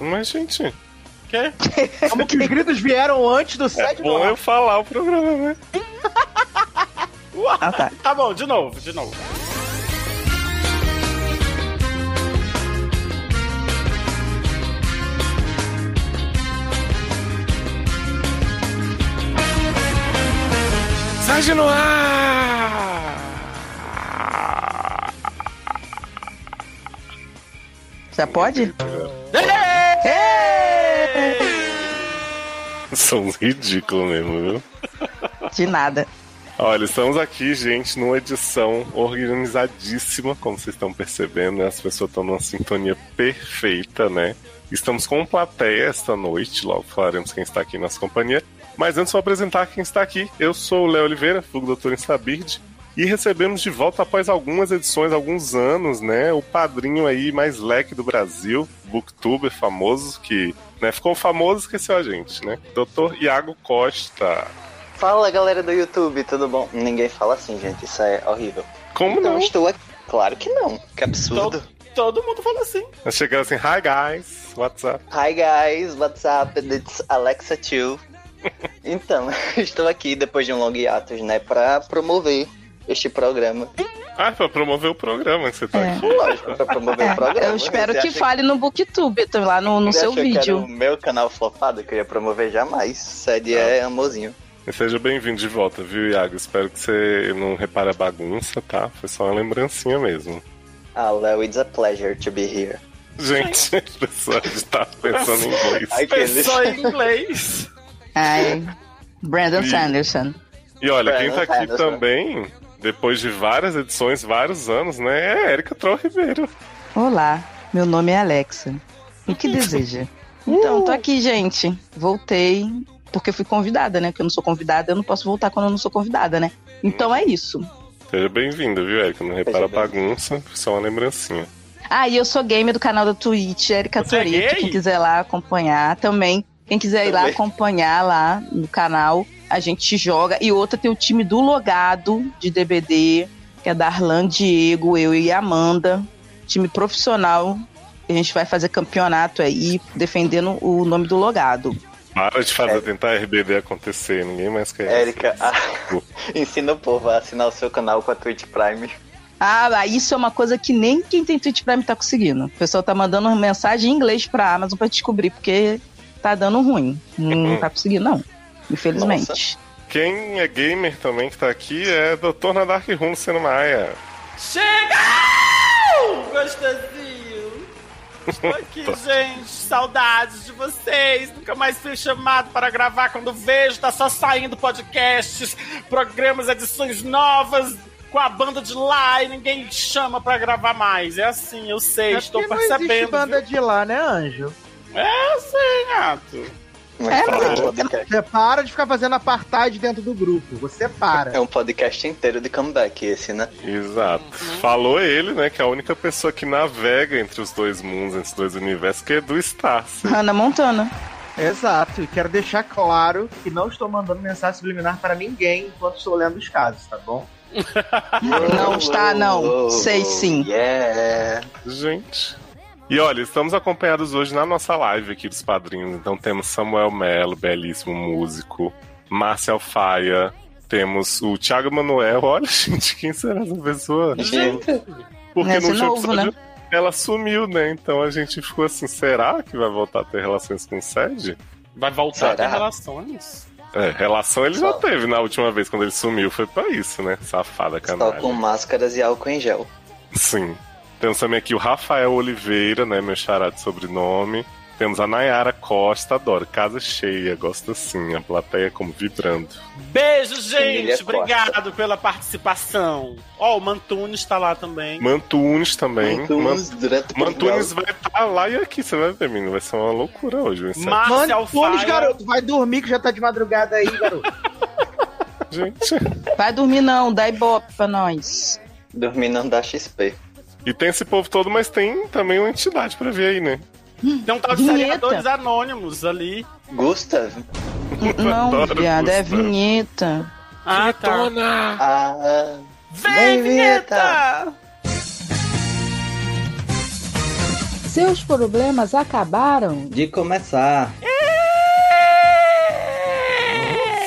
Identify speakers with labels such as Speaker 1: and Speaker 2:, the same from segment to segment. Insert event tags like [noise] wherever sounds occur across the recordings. Speaker 1: Mas, gente, quer?
Speaker 2: [laughs] Como que os gritos vieram antes do
Speaker 1: É
Speaker 2: 7
Speaker 1: bom eu falar o programa, né? [laughs] Uau!
Speaker 3: Ah, tá.
Speaker 1: Tá bom, de novo, de novo. Sérgio no ar!
Speaker 3: Já pode?
Speaker 1: São ridículos um mesmo, viu?
Speaker 3: De nada.
Speaker 1: Olha, estamos aqui, gente, numa edição organizadíssima, como vocês estão percebendo, né? As pessoas estão numa sintonia perfeita, né? Estamos com plateia esta noite, logo falaremos quem está aqui em nossa companhia. Mas antes, vou apresentar quem está aqui. Eu sou o Léo Oliveira, Fugo Doutor em Sabird, e recebemos de volta, após algumas edições, alguns anos, né? O padrinho aí mais leque do Brasil, booktuber famoso, que né, ficou famoso e esqueceu a gente, né? Doutor Iago Costa.
Speaker 4: Fala galera do YouTube, tudo bom? Ninguém fala assim, gente, isso é horrível.
Speaker 1: Como
Speaker 4: então
Speaker 1: não?
Speaker 4: estou aqui. Claro que não, que absurdo.
Speaker 2: Todo mundo fala assim.
Speaker 1: Nós chegamos assim, hi guys, what's up?
Speaker 4: Hi guys, what's up? It's Alexa [laughs] Chu. então, [laughs] estou aqui depois de um longo hiatus, né, pra promover este programa.
Speaker 1: Ah, pra promover o programa que você tá
Speaker 3: É.
Speaker 1: aqui.
Speaker 4: Lógico, pra promover o programa.
Speaker 3: eu espero
Speaker 4: Você
Speaker 3: que
Speaker 4: acha
Speaker 3: fale no Booktube, tá lá no, no
Speaker 4: você
Speaker 3: seu
Speaker 4: acha Que era um- o
Speaker 3: vídeo.
Speaker 4: meu canal flopado que eu ia promover jamais. Sede é amorzinho.
Speaker 1: E seja bem-vindo de volta, viu, Iago? Espero que você não repare a bagunça, tá? Foi só uma lembrancinha mesmo.
Speaker 4: Ah, Léo, it's a pleasure to be here.
Speaker 1: [laughs] Gente, a pessoa está pensando em inglês.
Speaker 4: Ai, que
Speaker 2: Pessoa [laughs] em inglês.
Speaker 3: Ai, Brandon
Speaker 1: E-
Speaker 3: Sanderson.
Speaker 1: E olha,
Speaker 4: É,
Speaker 1: quem tá
Speaker 4: não tá,
Speaker 1: aqui
Speaker 4: não tá.
Speaker 1: também, depois de várias edições, vários anos, né? É a Erika Troll Ribeiro.
Speaker 3: Olá, meu nome é Alexa. O que deseja? Então,
Speaker 4: Uh!
Speaker 3: tô aqui, gente. Voltei porque fui convidada, né? Porque eu não sou convidada, eu não posso voltar quando eu não sou convidada, né? Então é isso.
Speaker 1: Seja bem-vindo, viu, Erika? Não repara a
Speaker 4: bem-vindo.
Speaker 1: bagunça, foi só uma lembrancinha.
Speaker 3: Ah, e eu sou gamer do canal da Twitch, Erika
Speaker 2: Você é
Speaker 3: Torito.
Speaker 2: gay?
Speaker 3: Quem quiser lá acompanhar também. Quem quiser ir lá
Speaker 4: Também.
Speaker 3: acompanhar lá no canal, a gente joga. E outra tem o time do Logado de DBD, que é Darlan, Diego, eu e Amanda. Time profissional. A gente vai fazer campeonato aí, defendendo o nome do Logado.
Speaker 1: Para de fazer,
Speaker 4: É.
Speaker 1: tentar RBD acontecer, ninguém mais quer.
Speaker 4: Érica, a- [laughs] ensina o povo a assinar o seu canal com a Twitch Prime.
Speaker 3: Ah, isso é uma coisa que nem quem tem Twitch Prime tá conseguindo. O pessoal tá mandando mensagem em inglês pra Amazon pra descobrir, porque tá dando ruim.
Speaker 1: [laughs]
Speaker 3: Não tá conseguindo, não. Infelizmente.
Speaker 1: Quem é gamer também que tá aqui é Doutor na Dark Room, Luciano Maia.
Speaker 2: Chega! Gostosinho. Estou aqui, gente. Saudades de vocês. Nunca mais fui chamado para gravar. Quando vejo, tá só saindo podcasts, programas, edições novas. Com a banda de lá e ninguém chama pra gravar mais. É assim, eu sei, estou estou
Speaker 5: Não existe
Speaker 2: percebendo.
Speaker 5: banda de lá, né, Anjo?
Speaker 2: viu, Renato?
Speaker 4: Mas
Speaker 3: É,
Speaker 4: fala
Speaker 3: mas
Speaker 4: do
Speaker 3: aqui-
Speaker 4: podcast.
Speaker 5: Você para de ficar fazendo apartheid dentro do grupo. Você para.
Speaker 4: É um podcast inteiro de comeback esse, né?
Speaker 1: Exato. Falou ele, né, que é a única pessoa que navega entre os dois mundos, entre os dois universos, que é do Starce.
Speaker 3: [laughs] Hannah Montana.
Speaker 5: Exato. E quero deixar claro que não estou mandando mensagem subliminar para ninguém enquanto estou lendo os casos, tá bom?
Speaker 3: Não está, não. Sei sim.
Speaker 4: Oh, Yeah.
Speaker 1: Gente. E olha, estamos acompanhados hoje na nossa live aqui dos padrinhos. Então temos Samuel Melo, belíssimo músico, Marcel Faia, temos o Thiago Manuel. Olha, [laughs] gente, quem será essa pessoa?
Speaker 4: Gente,
Speaker 1: Porque
Speaker 4: Né,
Speaker 3: Esse
Speaker 1: no último
Speaker 3: novo,
Speaker 1: episódio ela sumiu, né? Então a gente ficou assim, será que vai voltar a ter relações com o Sede?
Speaker 2: Vai voltar
Speaker 4: Será?
Speaker 2: a ter relações.
Speaker 1: É, relação ele já
Speaker 4: Só.
Speaker 1: teve na última vez quando ele sumiu, foi pra isso, né? Safada
Speaker 4: só
Speaker 1: canalha.
Speaker 4: com máscaras e álcool em gel.
Speaker 1: Sim. Temos também aqui o Rafael Oliveira, né? Meu xará de sobrenome. Temos a Nayara Costa, adoro. Casa cheia, gosto assim. A plateia como vibrando.
Speaker 2: Beijo,
Speaker 4: Emília
Speaker 2: gente.
Speaker 4: Costa.
Speaker 2: Obrigado pela participação. Ó, o Mantunes tá lá também.
Speaker 1: Mantunes também.
Speaker 4: Mantunes, direto
Speaker 1: Man-
Speaker 4: pro
Speaker 1: Mantunes vai estar lá e aqui, você vai ver, menino. Vai ser uma loucura hoje. o ensaio.
Speaker 6: Ah,
Speaker 2: Marcel
Speaker 5: Mantunes,
Speaker 2: Faia.
Speaker 5: garoto. Vai dormir que já tá de madrugada aí, garoto.
Speaker 1: Gente.
Speaker 3: Vai dormir não, dá ibope pra nós.
Speaker 4: Dormir não dá XP.
Speaker 1: E tem esse povo todo, mas tem também uma entidade pra ver aí, né?
Speaker 2: Tem um tal de
Speaker 3: Vinheta.
Speaker 2: vereadores anônimos ali.
Speaker 4: Gustav?
Speaker 3: Não,
Speaker 1: Adoro
Speaker 3: viado, é
Speaker 1: Gustavo.
Speaker 3: vinheta.
Speaker 2: Ah, tá.
Speaker 4: Ah,
Speaker 2: Vem,
Speaker 4: Vem, vinheta!
Speaker 2: vinheta!
Speaker 7: Seus problemas acabaram?
Speaker 4: De começar.
Speaker 6: [laughs]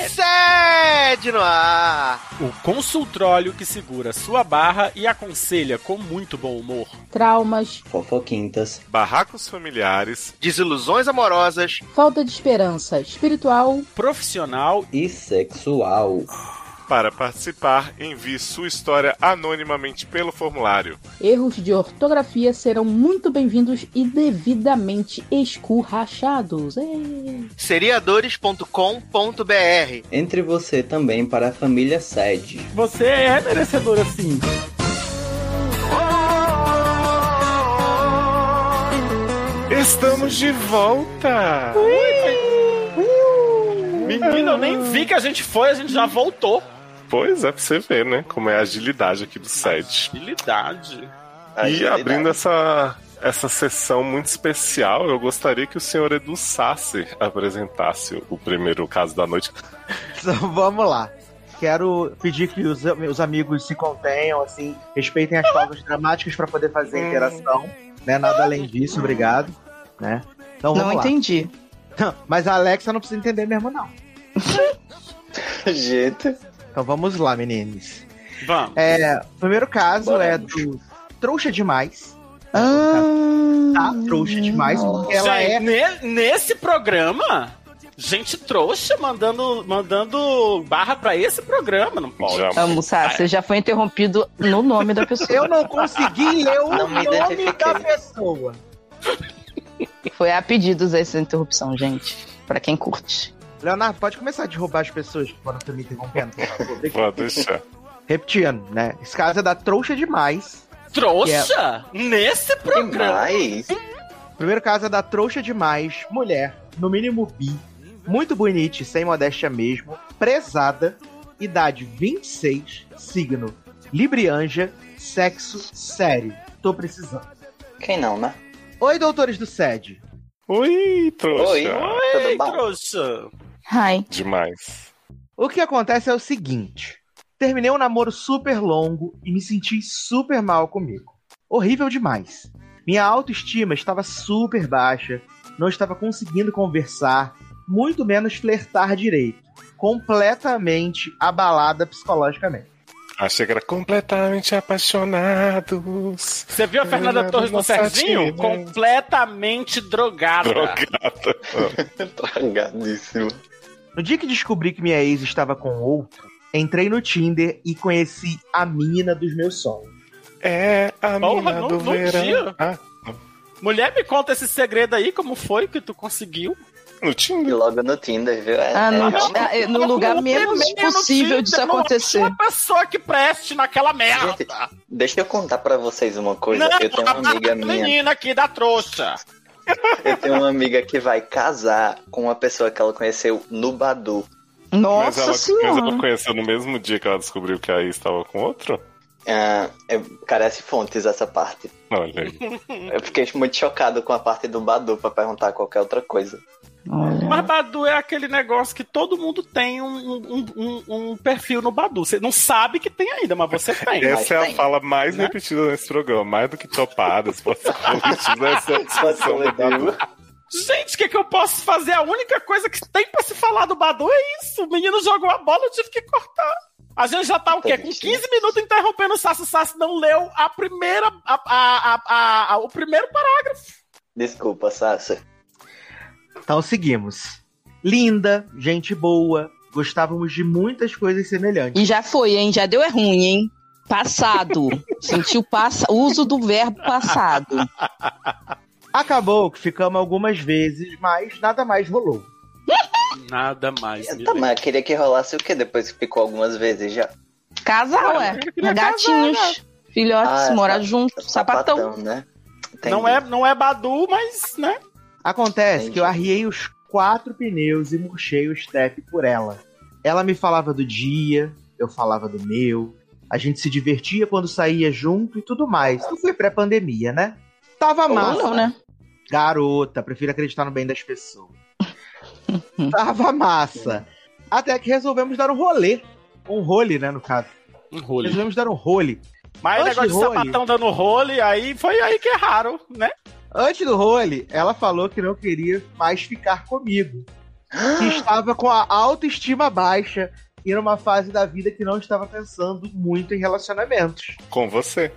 Speaker 6: Sede no ar.
Speaker 2: O consultróleo que segura sua barra e aconselha com muito bom humor.
Speaker 7: Traumas,
Speaker 4: Fofoquintas.
Speaker 1: Barracos familiares,
Speaker 6: Desilusões amorosas.
Speaker 7: falta de esperança espiritual,
Speaker 2: Profissional
Speaker 4: E sexual.
Speaker 1: para participar, envie sua história anonimamente pelo formulário.
Speaker 7: erros de ortografia serão muito bem-vindos e devidamente escurrachados. Ei.
Speaker 6: Seriadores.com.br
Speaker 4: Entre você também para a família sede.
Speaker 2: Você é merecedor assim.
Speaker 1: Estamos de volta!
Speaker 2: Menina, eu nem vi que a gente foi, a gente já voltou.
Speaker 1: Pois é, pra você ver, né? Como é a agilidade aqui do site.
Speaker 2: Agilidade.
Speaker 1: E abrindo essa, essa sessão muito especial, eu gostaria que o senhor Edu Sasser apresentasse o primeiro caso da noite.
Speaker 5: Então [laughs] vamos lá. Quero pedir que os, os amigos se contenham, assim, respeitem as pausas dramáticas para poder
Speaker 3: É.
Speaker 5: fazer a interação, né? Nada além disso, obrigado, né? Então
Speaker 3: Não
Speaker 5: vamos lá.
Speaker 3: entendi.
Speaker 5: [laughs] Mas a Alexa não precisa entender mesmo, não.
Speaker 4: [laughs] Gente.
Speaker 5: Então vamos lá, meninos.
Speaker 2: Vamos.
Speaker 5: É, o primeiro caso
Speaker 4: Bora.
Speaker 5: é do Trouxa Demais. Tá?
Speaker 3: Ah,
Speaker 5: Trouxa Demais, porque ela
Speaker 2: Gente,
Speaker 5: é...
Speaker 2: ne- nesse programa, gente trouxa mandando, mandando barra pra esse programa, não pode.
Speaker 1: Já-
Speaker 3: Amo, Sá, você já foi interrompido no nome da
Speaker 7: [laughs]
Speaker 3: pessoa.
Speaker 5: Eu não
Speaker 4: [laughs]
Speaker 5: consegui ler o
Speaker 4: Não me
Speaker 5: nome
Speaker 4: identifiquei.
Speaker 5: da pessoa.
Speaker 3: Foi a pedidos essa interrupção, gente. Pra quem curte.
Speaker 5: Leonardo, pode começar a derrubar as pessoas que foram me interrompendo, por favor.
Speaker 1: Pode deixar.
Speaker 5: Repetindo, né? Esse caso é da Trouxa Demais.
Speaker 2: Trouxa?
Speaker 4: é.
Speaker 2: Nesse programa?
Speaker 4: Demais.
Speaker 5: Primeiro caso é da trouxa demais, mulher, no mínimo bi, muito bonita e sem modéstia mesmo, prezada, idade 26, signo Librianja, sexo sério. Tô precisando.
Speaker 4: Quem não, né?
Speaker 5: Oi, doutores do SED.
Speaker 1: Oi, trouxa!
Speaker 4: Oi. Tudo
Speaker 2: Ei,
Speaker 4: bom?
Speaker 2: trouxa.
Speaker 3: Ai,
Speaker 1: Demais.
Speaker 5: O que acontece é o seguinte: terminei um namoro super longo e me senti super mal comigo. Horrível demais. Minha autoestima estava super baixa, não estava conseguindo conversar, muito menos flertar direito. Completamente abalada psicologicamente.
Speaker 1: Achei que era completamente apaixonados.
Speaker 2: Você viu a Fernanda
Speaker 1: Fernanda
Speaker 2: Torres no
Speaker 1: Nossa
Speaker 2: Serginho?
Speaker 1: Tia.
Speaker 2: Completamente drogada.
Speaker 1: Drogada.
Speaker 4: Tragadíssimo.
Speaker 5: No dia que descobri que minha ex estava com outro, entrei no Tinder e conheci a menina dos meus sonhos.
Speaker 1: É a
Speaker 2: Porra,
Speaker 1: mina
Speaker 2: num-
Speaker 1: do
Speaker 2: num
Speaker 1: verão.
Speaker 2: dia?
Speaker 1: Ah,
Speaker 2: Mulher, me conta esse segredo aí, como foi que tu conseguiu?
Speaker 1: no
Speaker 4: E
Speaker 1: Tinder.
Speaker 4: logo no Tinder, viu? É,
Speaker 3: ah,
Speaker 4: é,
Speaker 3: no,
Speaker 4: realmente-
Speaker 3: ah, é, no lugar
Speaker 2: Não tem
Speaker 3: menos
Speaker 2: meio, não
Speaker 3: possível
Speaker 2: tem-
Speaker 3: disso
Speaker 2: não tem
Speaker 3: acontecer.
Speaker 2: Uma pessoa que preste naquela merda.
Speaker 4: Gente, Deixa eu contar pra vocês uma coisa.
Speaker 2: Não, é
Speaker 4: eu tenho uma amiga minha.
Speaker 2: menina aqui da trouxa.
Speaker 4: Eu tenho uma amiga que vai casar com uma pessoa que ela conheceu no Badu.
Speaker 1: Mas
Speaker 3: Nossa
Speaker 1: ela, mas
Speaker 3: senhora.
Speaker 1: ela conheceu no mesmo dia que ela descobriu que aí estava com outro?
Speaker 4: Ah, é- carece fontes essa parte.
Speaker 1: Olha aí.
Speaker 4: Eu fiquei muito chocado com a parte do Badu pra perguntar qualquer outra
Speaker 2: [laughs]
Speaker 4: coisa.
Speaker 3: Olha.
Speaker 2: Mas Badu é aquele negócio que todo mundo tem um, um- um- um perfil no Badu. Você não sabe que tem ainda, mas você tem.
Speaker 4: É.
Speaker 1: Essa [laughs] é a
Speaker 4: tem.
Speaker 1: fala mais repetida nesse programa, mais do que topadas, possibilities, essa é a discussão do Badu.
Speaker 2: Gente, o que, que eu posso fazer? A única coisa que tem pra se falar do Badu é isso. O menino jogou a bola, eu tive que cortar. A gente já tá o quê? Com 15 minutos interrompendo o Sassi. O Sassi não leu a primeira. a- a- a- a- a- o primeiro parágrafo.
Speaker 4: Desculpa, Sassi.
Speaker 5: Então seguimos. Linda, gente boa, gostávamos de muitas coisas semelhantes.
Speaker 3: E já foi, hein? Já deu é ruim, hein?
Speaker 1: [laughs]
Speaker 3: Passado. Sentiu passa... uso do verbo passado.
Speaker 5: Acabou que ficamos algumas vezes, mas nada mais rolou.
Speaker 2: Nada mais.
Speaker 4: Tá, mas queria que rolasse o quê depois que ficou algumas vezes já?
Speaker 3: Casal, é.
Speaker 2: né?
Speaker 3: Gatinhos,
Speaker 1: né?
Speaker 4: Ah,
Speaker 3: filhotes,
Speaker 4: é,
Speaker 3: morar
Speaker 4: sa-
Speaker 3: junto, sapatão.
Speaker 4: né? Entendi.
Speaker 2: Não é, não é Badu, mas, né?
Speaker 5: Acontece
Speaker 4: Entendi.
Speaker 5: que eu arriei os quatro pneus e murchei o step por ela. Ela me falava do dia, eu falava do meu. A gente se divertia quando saía junto e tudo mais. Não foi pré-pandemia, né? Tava
Speaker 4: Ou
Speaker 5: massa.
Speaker 3: Ou não, né?
Speaker 5: Garota, prefiro acreditar no bem das pessoas. [laughs] Tava massa. Até que resolvemos dar um rolê. Um role, né, no caso.
Speaker 2: Um role.
Speaker 5: Resolvemos dar um role.
Speaker 2: Mas o
Speaker 5: Antes
Speaker 2: negócio de
Speaker 5: de role.
Speaker 2: sapatão dando role, aí foi aí que erraram, né?
Speaker 5: Antes do role, ela falou que não queria mais ficar comigo.
Speaker 3: Ah!
Speaker 5: Que estava com a autoestima baixa e numa fase da vida que não estava pensando muito em relacionamentos.
Speaker 1: Com você.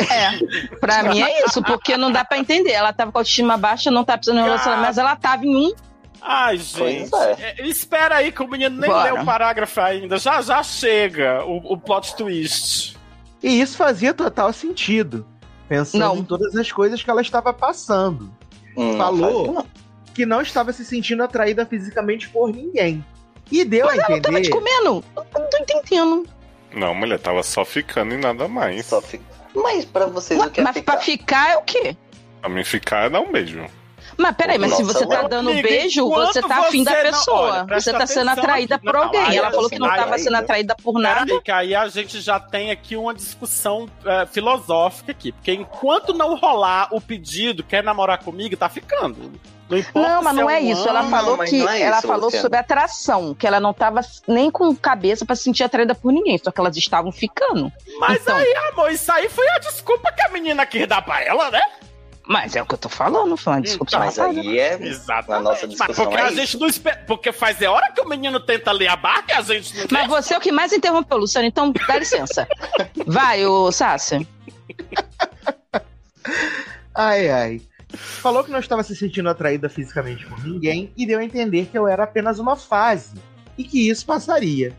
Speaker 3: É, pra mim é isso, porque não dá pra entender. Ela tava com a autoestima baixa, não tá precisando de um relacionamento, mas ela tava em um.
Speaker 2: Ai, gente.
Speaker 4: Pois
Speaker 2: É, espera aí que o menino nem
Speaker 3: Bora.
Speaker 2: leu o parágrafo ainda. Já já chega o, o plot twist.
Speaker 5: E isso fazia total sentido, pensando
Speaker 3: Não.
Speaker 5: em todas as coisas que ela estava passando.
Speaker 4: Hum,
Speaker 5: Falou.
Speaker 4: não faz isso,
Speaker 5: que não estava se sentindo atraída fisicamente por ninguém. E deu a
Speaker 3: Ela tava
Speaker 5: entender.
Speaker 3: te comendo. Eu Não tô entendendo.
Speaker 1: Não, mulher, tava só ficando e nada
Speaker 4: não.
Speaker 1: mais.
Speaker 4: Só fica- Mas pra vocês o
Speaker 3: Ué,
Speaker 4: que é
Speaker 3: mas
Speaker 4: ficar?
Speaker 3: pra ficar é o quê?
Speaker 1: Pra mim ficar é dar um beijo.
Speaker 3: Mas peraí, mas se
Speaker 4: Nossa,
Speaker 3: você tá
Speaker 4: meu
Speaker 3: dando
Speaker 2: amigo,
Speaker 3: beijo,
Speaker 2: enquanto
Speaker 3: você tá afim da
Speaker 2: você não-
Speaker 3: pessoa.
Speaker 2: olha, presta
Speaker 3: você tá sendo
Speaker 2: atenção
Speaker 3: atraída
Speaker 2: aqui.
Speaker 3: por
Speaker 2: Não,
Speaker 3: alguém.
Speaker 2: aí
Speaker 3: ela
Speaker 2: é
Speaker 3: falou que não
Speaker 4: assim,
Speaker 3: tava
Speaker 4: aí,
Speaker 3: sendo
Speaker 4: né?
Speaker 3: atraída por nada.
Speaker 2: Peraí, que aí a gente já tem aqui uma discussão é, filosófica aqui. Porque enquanto não rolar o pedido, quer namorar comigo, tá ficando. Não importa.
Speaker 3: Não, mas
Speaker 2: se
Speaker 3: não é
Speaker 2: um
Speaker 3: isso. Ela
Speaker 2: ano,
Speaker 3: falou
Speaker 4: mas
Speaker 3: que
Speaker 4: não é
Speaker 3: ela
Speaker 4: isso,
Speaker 3: falou
Speaker 4: Luciana.
Speaker 3: sobre atração, que ela não tava nem com cabeça pra se sentir atraída por ninguém, só que elas estavam ficando.
Speaker 2: Mas
Speaker 3: Então.
Speaker 2: aí, amor, isso aí foi a desculpa que a menina quis dar pra ela, né?
Speaker 3: Mas é o que eu tô falando, Fã. Desculpa,
Speaker 2: Então,
Speaker 4: Mas
Speaker 3: rapaz.
Speaker 4: aí é.
Speaker 2: Exatamente.
Speaker 4: Na nossa
Speaker 2: mas
Speaker 4: discussão
Speaker 2: porque
Speaker 4: é
Speaker 2: a
Speaker 4: isso.
Speaker 2: gente não espera. Porque faz é hora que o menino tenta ler a barra e a gente não.
Speaker 3: Mas você é o que mais interrompeu, Luciano, então dá licença. Vai, ô Sácia.
Speaker 5: Ai, ai. Falou que não estava se sentindo atraída fisicamente por ninguém e deu a entender que eu era apenas uma fase e que isso passaria.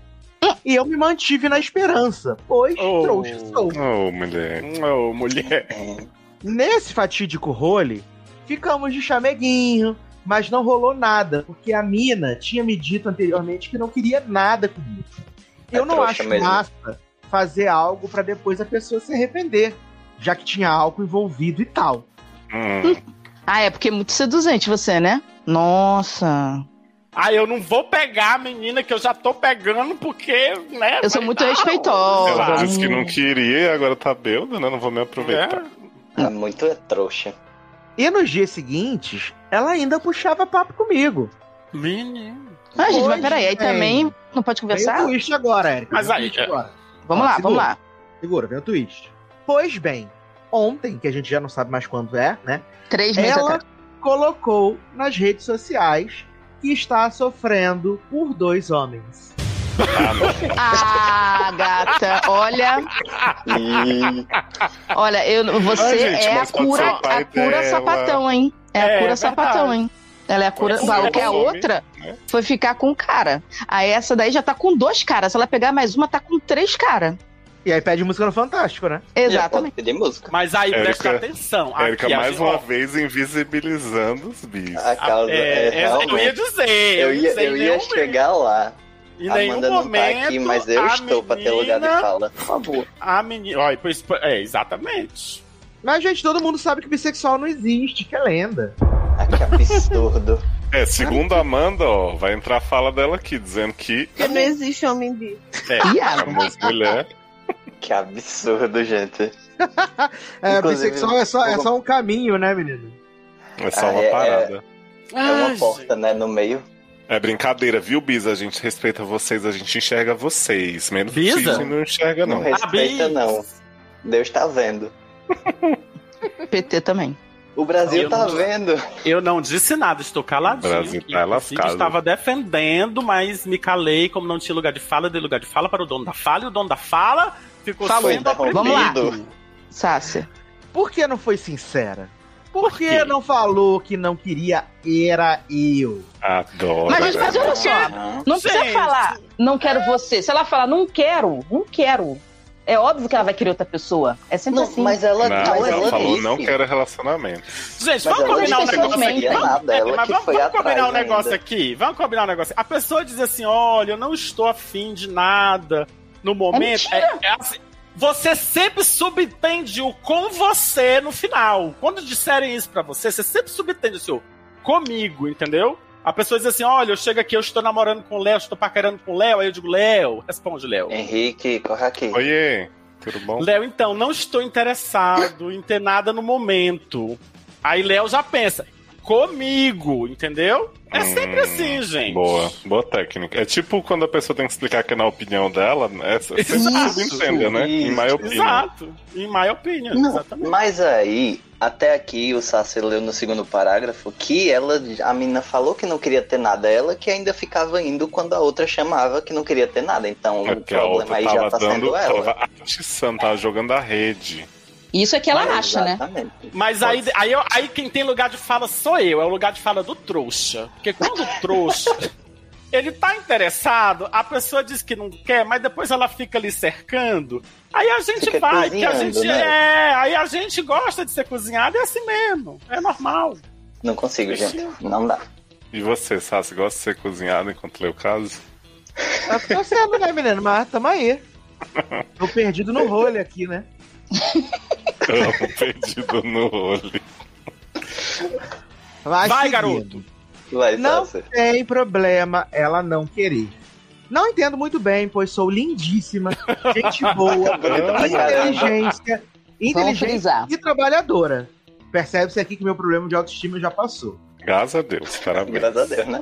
Speaker 5: E eu me mantive na esperança, pois
Speaker 2: Oh.
Speaker 5: trouxa sou.
Speaker 1: Ô, mulher. Ô, mulher.
Speaker 4: é,
Speaker 5: Nesse fatídico role, ficamos de chameguinho, mas não rolou nada, porque a mina tinha me dito anteriormente que não queria nada comigo.
Speaker 4: É
Speaker 5: Eu não
Speaker 4: trouxa
Speaker 5: acho
Speaker 4: mesmo.
Speaker 5: massa fazer algo pra depois a pessoa se arrepender, já que tinha álcool envolvido e tal.
Speaker 1: Hum,
Speaker 3: Ah, é porque é muito seduzente você, né? Nossa.
Speaker 2: Ah, eu não vou pegar a menina que eu já tô pegando porque, né?
Speaker 3: Eu sou
Speaker 2: vai
Speaker 3: muito
Speaker 2: dar,
Speaker 1: ela
Speaker 3: respeitosa.
Speaker 2: Claro.
Speaker 1: disse que não queria e agora tá bêbada, né? Não vou me aproveitar.
Speaker 2: né?
Speaker 4: É muito é trouxa.
Speaker 5: E nos dias seguintes, ela ainda puxava papo comigo.
Speaker 2: Menino.
Speaker 3: Ah, gente, mas
Speaker 5: Hoje,
Speaker 3: peraí, aí
Speaker 5: gente.
Speaker 3: também não pode
Speaker 5: Vem o
Speaker 3: conversar?
Speaker 5: twist agora, Érica.
Speaker 2: Mas
Speaker 5: vem o
Speaker 2: aí,
Speaker 5: twist
Speaker 2: é.
Speaker 5: agora.
Speaker 3: Vamos lá, vamos lá.
Speaker 5: Segura, vem o twist. Pois bem, ontem, que a gente já não sabe mais quando é, né?
Speaker 3: Três meses
Speaker 5: ela
Speaker 3: atrás.
Speaker 5: colocou nas redes sociais que está sofrendo por dois homens.
Speaker 3: Ah, gata, olha,
Speaker 4: E...
Speaker 3: olha, eu, você
Speaker 1: Ah, gente,
Speaker 3: é a
Speaker 1: mas pode
Speaker 3: cura,
Speaker 1: ser o pai
Speaker 3: a cura
Speaker 1: dela.
Speaker 3: sapatão, hein? É a
Speaker 2: É,
Speaker 3: cura
Speaker 2: é
Speaker 3: sapatão,
Speaker 2: verdade.
Speaker 3: hein? Ela é a cura.
Speaker 1: Pode ser
Speaker 3: Falou que a
Speaker 1: um homem,
Speaker 3: outra
Speaker 1: né?
Speaker 3: foi ficar com um cara. Aí essa daí já tá com dois caras. Se ela pegar mais uma, tá com três caras.
Speaker 5: E aí pede música no Fantástico, né?
Speaker 4: Já pode
Speaker 3: Exatamente.
Speaker 4: pedir música.
Speaker 2: Mas aí,
Speaker 1: Érica-
Speaker 2: presta atenção.
Speaker 1: Érica,
Speaker 2: Aqui, a
Speaker 1: mais
Speaker 2: gente-
Speaker 1: uma
Speaker 2: ó,
Speaker 1: vez, invisibilizando os bis.
Speaker 4: A causa
Speaker 2: é,
Speaker 4: é,
Speaker 2: é, eu ia
Speaker 4: realmente-
Speaker 2: dizer.
Speaker 4: Eu ia,
Speaker 2: dizer,
Speaker 4: eu
Speaker 2: em
Speaker 4: ia
Speaker 2: nenhum
Speaker 4: chegar lá.
Speaker 2: momento- em
Speaker 4: A
Speaker 2: nenhum
Speaker 4: Amanda não tá
Speaker 2: momento
Speaker 4: aqui, mas eu
Speaker 2: a
Speaker 4: estou pra ter lugar de
Speaker 2: menina-
Speaker 4: fala. Por favor.
Speaker 2: A menina. Olha, pois- é, exatamente.
Speaker 5: Mas, gente, todo mundo sabe que bissexual não existe, que é lenda.
Speaker 4: Ah, que absurdo. [laughs]
Speaker 1: É, segundo a Amanda, ó, vai entrar a fala dela aqui, dizendo que
Speaker 8: Porque não existe homem bi.
Speaker 1: é,
Speaker 3: Iago.
Speaker 1: chamamos mulher.
Speaker 4: Que absurdo, gente.
Speaker 5: É,
Speaker 4: Inclusive,
Speaker 5: bissexual é só, é
Speaker 4: eu-
Speaker 5: só um caminho, né, menino?
Speaker 1: É só
Speaker 4: Ah,
Speaker 1: uma
Speaker 4: é, é.
Speaker 1: parada.
Speaker 4: É uma porta, né, no meio.
Speaker 1: É brincadeira, viu, Bis? A gente respeita vocês, a gente enxerga vocês. Menos
Speaker 2: Bisa?
Speaker 1: Bisa? não enxerga,
Speaker 4: Não é.
Speaker 1: não.
Speaker 4: respeita, não. Deus tá vendo.
Speaker 3: PT também.
Speaker 4: O Brasil
Speaker 2: Eu
Speaker 4: tá
Speaker 2: não-
Speaker 4: vendo.
Speaker 2: Eu não disse nada, estou caladinho.
Speaker 1: O Brasil
Speaker 2: aqui.
Speaker 1: tá
Speaker 2: Inclusive,
Speaker 1: lascado.
Speaker 2: Estava defendendo, mas me calei, como não tinha lugar de fala, eu dei lugar de fala para o dono da fala, e o dono da fala ficou
Speaker 3: Falou,
Speaker 2: sendo
Speaker 4: então,
Speaker 2: oprimido.
Speaker 3: vamos lá.
Speaker 4: Medo.
Speaker 3: Sácia.
Speaker 5: Por que não foi sincera? Por,
Speaker 2: Por
Speaker 5: que
Speaker 2: quê?
Speaker 5: não falou que não queria era eu?
Speaker 1: Adoro.
Speaker 3: Mas, gente,
Speaker 1: né?
Speaker 3: mas olha só.
Speaker 4: Aham.
Speaker 3: Não precisa
Speaker 2: Gente.
Speaker 3: falar, não quero você. Se ela falar, não quero, não quero. É óbvio que ela vai querer outra pessoa. É sempre
Speaker 4: Não,
Speaker 3: assim.
Speaker 4: mas ela,
Speaker 1: Não,
Speaker 4: mas ela,
Speaker 1: ela falou,
Speaker 4: disse.
Speaker 1: não quero relacionamento.
Speaker 2: Gente,
Speaker 4: Mas
Speaker 2: vamos
Speaker 4: ela
Speaker 2: combinar um
Speaker 4: não
Speaker 3: pessoas
Speaker 2: negócio aqui.
Speaker 3: mentem.
Speaker 2: Vamos-
Speaker 4: nada.
Speaker 2: é,
Speaker 4: Ela
Speaker 2: mas
Speaker 4: que
Speaker 2: vamos,
Speaker 4: foi
Speaker 2: vamos combinar um
Speaker 4: atrás
Speaker 2: negócio
Speaker 4: ainda.
Speaker 2: aqui. Vamos combinar um negócio. A pessoa diz assim: olha, eu não estou afim de nada no momento. É, é assim, você sempre subentende o com você no final. Quando disserem isso pra você, você sempre subentende o seu comigo, entendeu? A pessoa diz assim: olha, eu chego aqui, eu estou namorando com o Léo, estou paquerando com o Léo. Aí eu digo: Léo, responde, Léo.
Speaker 4: Henrique, corre aqui.
Speaker 1: Oiê, tudo bom?
Speaker 2: Léo, então, não estou interessado em ter nada no momento. Aí Léo já pensa, comigo, entendeu? É sempre
Speaker 1: Hum,
Speaker 2: assim, gente.
Speaker 1: Boa, boa técnica. É tipo quando a pessoa tem que explicar que é na opinião dela, né, você sempre
Speaker 2: Exato.
Speaker 1: subentenda, né? Em my
Speaker 4: Isso,
Speaker 1: opinion.
Speaker 2: Exato. In my opinion,
Speaker 4: Não,
Speaker 2: exatamente.
Speaker 4: Mas aí, até aqui o Sassi leu no segundo parágrafo que ela, a menina falou que não queria ter nada, ela que ainda ficava indo quando a outra chamava que não queria ter nada. Então
Speaker 1: É
Speaker 4: o
Speaker 1: porque a
Speaker 4: problema
Speaker 1: outra
Speaker 4: aí já
Speaker 1: tava
Speaker 4: tá sendo
Speaker 1: dando,
Speaker 4: ela.
Speaker 1: tava atiçando, tava jogando a rede.
Speaker 3: Isso é que ela acha, né?
Speaker 4: né?
Speaker 2: Mas aí, aí, eu- aí quem tem lugar de fala sou eu, é o lugar de fala do trouxa. Porque quando o
Speaker 1: [laughs]
Speaker 2: trouxa. Ele tá interessado, a pessoa diz que não quer, mas depois ela fica ali cercando. Aí a gente
Speaker 4: Fica
Speaker 2: vai, que a
Speaker 4: cozinhando,
Speaker 2: gente
Speaker 4: né?
Speaker 2: é, aí a gente gosta de ser cozinhado, é assim mesmo, é normal.
Speaker 4: Não consigo, gente. Não dá.
Speaker 1: E você, Sassi, gosta de ser cozinhado enquanto lê o caso?
Speaker 5: Tá ficando sendo, né, menino? Mas tamo aí. Tô perdido no rolho aqui, né?
Speaker 1: Amo perdido no olho.
Speaker 2: Vai,
Speaker 5: seguindo.
Speaker 2: garoto.
Speaker 4: Vai,
Speaker 5: Não
Speaker 4: Sassi.
Speaker 5: tem problema ela não querer. Não entendo muito bem, pois
Speaker 2: [laughs]
Speaker 5: sou lindíssima, gente
Speaker 4: Bonita
Speaker 5: boa,
Speaker 4: pra caramba.
Speaker 5: inteligência, inteligente [laughs]
Speaker 3: frisar.
Speaker 5: e trabalhadora. Percebe-se aqui que meu problema de autoestima já passou.
Speaker 1: Graças a Deus, parabéns.
Speaker 4: Graças a Deus, né?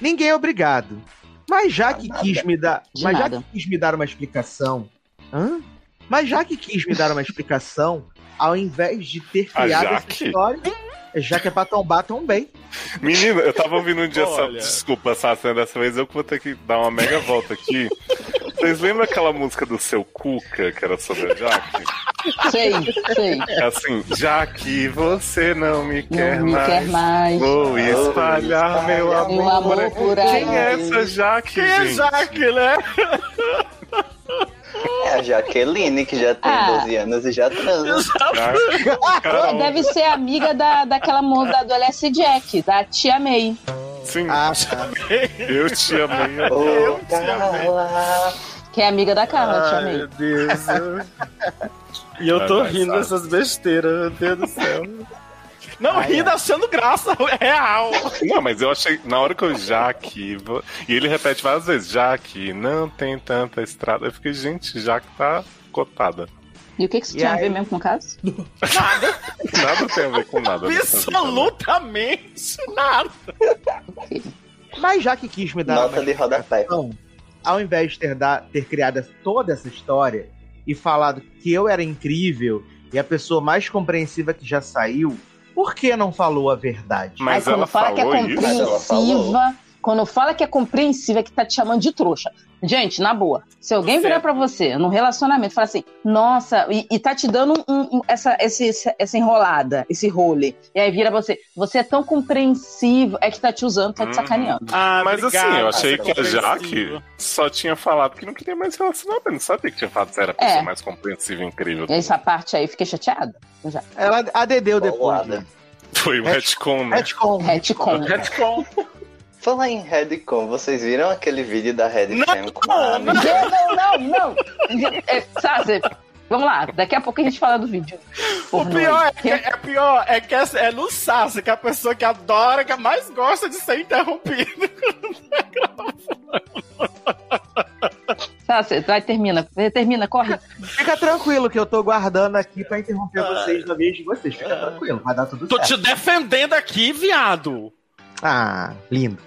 Speaker 5: Ninguém é obrigado. Mas já que quis me dar,
Speaker 3: Ah, De
Speaker 5: mas já
Speaker 3: nada.
Speaker 5: que quis me dar uma explicação, Hã? mas já que quis me dar uma explicaão, ao invés de ter
Speaker 1: A
Speaker 5: criado essa
Speaker 1: Jaque?
Speaker 5: história, já que é pra tombar, tombei.
Speaker 1: Menina, eu tava ouvindo um dia só.
Speaker 2: Olha.
Speaker 1: Desculpa, Sassi, né, dessa vez eu que vou ter que dar uma mega volta aqui. Vocês lembram aquela música do seu Cuca, que era sobre a Jaque?
Speaker 3: Sei, sei.
Speaker 1: É assim, já que você não me quer
Speaker 3: Não me
Speaker 1: mais.
Speaker 3: quer mais.
Speaker 1: Vou espalhar meu amor.
Speaker 3: Meu amor por aí.
Speaker 1: Quem é essa Jaque,
Speaker 2: Que
Speaker 1: gente?
Speaker 2: Jaque, né?
Speaker 4: É a Jaqueline, que já tem
Speaker 3: Ah.
Speaker 4: 12 anos e já transa.
Speaker 1: Jaque?
Speaker 3: Pô,
Speaker 1: Carol,
Speaker 3: Ah, deve ser amiga da, daquela moça do LS Jack, da Tia May.
Speaker 1: Sim,
Speaker 5: Ah,
Speaker 1: eu te amei.
Speaker 4: [laughs] Ô,
Speaker 2: te
Speaker 4: Carla.
Speaker 3: Que é amiga da Carla, Tia
Speaker 2: Ai,
Speaker 3: May.
Speaker 2: meu Deus. e eu tô
Speaker 1: Vai, vai,
Speaker 2: rindo
Speaker 1: sabe.
Speaker 2: dessas besteiras, meu Deus do céu. Não rindo achando graça, é real.
Speaker 4: Oh.
Speaker 1: Não, mas eu achei, na hora que eu Jaque. vou- E ele repete várias vezes: Jaque, não tem tanta estrada. Eu fiquei, gente, Jaque tá cotada.
Speaker 3: E o que, que isso
Speaker 5: E
Speaker 3: tinha a
Speaker 5: aí?
Speaker 3: ver mesmo com o caso?
Speaker 1: Nada tem a ver com nada. nessa vida, né?
Speaker 2: Absolutamente nada.
Speaker 5: mas já que quis me dar uma
Speaker 4: Nota de rodapé.
Speaker 5: Então, ao invés de ter, da- ter criado essa- toda essa história e falado que eu era incrível e a pessoa mais compreensiva que já saiu, por que não falou a verdade?
Speaker 1: Mas
Speaker 3: Aí,
Speaker 1: ela
Speaker 3: quando fala que é
Speaker 1: falou isso.
Speaker 4: Mas ela falou.
Speaker 3: compreensiva, quando fala que é compreensiva, é que tá te chamando de trouxa. Gente, na boa, se alguém
Speaker 2: Certo.
Speaker 3: virar pra você num relacionamento e falar assim, nossa, e, e tá te dando um- um- essa, esse- esse- essa enrolada, esse role, e aí vira você, você é tão compreensivo, é que tá te usando, tá te
Speaker 1: Uhum.
Speaker 3: sacaneando.
Speaker 2: Ah,
Speaker 1: Mas assim, eu achei que
Speaker 2: é
Speaker 1: a
Speaker 2: Jaque.
Speaker 1: Jaque só tinha falado que não queria mais relacionamento. Não sabia que tinha falado que você era a pessoa
Speaker 3: É.
Speaker 1: mais compreensiva e incrível.
Speaker 3: E essa parte aí, eu fiquei chateada.
Speaker 5: Ela adedeu depois.
Speaker 4: Bolada.
Speaker 1: Foi o retcon,
Speaker 3: É.
Speaker 1: né?
Speaker 5: Retcon.
Speaker 3: Retcon.
Speaker 2: [laughs] Retcon.
Speaker 4: Falar em Redcon, vocês viram aquele vídeo da
Speaker 2: Não,
Speaker 4: Redcon com a
Speaker 2: não,
Speaker 4: Ami?
Speaker 3: Não, não, não, não. É, Sassi, vamos lá, daqui a pouco a gente fala do vídeo.
Speaker 2: O
Speaker 3: Pornô.
Speaker 2: pior é que, é pior é que essa- é no Sassi, que é a pessoa que adora, que é mais gosta de ser interrompida.
Speaker 3: Sassi, vai, termina, termina, corre.
Speaker 5: Fica tranquilo que eu tô guardando aqui pra interromper vocês na vez de vocês. Fica tranquilo, vai dar tudo certo.
Speaker 2: defendendo aqui, viado.
Speaker 5: Ah, lindo.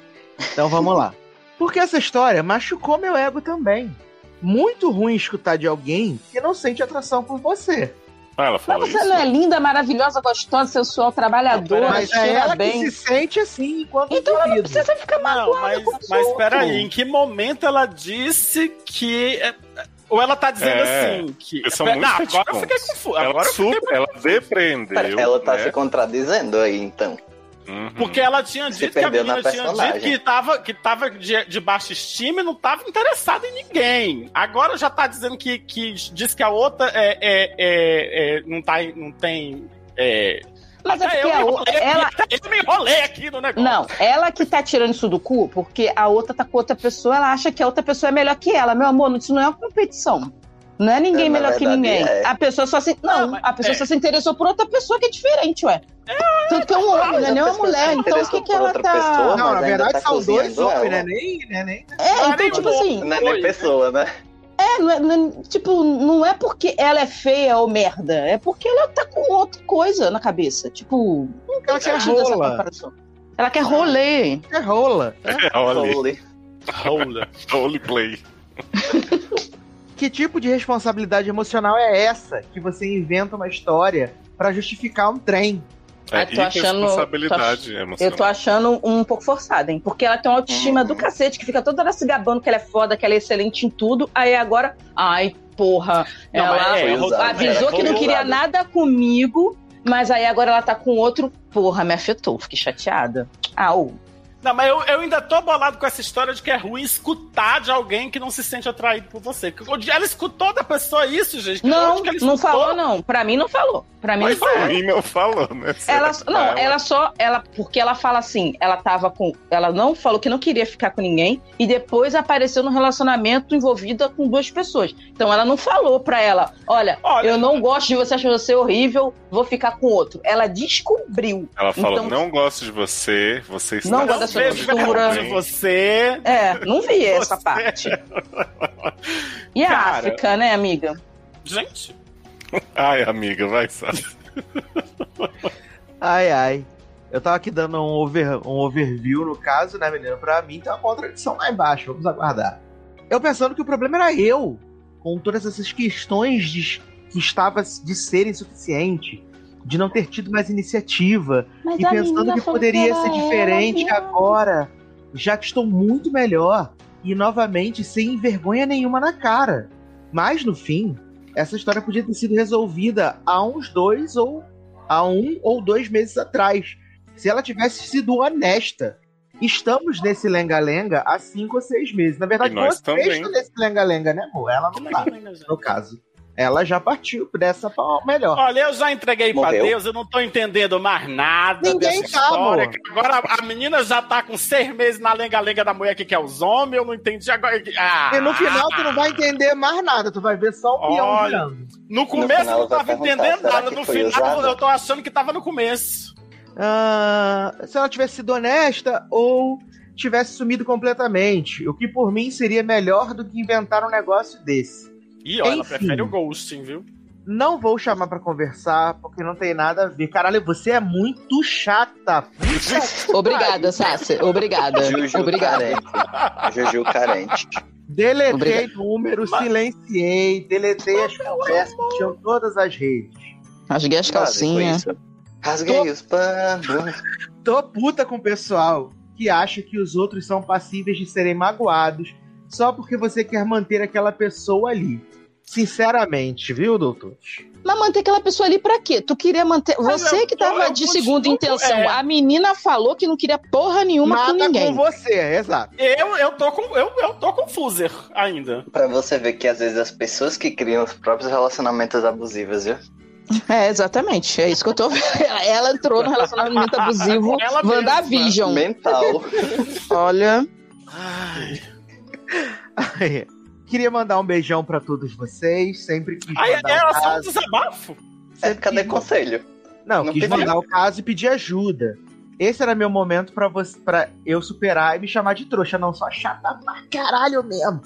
Speaker 5: Então vamos lá. Porque essa história machucou meu ego também. Muito ruim escutar de alguém que não sente atração por você.
Speaker 1: Ah, ela
Speaker 3: Mas
Speaker 1: falou
Speaker 3: você
Speaker 1: isso?
Speaker 3: não é linda, maravilhosa, gostosa, sensual, trabalhadora,
Speaker 5: Mas é
Speaker 3: cheira
Speaker 5: ela
Speaker 3: bem.
Speaker 5: que se sente assim enquanto
Speaker 3: Então ela não
Speaker 5: indivíduo.
Speaker 3: precisa ficar
Speaker 2: Não,
Speaker 3: magoada
Speaker 2: mas,
Speaker 3: com os
Speaker 2: mas
Speaker 3: outros.
Speaker 2: peraí, em que momento ela disse que. é, é, Ou ela tá dizendo
Speaker 1: É,
Speaker 2: assim que.
Speaker 1: eles são
Speaker 2: Não,
Speaker 1: muito
Speaker 2: agora eu
Speaker 1: retcons.
Speaker 2: fiquei confuso.
Speaker 1: Ela,
Speaker 2: Agora eu fiquei
Speaker 1: super, ela depreendeu.
Speaker 4: Ela tá
Speaker 1: né?
Speaker 4: se contradizendo aí, então.
Speaker 1: Uhum.
Speaker 2: Porque ela tinha
Speaker 4: Se
Speaker 2: dito que a
Speaker 4: perdeu
Speaker 2: menina
Speaker 4: na
Speaker 2: tinha dito
Speaker 4: personagem.
Speaker 2: que tava, que tava de, de baixo estima e não tava interessada em ninguém. Agora já tá dizendo que, que diz que a outra é, é- é- é- não, tá, em- não tem. é,
Speaker 3: Mas é
Speaker 2: até
Speaker 3: porque
Speaker 2: eu, me
Speaker 3: a outra.
Speaker 2: enrolei, aqui,
Speaker 3: Ela...
Speaker 2: até eu me enrolei aqui no negócio.
Speaker 3: Não, ela que tá tirando isso do cu, porque a outra tá com outra pessoa, ela acha que a outra pessoa é melhor que ela. Meu amor, isso não é uma competição. Não é ninguém
Speaker 4: É, na
Speaker 3: melhor que
Speaker 4: verdade,
Speaker 3: ninguém.
Speaker 4: é.
Speaker 3: A pessoa só se. Não,
Speaker 2: Não, mas-
Speaker 3: a pessoa
Speaker 2: é.
Speaker 3: só se interessou por outra pessoa que é diferente, ué. Tanto que é um homem, não é
Speaker 4: mas a
Speaker 3: nem uma
Speaker 4: pessoa
Speaker 3: mulher.
Speaker 4: se
Speaker 3: Então o
Speaker 4: interessou
Speaker 3: que, que
Speaker 4: por
Speaker 3: ela
Speaker 4: outra
Speaker 3: tá.
Speaker 4: pessoa,
Speaker 5: Não, na
Speaker 4: mas ainda
Speaker 5: verdade
Speaker 4: tá
Speaker 5: são dois
Speaker 4: cozinhando
Speaker 5: homens, né?
Speaker 4: ela.
Speaker 5: Nem, né? Nem, né?
Speaker 3: É,
Speaker 2: nem
Speaker 3: então, tipo
Speaker 2: um
Speaker 3: assim,
Speaker 4: Não é nem
Speaker 2: Oi.
Speaker 4: pessoa, né?
Speaker 3: É, não é- não é- tipo, não é porque ela é feia ou merda, é porque ela tá com outra coisa na cabeça. Tipo, não
Speaker 5: Ela
Speaker 3: tem
Speaker 5: quer
Speaker 3: sentido essa
Speaker 5: rola.
Speaker 3: comparação. Ela quer rolê.
Speaker 5: É rola.
Speaker 1: É, olha,
Speaker 4: Holy.
Speaker 2: Rola.
Speaker 1: holy play.
Speaker 5: Que tipo de responsabilidade emocional é essa que você inventa uma história pra justificar um trem?
Speaker 1: É
Speaker 3: Ah, tô achando-
Speaker 1: responsabilidade
Speaker 3: Eu
Speaker 1: emocional.
Speaker 3: tô achando um pouco forçada, hein? Porque ela tem uma autoestima do cacete, que fica toda hora se gabando que ela é foda, que ela é excelente em tudo. Aí agora, ai, porra.
Speaker 2: Não, mas
Speaker 3: ela
Speaker 2: é,
Speaker 4: Foi
Speaker 2: roubado,
Speaker 4: usado,
Speaker 3: avisou
Speaker 4: é,
Speaker 3: que não
Speaker 4: foi
Speaker 3: queria
Speaker 4: usado.
Speaker 3: nada comigo, mas aí agora ela tá com outro. Porra, me afetou, fiquei chateada. Au.
Speaker 2: Não, mas eu, eu ainda tô bolado com essa história de que é ruim escutar de alguém que não se sente atraído por você. Porque onde Ela escutou da pessoa isso, gente?
Speaker 3: Não,
Speaker 2: Onde que ela
Speaker 3: não
Speaker 2: escutou?
Speaker 3: falou, não. Pra mim não falou. Pra mim
Speaker 1: Mas
Speaker 3: não falou.
Speaker 1: pra mim não falou, né?
Speaker 3: [laughs] Ela,
Speaker 1: Será que
Speaker 3: não,
Speaker 1: pra
Speaker 3: ela só, ela, porque ela fala assim, ela tava com, ela não falou que não queria ficar com ninguém e depois apareceu num relacionamento envolvida com duas pessoas. Então ela não falou pra ela, olha,
Speaker 2: Olha,
Speaker 3: eu não gosto de você, acho você é horrível, vou ficar com outro. Ela descobriu.
Speaker 1: Ela falou,
Speaker 3: Então-
Speaker 1: não gosto de você, você está...
Speaker 3: Não
Speaker 2: não
Speaker 3: gosto da
Speaker 1: se
Speaker 3: sua
Speaker 2: vejo
Speaker 1: comunicando
Speaker 3: postura.
Speaker 2: verdade
Speaker 1: bem.
Speaker 2: de você.
Speaker 3: É, não vi
Speaker 2: [laughs]
Speaker 3: essa
Speaker 2: Você-
Speaker 3: parte. E a
Speaker 2: Cara.
Speaker 3: África, né, amiga?
Speaker 2: Gente,
Speaker 1: Ai, amiga, vai, sabe?
Speaker 5: Ai, ai. Eu tava aqui dando um, over- um overview, no caso, né, menino? Pra mim tem uma contradição lá embaixo, vamos aguardar. Eu pensando que o problema era eu, com todas essas questões de, que estava de ser insuficiente, de não ter tido mais iniciativa,
Speaker 7: Mas
Speaker 5: e
Speaker 7: a
Speaker 5: pensando
Speaker 7: menina
Speaker 5: que
Speaker 7: falou
Speaker 5: poderia
Speaker 7: era
Speaker 5: ser
Speaker 7: ela
Speaker 5: diferente
Speaker 7: mesmo.
Speaker 5: agora, já que estou muito melhor, e novamente sem vergonha nenhuma na cara. Mas no fim, essa história podia ter sido resolvida há uns dois ou há um ou dois meses atrás. Se ela tivesse sido honesta. Estamos nesse lenga-lenga há cinco ou seis meses. Na verdade,
Speaker 1: E nós
Speaker 5: vocês
Speaker 1: também.
Speaker 5: estão nesse lenga-lenga, né, amor? Ela não
Speaker 2: é
Speaker 5: tá, no caso. Ela já partiu dessa pra melhor.
Speaker 2: Olha, eu já entreguei pra
Speaker 4: Morreu.
Speaker 2: Deus, eu não tô entendendo mais nada
Speaker 5: Ninguém
Speaker 2: dessa
Speaker 5: tá,
Speaker 2: história.
Speaker 5: amor.
Speaker 2: que Agora a menina já tá com seis meses na lenga-lenga da mulher que quer os homens, eu não entendi agora. Ah,
Speaker 5: E no final tu não vai entender mais nada, tu vai ver só o peão
Speaker 2: Olha.
Speaker 5: virando.
Speaker 2: No começo
Speaker 4: No
Speaker 2: eu
Speaker 4: final
Speaker 2: não
Speaker 4: ela vai
Speaker 2: tava
Speaker 4: perguntar,
Speaker 2: entendendo
Speaker 4: será
Speaker 2: nada,
Speaker 4: que
Speaker 2: no
Speaker 4: foi
Speaker 2: final
Speaker 4: usada?
Speaker 2: eu tô achando que tava no começo.
Speaker 5: Ah, se ela tivesse sido honesta ou tivesse sumido completamente, o que por mim seria melhor do que inventar um negócio desse.
Speaker 2: Ih, ó, ela
Speaker 5: Enfim.
Speaker 2: prefere o ghosting, viu?
Speaker 5: Não vou chamar pra conversar porque não tem nada a ver. Caralho, você é muito chata.
Speaker 3: Obrigada, Sassi. Obrigada.
Speaker 4: Juju
Speaker 3: Obrigada.
Speaker 4: carente. Juju carente.
Speaker 5: Deletei
Speaker 3: Obrigado.
Speaker 5: número, silenciei, deletei as conversas que tinham todas as redes.
Speaker 3: Rasguei as calcinhas.
Speaker 4: Nada com isso. Rasguei os panos.
Speaker 5: Tô puta com o pessoal que acha que os outros são passíveis de serem magoados só porque você quer manter aquela pessoa ali. Sinceramente, viu, doutor?
Speaker 3: Mas manter aquela pessoa ali pra quê? Tu queria manter.
Speaker 2: Mas
Speaker 3: Você
Speaker 2: eu
Speaker 3: que
Speaker 2: tô-
Speaker 3: tava
Speaker 2: eu
Speaker 3: de
Speaker 2: continuo-
Speaker 3: segunda intenção.
Speaker 2: é.
Speaker 3: A menina falou que não queria porra nenhuma com
Speaker 5: Nada
Speaker 3: ninguém.
Speaker 5: com você, é exato. [laughs]
Speaker 2: Eu, eu, tô, com, eu, eu tô com fuser ainda.
Speaker 4: Pra você ver que às vezes as pessoas que criam os próprios relacionamentos abusivos, viu?
Speaker 3: É, exatamente. É isso que eu tô vendo. [laughs] Ela entrou no relacionamento abusivo.
Speaker 2: [laughs] Ela mesma.
Speaker 3: WandaVision.
Speaker 4: Mental.
Speaker 3: Olha.
Speaker 5: Queria mandar um beijão pra todos vocês, sempre quis
Speaker 2: Aí
Speaker 5: mandar
Speaker 2: era
Speaker 5: o
Speaker 2: só um
Speaker 5: caso.
Speaker 2: desabafo.
Speaker 4: É,
Speaker 5: Sempre
Speaker 4: cadê
Speaker 5: quis- um
Speaker 4: conselho?
Speaker 5: Não,
Speaker 4: Não
Speaker 5: quis
Speaker 4: teve-
Speaker 5: mandar o caso e pedir ajuda. Esse era meu momento pra você, para eu superar e me chamar de trouxa, não só chata pra caralho mesmo,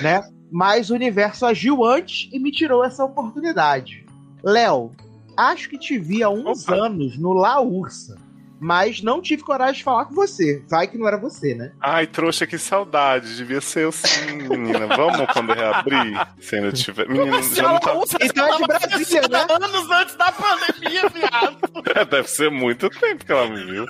Speaker 5: né? Mas o universo agiu antes e me tirou essa oportunidade. Léo, acho que te vi há uns
Speaker 1: Opa.
Speaker 5: anos no La Ursa, mas não tive coragem de falar com você. Vai que não era você, né?
Speaker 1: Ai, trouxa, que saudade. Devia ser eu sim, menina. Vamos quando reabrir? Se ainda tiver. Menina,
Speaker 2: Mas
Speaker 1: já
Speaker 2: ela
Speaker 1: não tá...
Speaker 2: usa
Speaker 5: Então é de Brasília, né?
Speaker 2: anos antes da pandemia, viado.
Speaker 1: tá- é, Deve ser muito tempo que ela me viu.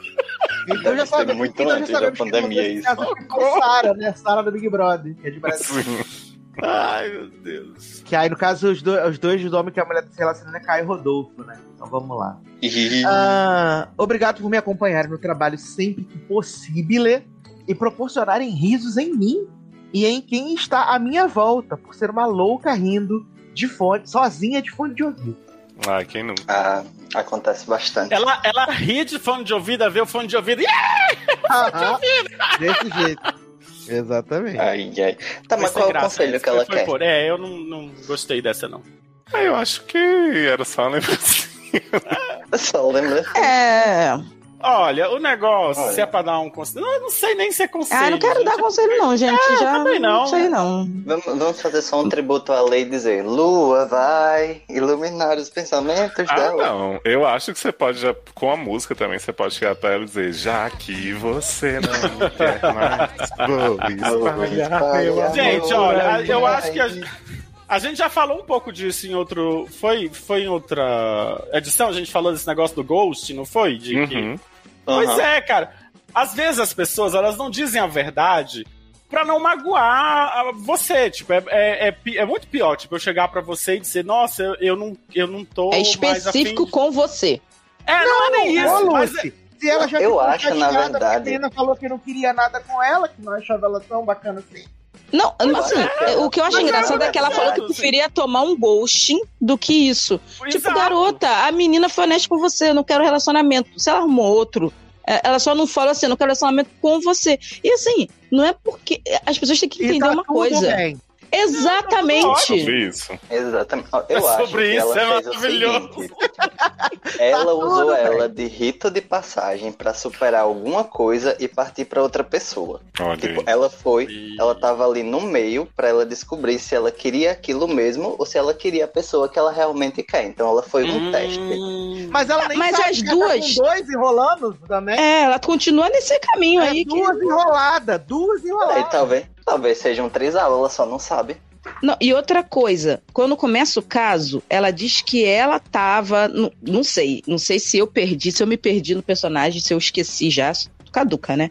Speaker 5: Então já
Speaker 4: Deve ser
Speaker 5: sabe,
Speaker 4: é muito
Speaker 5: então já
Speaker 4: antes da
Speaker 5: sabemos que
Speaker 4: pandemia é
Speaker 5: você
Speaker 4: isso.
Speaker 5: casou com Sara, né? Sara do Big Brother, que é de Brasília.
Speaker 1: Assim.
Speaker 2: Ai, meu Deus.
Speaker 5: Que aí, no caso, os, do- os dois do homem que a mulher tá se relacionando é Caio e Rodolfo, né? Então vamos lá.
Speaker 4: Ih,
Speaker 5: Ah, obrigado por me acompanhar no trabalho sempre que possível e proporcionarem risos em mim e em quem está à minha volta, por ser uma louca rindo de fone, sozinha de fone de ouvido.
Speaker 1: Ai, quem nunca?
Speaker 4: ah, acontece
Speaker 2: [laughs]
Speaker 4: bastante.
Speaker 2: Ela, ela ri de fone de ouvido, vê o fone de ouvido. é, Ih,
Speaker 5: Aham, Desse jeito. Exatamente.
Speaker 4: Ai, ai. Tá, mas
Speaker 2: vai ser
Speaker 4: qual é o
Speaker 2: graça.
Speaker 4: conselho
Speaker 2: Essa
Speaker 4: que ela
Speaker 2: foi
Speaker 4: quer?
Speaker 2: por- É, eu não, não gostei dessa, não.
Speaker 1: Ah, eu acho que era só uma lembrança.
Speaker 4: Só lembra.
Speaker 3: É.
Speaker 2: Olha, o negócio,
Speaker 4: Olha.
Speaker 2: se é pra dar um conselho. Eu não sei nem se é conselho.
Speaker 3: Ah, não quero
Speaker 2: gente.
Speaker 3: dar conselho, não, gente.
Speaker 2: Ah, eu
Speaker 3: Já
Speaker 2: também não.
Speaker 3: não sei, não.
Speaker 4: Vamos, vamos fazer só um tributo à lei e dizer: Lua vai iluminar os pensamentos
Speaker 1: Ah,
Speaker 4: dela.
Speaker 1: não. Eu acho que você pode, já, com a música também, você pode chegar pra ela e dizer: Já que você não quer mais, vou espalhar meu
Speaker 3: Tá
Speaker 1: amor.
Speaker 2: Gente, olha, eu acho que a gente. A gente já falou um pouco disso em outro. Foi, foi em outra edição, a gente falou desse negócio do Ghost, não foi? De que-
Speaker 1: Uhum.
Speaker 2: Pois é, cara. Às vezes as pessoas, elas não dizem a verdade pra não magoar a- você. Tipo, é, é, é pi- é muito pior, tipo, eu chegar pra você e dizer, nossa, eu, eu, não, eu não tô.
Speaker 3: É
Speaker 2: mais
Speaker 3: específico
Speaker 2: afim
Speaker 3: com você.
Speaker 2: de-" É, não, é nem
Speaker 5: Ô,
Speaker 2: isso. mas
Speaker 5: Lucy, se ela já
Speaker 4: Eu
Speaker 5: ficou
Speaker 4: acho, na
Speaker 5: chateada
Speaker 4: verdade-
Speaker 5: porque A menina falou que não queria nada com ela, que não achava ela tão bacana assim.
Speaker 3: Não, assim,
Speaker 4: é.
Speaker 3: o que eu acho
Speaker 2: Mas é
Speaker 3: engraçado é que ela
Speaker 2: verdade,
Speaker 3: falou que
Speaker 2: assim.
Speaker 3: preferia tomar um ghosting do que isso.
Speaker 2: é-
Speaker 3: Tipo,
Speaker 2: exato.
Speaker 3: garota, a menina foi honesta com você, eu não quero relacionamento. Se ela arrumou outro, é, ela só não fala assim, eu não quero relacionamento com você. E assim, não é porque. As pessoas têm que
Speaker 5: E
Speaker 3: entender
Speaker 5: tá
Speaker 3: uma
Speaker 5: tudo
Speaker 3: coisa.
Speaker 5: bem.
Speaker 3: Exatamente.
Speaker 1: Sobre isso.
Speaker 4: Exatamente. Ó, Eu
Speaker 2: É
Speaker 4: acho
Speaker 2: sobre
Speaker 4: que
Speaker 2: isso,
Speaker 4: ela
Speaker 2: é
Speaker 4: fez o
Speaker 2: maravilhoso.
Speaker 4: seguinte. Ela
Speaker 5: Tá
Speaker 4: usou
Speaker 5: tudo bem.
Speaker 4: ela de rito de passagem pra superar alguma coisa e partir pra outra pessoa.
Speaker 1: Olha
Speaker 4: Tipo,
Speaker 1: aí.
Speaker 3: é-
Speaker 4: ela foi,
Speaker 2: E-
Speaker 4: ela tava ali no meio pra ela descobrir se ela queria aquilo mesmo ou se ela queria a pessoa que ela realmente quer. Então ela foi um
Speaker 2: Hum.
Speaker 4: teste.
Speaker 5: Mas ela nem
Speaker 3: Mas
Speaker 5: sabe
Speaker 3: as
Speaker 5: que já
Speaker 3: duas-
Speaker 5: Tá com dois enrolando também.
Speaker 3: É, ela continua nesse caminho
Speaker 5: É,
Speaker 3: aí. que-
Speaker 5: duas enroladas, duas
Speaker 4: Aí
Speaker 5: enroladas.
Speaker 4: talvez, talvez seja um trisal, ela só não sabe.
Speaker 3: Não, e outra coisa, quando começa o caso, ela diz que ela tava. no- Não sei, não sei se eu perdi, se eu me perdi no personagem, se eu esqueci já. Caduca, né?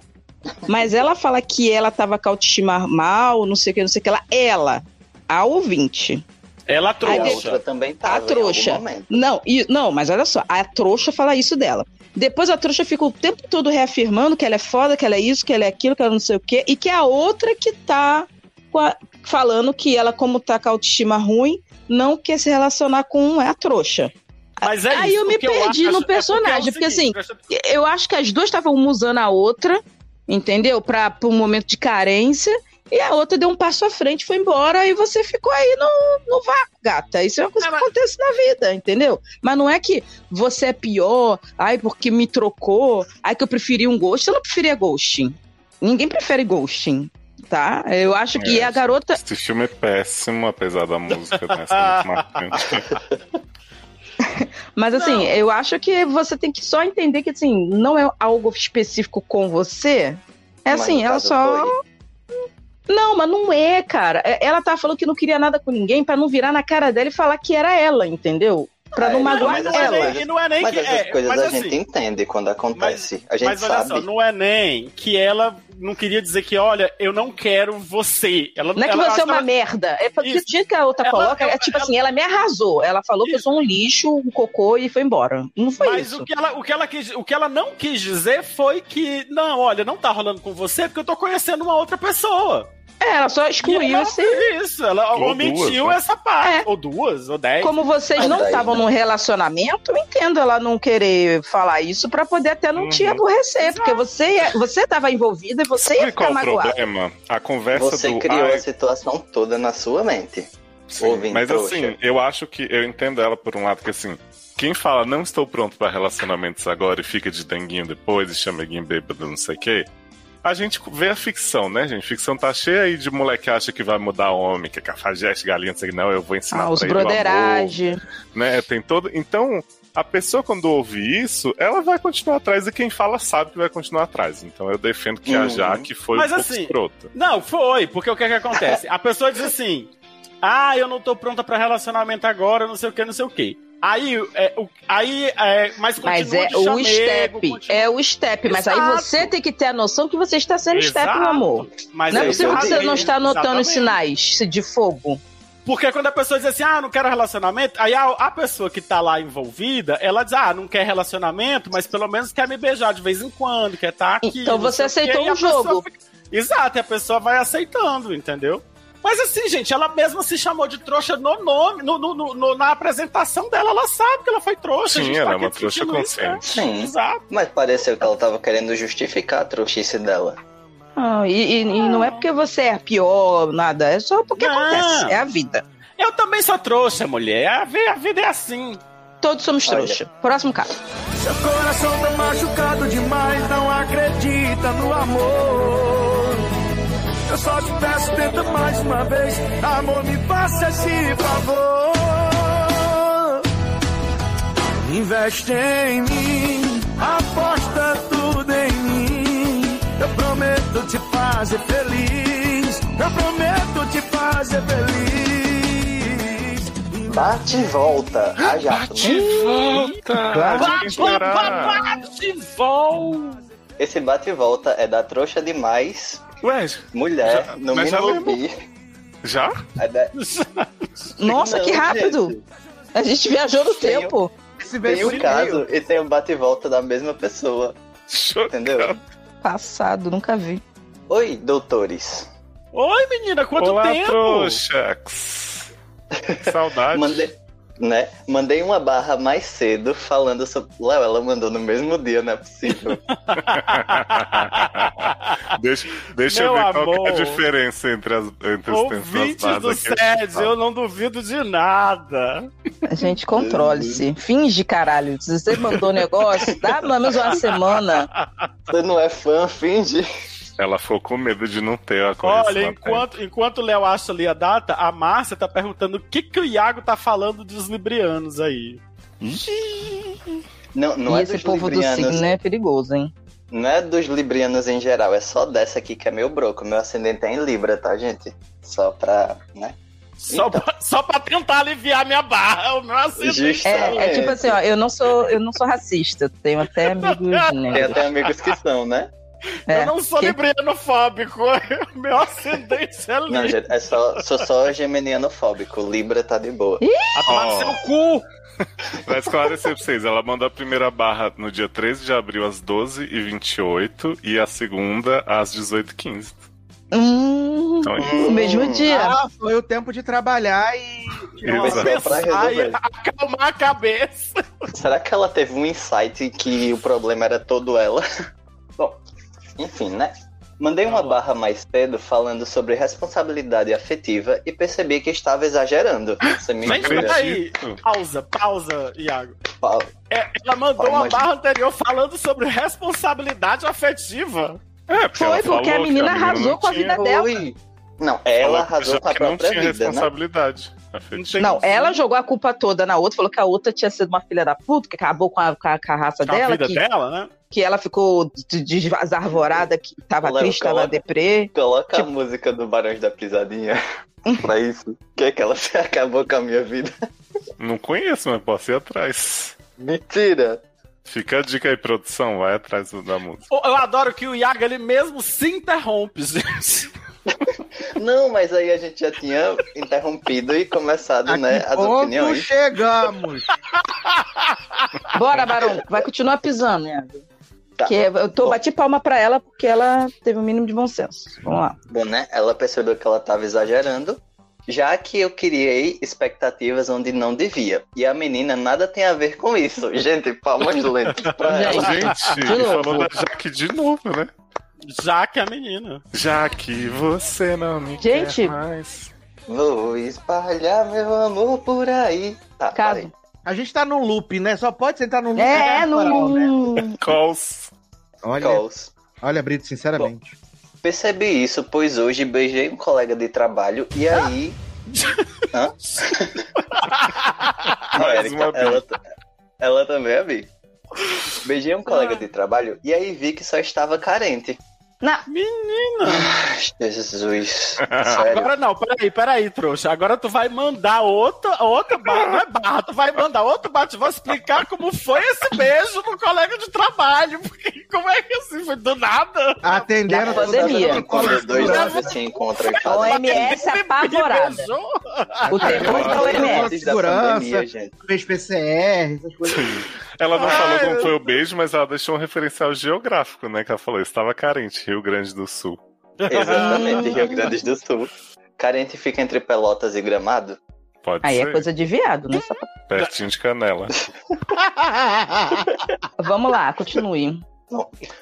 Speaker 3: Mas ela fala que ela tava com a autoestima mal, não sei o que, não sei o que. Ela, ela a ouvinte.
Speaker 2: Ela
Speaker 4: E a
Speaker 2: trouxa.
Speaker 4: outra também tava em algum
Speaker 3: trouxa.
Speaker 4: momento.
Speaker 3: Não, e, não, mas olha só, a trouxa fala isso dela. Depois a trouxa fica o tempo todo reafirmando que ela é foda, que ela é isso, que ela é aquilo, que ela não sei o quê, e que é a outra que tá com a- falando que ela, como tá com a autoestima ruim, não quer se relacionar com é a trouxa.
Speaker 2: Mas é
Speaker 3: Aí
Speaker 2: isso,
Speaker 3: eu me
Speaker 2: o que
Speaker 3: perdi
Speaker 2: acho-
Speaker 3: no
Speaker 2: é porque é o
Speaker 3: personagem, porque assim,
Speaker 2: seguinte, eu acho-
Speaker 3: E- Eu acho que as duas estavam uma usando a outra, entendeu? Pra, pra um momento de carência, e a outra deu um passo à frente, foi embora, e você ficou aí no, no vácuo, gata. Isso é uma coisa
Speaker 2: É,
Speaker 3: que
Speaker 2: mas-
Speaker 3: acontece na vida, entendeu? Mas não é que você é pior, ai, porque me trocou, ai, que eu preferi um ghost. Eu não preferia ghosting. Ninguém prefere ghosting, tá? Eu acho que
Speaker 1: É,
Speaker 3: a garota.
Speaker 1: Esse filme é péssimo, apesar da música né? Essa é muito
Speaker 3: [laughs]
Speaker 1: marcante.
Speaker 3: Mas assim,
Speaker 2: Não.
Speaker 3: eu acho que você tem que só entender que, assim, não é algo específico com você. É
Speaker 4: Mas
Speaker 3: assim,
Speaker 4: no
Speaker 3: ela
Speaker 4: caso
Speaker 3: só.
Speaker 4: foi.
Speaker 3: Não, mas não é, cara. É- Ela tava falando que não queria nada com ninguém pra não virar na cara dela e falar que era ela, entendeu? Pra
Speaker 4: Ah,
Speaker 3: não
Speaker 4: é,
Speaker 3: magoar
Speaker 4: mas essas
Speaker 3: ela.
Speaker 4: coisas-
Speaker 2: E não é nem
Speaker 4: Mas
Speaker 2: que.
Speaker 4: essas
Speaker 2: é,
Speaker 4: coisas
Speaker 2: mas
Speaker 4: a
Speaker 2: assim,
Speaker 4: gente entende quando acontece. a gente
Speaker 2: Mas olha
Speaker 4: sabe.
Speaker 2: só, não é nem que ela não queria dizer que, olha, eu não quero você. Ela
Speaker 3: Não é que
Speaker 2: ela-
Speaker 3: você é
Speaker 2: ela-
Speaker 3: uma merda. É porque
Speaker 2: Isso.
Speaker 3: do jeito que a outra
Speaker 2: Ela-
Speaker 3: coloca,
Speaker 2: ela-
Speaker 3: é tipo assim, ela me arrasou. Ela falou que eu sou um lixo, um cocô e foi embora. Não foi
Speaker 2: Mas
Speaker 3: isso.
Speaker 2: o que, ela, o, que ela quis, o que ela não quis dizer foi que, não, olha, não tá rolando com você porque eu tô conhecendo uma outra pessoa.
Speaker 3: É, ela só
Speaker 2: E
Speaker 3: excluiu
Speaker 2: ela-
Speaker 3: esse.
Speaker 2: Isso, ela
Speaker 1: Ou
Speaker 2: omitiu
Speaker 1: duas, né?
Speaker 2: essa parte.
Speaker 3: É.
Speaker 2: Ou duas, ou dez.
Speaker 3: Como vocês
Speaker 4: Mas
Speaker 3: não
Speaker 4: daí,
Speaker 3: estavam
Speaker 4: né?
Speaker 3: num relacionamento, eu entendo ela não querer falar isso pra poder até não te
Speaker 1: Uhum.
Speaker 3: aborrecer, porque você ia- você estava envolvida e você ia
Speaker 1: Sabe
Speaker 3: ficar
Speaker 1: qual o
Speaker 3: magoada.
Speaker 1: problema? A conversa
Speaker 4: Você
Speaker 1: do.
Speaker 4: criou
Speaker 1: "Ah, é
Speaker 4: a situação toda na sua mente.
Speaker 1: Sim,
Speaker 4: Ouvinte
Speaker 1: mas
Speaker 4: trouxa.
Speaker 1: assim, eu acho que eu entendo ela por um lado que assim, quem fala não estou pronto pra relacionamentos agora e fica de tanguinho depois e chama alguém bêbado, não sei o quê. A gente vê a ficção, né, gente? Ficção tá cheia aí de moleque que acha que vai mudar homem, que é cafajeste, galinha, não sei o que, não, eu vou ensinar
Speaker 3: Ah, os
Speaker 1: pra ele o amor,
Speaker 3: broderagem.
Speaker 1: né? Tem todo. Então, a pessoa quando ouvir isso, ela vai continuar atrás e quem fala sabe que vai continuar atrás. Então eu defendo que a
Speaker 4: Uhum.
Speaker 1: Jaque foi
Speaker 2: Mas
Speaker 1: um pouco
Speaker 2: assim,
Speaker 1: escrota.
Speaker 2: Não, foi, porque o que é que acontece? A pessoa diz assim: ah, eu não tô pronta pra relacionamento agora, não sei o que, não sei o que. Aí, é, o, aí é, mas continua
Speaker 3: Mas é
Speaker 2: de
Speaker 3: o
Speaker 2: chamego,
Speaker 3: step,
Speaker 2: continua-
Speaker 3: é o step. Mas aí
Speaker 2: Exato.
Speaker 3: você tem que ter a noção que você está sendo É um step, meu
Speaker 2: Exato.
Speaker 3: amor.
Speaker 2: Mas
Speaker 3: não é
Speaker 2: aí
Speaker 3: possível que você
Speaker 2: errado.
Speaker 3: não está notando os
Speaker 2: Exatamente.
Speaker 3: sinais de fogo.
Speaker 2: Porque quando a pessoa diz assim, ah, não quero relacionamento, aí a, a pessoa que tá lá envolvida, ela diz, ah, não quer relacionamento, mas pelo menos quer me beijar de vez em quando, quer estar aqui.
Speaker 3: Então
Speaker 2: não
Speaker 3: você
Speaker 2: sei o quê",
Speaker 3: aceitou
Speaker 2: e a
Speaker 3: um jogo.
Speaker 2: pessoa fica- Exato, e a pessoa vai aceitando, entendeu? Mas assim, gente, ela mesma se chamou de trouxa no nome, no, no- no- no- na apresentação dela, ela sabe que ela foi trouxa. a
Speaker 1: Sim,
Speaker 2: gente tá
Speaker 1: ela é
Speaker 2: aqui
Speaker 1: uma trouxa
Speaker 2: discutindo isso, né?
Speaker 1: consciente.
Speaker 4: Sim.
Speaker 2: Exato.
Speaker 4: Mas pareceu que ela tava querendo justificar a trouxice dela.
Speaker 3: Ah, e, e- e não é porque você é pior, nada. É só porque
Speaker 2: Não.
Speaker 3: acontece. É a vida.
Speaker 2: Eu também sou trouxa, mulher. A vi- a vida é assim.
Speaker 3: Todos somos
Speaker 4: Olha.
Speaker 3: trouxa. Próximo caso.
Speaker 8: Seu coração tá machucado demais, não acredita no amor. Eu só te peço, tenta mais uma vez, amor, me faça esse favor. Investe em mim, aposta tudo em mim. Eu prometo te fazer feliz, eu prometo te fazer feliz.
Speaker 4: Bate e
Speaker 1: [gasps]
Speaker 4: volta. Ah, A jato.
Speaker 1: Bate e volta!
Speaker 5: Claro.
Speaker 1: A gente esperar.
Speaker 2: Bate vol!
Speaker 4: Esse bate e volta é da trouxa demais,
Speaker 1: Ué,
Speaker 4: mulher,
Speaker 1: Já-
Speaker 4: no
Speaker 1: mas já
Speaker 4: Minobi.
Speaker 1: já?
Speaker 4: É da-
Speaker 3: Nossa,
Speaker 4: Não,
Speaker 3: que rápido!
Speaker 4: gente,
Speaker 3: A gente viajou no
Speaker 4: Tem um-
Speaker 3: tempo.
Speaker 5: Se
Speaker 4: Tem
Speaker 5: veio
Speaker 4: o caso e tem o bate e volta da mesma pessoa,
Speaker 1: Chocado.
Speaker 4: entendeu?
Speaker 3: Passado, nunca vi.
Speaker 4: Oi, doutores.
Speaker 2: Oi, menina, quanto
Speaker 1: Olá,
Speaker 2: tempo? [laughs]
Speaker 1: trouxas! Saudade.
Speaker 4: Mandei, né? Mandei uma barra mais cedo falando sobre. Léo, ela mandou no mesmo dia, não é possível.
Speaker 1: [laughs] [laughs] Deixa, deixa eu
Speaker 2: Meu
Speaker 1: ver qual que é a
Speaker 2: amor.
Speaker 1: diferença entre as entre os tempos das
Speaker 2: Ouvintes do
Speaker 1: barras aqui.
Speaker 2: SED, eu não duvido de nada.
Speaker 3: A gente controle-se. Finge, caralho. Se você mandou um negócio, dá pelo menos uma semana.
Speaker 4: Você não é fã, finge.
Speaker 1: Ela ficou com medo de não ter a então. coisa.
Speaker 2: Olha, enquanto, enquanto o Léo acha ali a data, a Márcia tá perguntando o que, que o Iago tá falando dos librianos aí.
Speaker 4: Não, não
Speaker 3: e
Speaker 4: é
Speaker 3: esse
Speaker 4: dos né?
Speaker 3: povo do
Speaker 4: librianos.
Speaker 3: signo é perigoso, hein?
Speaker 4: Não é dos librianos em geral, é só dessa aqui que é meu broco. Meu ascendente é em Libra, tá, gente? Só pra. né?
Speaker 2: Só,
Speaker 4: Então.
Speaker 2: pra, só pra tentar aliviar minha barra, o meu acidente.
Speaker 3: É, é
Speaker 4: Justamente.
Speaker 3: tipo assim, ó, eu não sou, eu não sou racista, tenho até amigos
Speaker 4: Tem
Speaker 3: negros.
Speaker 4: até amigos que são, né?
Speaker 3: É,
Speaker 2: eu não sou
Speaker 3: que-
Speaker 2: librianofóbico, [laughs] meu ascendente é
Speaker 4: Não,
Speaker 2: livre.
Speaker 4: gente, é só, sou só geminianofóbico. Libra tá de boa.
Speaker 2: A tomar no
Speaker 1: Ó.
Speaker 2: seu cu!
Speaker 1: Vai esclarecer pra vocês. Ela mandou a primeira barra no dia 13 de abril às 12h28 e a segunda às 18h15.
Speaker 3: Hum,
Speaker 1: Então é isso.
Speaker 3: o [laughs] mesmo dia.
Speaker 5: Ah, foi o tempo de trabalhar e.
Speaker 1: Exato.
Speaker 4: Só
Speaker 2: Pensar
Speaker 4: pra
Speaker 2: e
Speaker 4: resolver.
Speaker 2: acalmar a cabeça.
Speaker 4: Será que ela teve um insight que o problema era todo ela? [laughs] Bom, enfim, né? Mandei uma barra mais cedo falando sobre responsabilidade afetiva e percebi que estava exagerando. Você me
Speaker 2: Vem
Speaker 1: Acredito.
Speaker 4: jura?
Speaker 2: aí. Pausa, pausa, Iago.
Speaker 4: Paulo?
Speaker 2: É, ela mandou
Speaker 4: Fala,
Speaker 2: uma
Speaker 4: imagina.
Speaker 2: barra anterior falando sobre responsabilidade afetiva.
Speaker 1: É, porque
Speaker 3: Foi,
Speaker 1: ela
Speaker 3: porque a
Speaker 1: falou que
Speaker 3: menina
Speaker 1: não
Speaker 3: arrasou com a
Speaker 1: tinha-
Speaker 3: vida dela.
Speaker 4: Oi. Não,
Speaker 1: falou
Speaker 4: ela
Speaker 1: que já-
Speaker 4: arrasou com a
Speaker 1: que não
Speaker 4: própria
Speaker 1: tinha
Speaker 4: vida, né?
Speaker 1: responsabilidade. afetiva.
Speaker 2: tem
Speaker 3: Não,
Speaker 2: noção.
Speaker 3: ela jogou a culpa toda na outra, falou que a outra tinha sido uma filha da puta, que acabou com a, com a, com a raça
Speaker 2: Com a
Speaker 3: dela,
Speaker 2: vida
Speaker 3: que,
Speaker 2: dela, né?
Speaker 3: que ela ficou de- desarvorada, que tava
Speaker 4: Léo,
Speaker 3: triste, tava
Speaker 4: coloca.
Speaker 3: deprê.
Speaker 4: Coloca a
Speaker 3: Tipo-
Speaker 4: música do Barões da Pisadinha [laughs] pra isso. Que é que ela [laughs] se acabou com a minha vida?
Speaker 1: Não conheço, mas posso ir atrás.
Speaker 4: Mentira!
Speaker 1: Fica a dica aí, produção. Vai atrás do- da música.
Speaker 2: Eu eu adoro que o Iago ele mesmo se interrompe, [laughs] gente.
Speaker 4: Não, mas aí a gente já tinha interrompido e começado,
Speaker 3: Ah,
Speaker 5: A
Speaker 4: né,
Speaker 5: que
Speaker 4: as
Speaker 5: ponto
Speaker 4: opiniões.
Speaker 5: chegamos?
Speaker 3: Bora, Barão, vai continuar pisando, né?
Speaker 4: Tá.
Speaker 3: Que eu tô, bati palma pra ela porque ela teve o mínimo de bom senso. Vamos
Speaker 4: [laughs]
Speaker 3: lá.
Speaker 4: Bom, né? Ela percebeu que ela estava exagerando, já que eu criei expectativas onde não devia. E a menina nada tem a ver com isso. Gente,
Speaker 3: [laughs]
Speaker 4: palmas lentas pra ela.
Speaker 1: Gente,
Speaker 3: De novo.
Speaker 1: falou da Jaque de novo, né?
Speaker 2: Já que a menina.
Speaker 1: Já que você não me
Speaker 3: Gente.
Speaker 1: quer mais.
Speaker 4: Vou espalhar meu amor por aí. Tá,
Speaker 3: Caso.
Speaker 4: parei.
Speaker 5: A gente tá num loop, né? Só pode sentar num loop.
Speaker 3: É,
Speaker 5: temporal, né?
Speaker 3: não.
Speaker 1: Calls.
Speaker 5: Olha,
Speaker 4: Calls.
Speaker 5: olha, Brito, sinceramente.
Speaker 4: Percebi isso, pois hoje beijei um colega de trabalho e aí. Hã?
Speaker 1: [laughs]
Speaker 4: Não,
Speaker 1: Mais
Speaker 4: Erika,
Speaker 1: uma vez.
Speaker 4: ela, ta- ela também é bi. Beijei um colega de trabalho e aí vi que só estava carente.
Speaker 3: Na-
Speaker 1: [laughs]
Speaker 4: Ai, Jesus. Sério.
Speaker 2: Agora não, peraí, peraí, trouxa. Agora tu vai mandar outra, outra barra, não é barra, tu vai mandar outro bate. Vou explicar como foi esse beijo no colega de trabalho. [laughs] Porque como é que assim? Foi do nada?
Speaker 5: Atendendo
Speaker 3: Na
Speaker 5: todas as
Speaker 3: pandemia.
Speaker 4: Quando os dois
Speaker 5: protocolos.
Speaker 4: lados se encontram e fazem
Speaker 3: OMS apavorada.
Speaker 2: Beijou?
Speaker 3: O
Speaker 1: É,
Speaker 3: terror da OMS.
Speaker 4: da pandemia,
Speaker 5: Segurança.
Speaker 4: gente.
Speaker 5: Fez PCR, essas
Speaker 4: [laughs]
Speaker 5: coisas.
Speaker 1: Ela não
Speaker 2: Ah,
Speaker 1: falou como
Speaker 2: eu-
Speaker 1: foi o beijo, mas ela deixou um referencial geográfico, né? Que ela falou, eu estava carente, Rio Grande do Sul.
Speaker 4: Exatamente, Rio Grande do Sul. Carente fica entre Pelotas e Gramado?
Speaker 1: Pode
Speaker 3: Aí
Speaker 1: ser,
Speaker 3: é coisa de viado, né? Só-
Speaker 1: pertinho de Canela.
Speaker 3: Vamos lá, continue.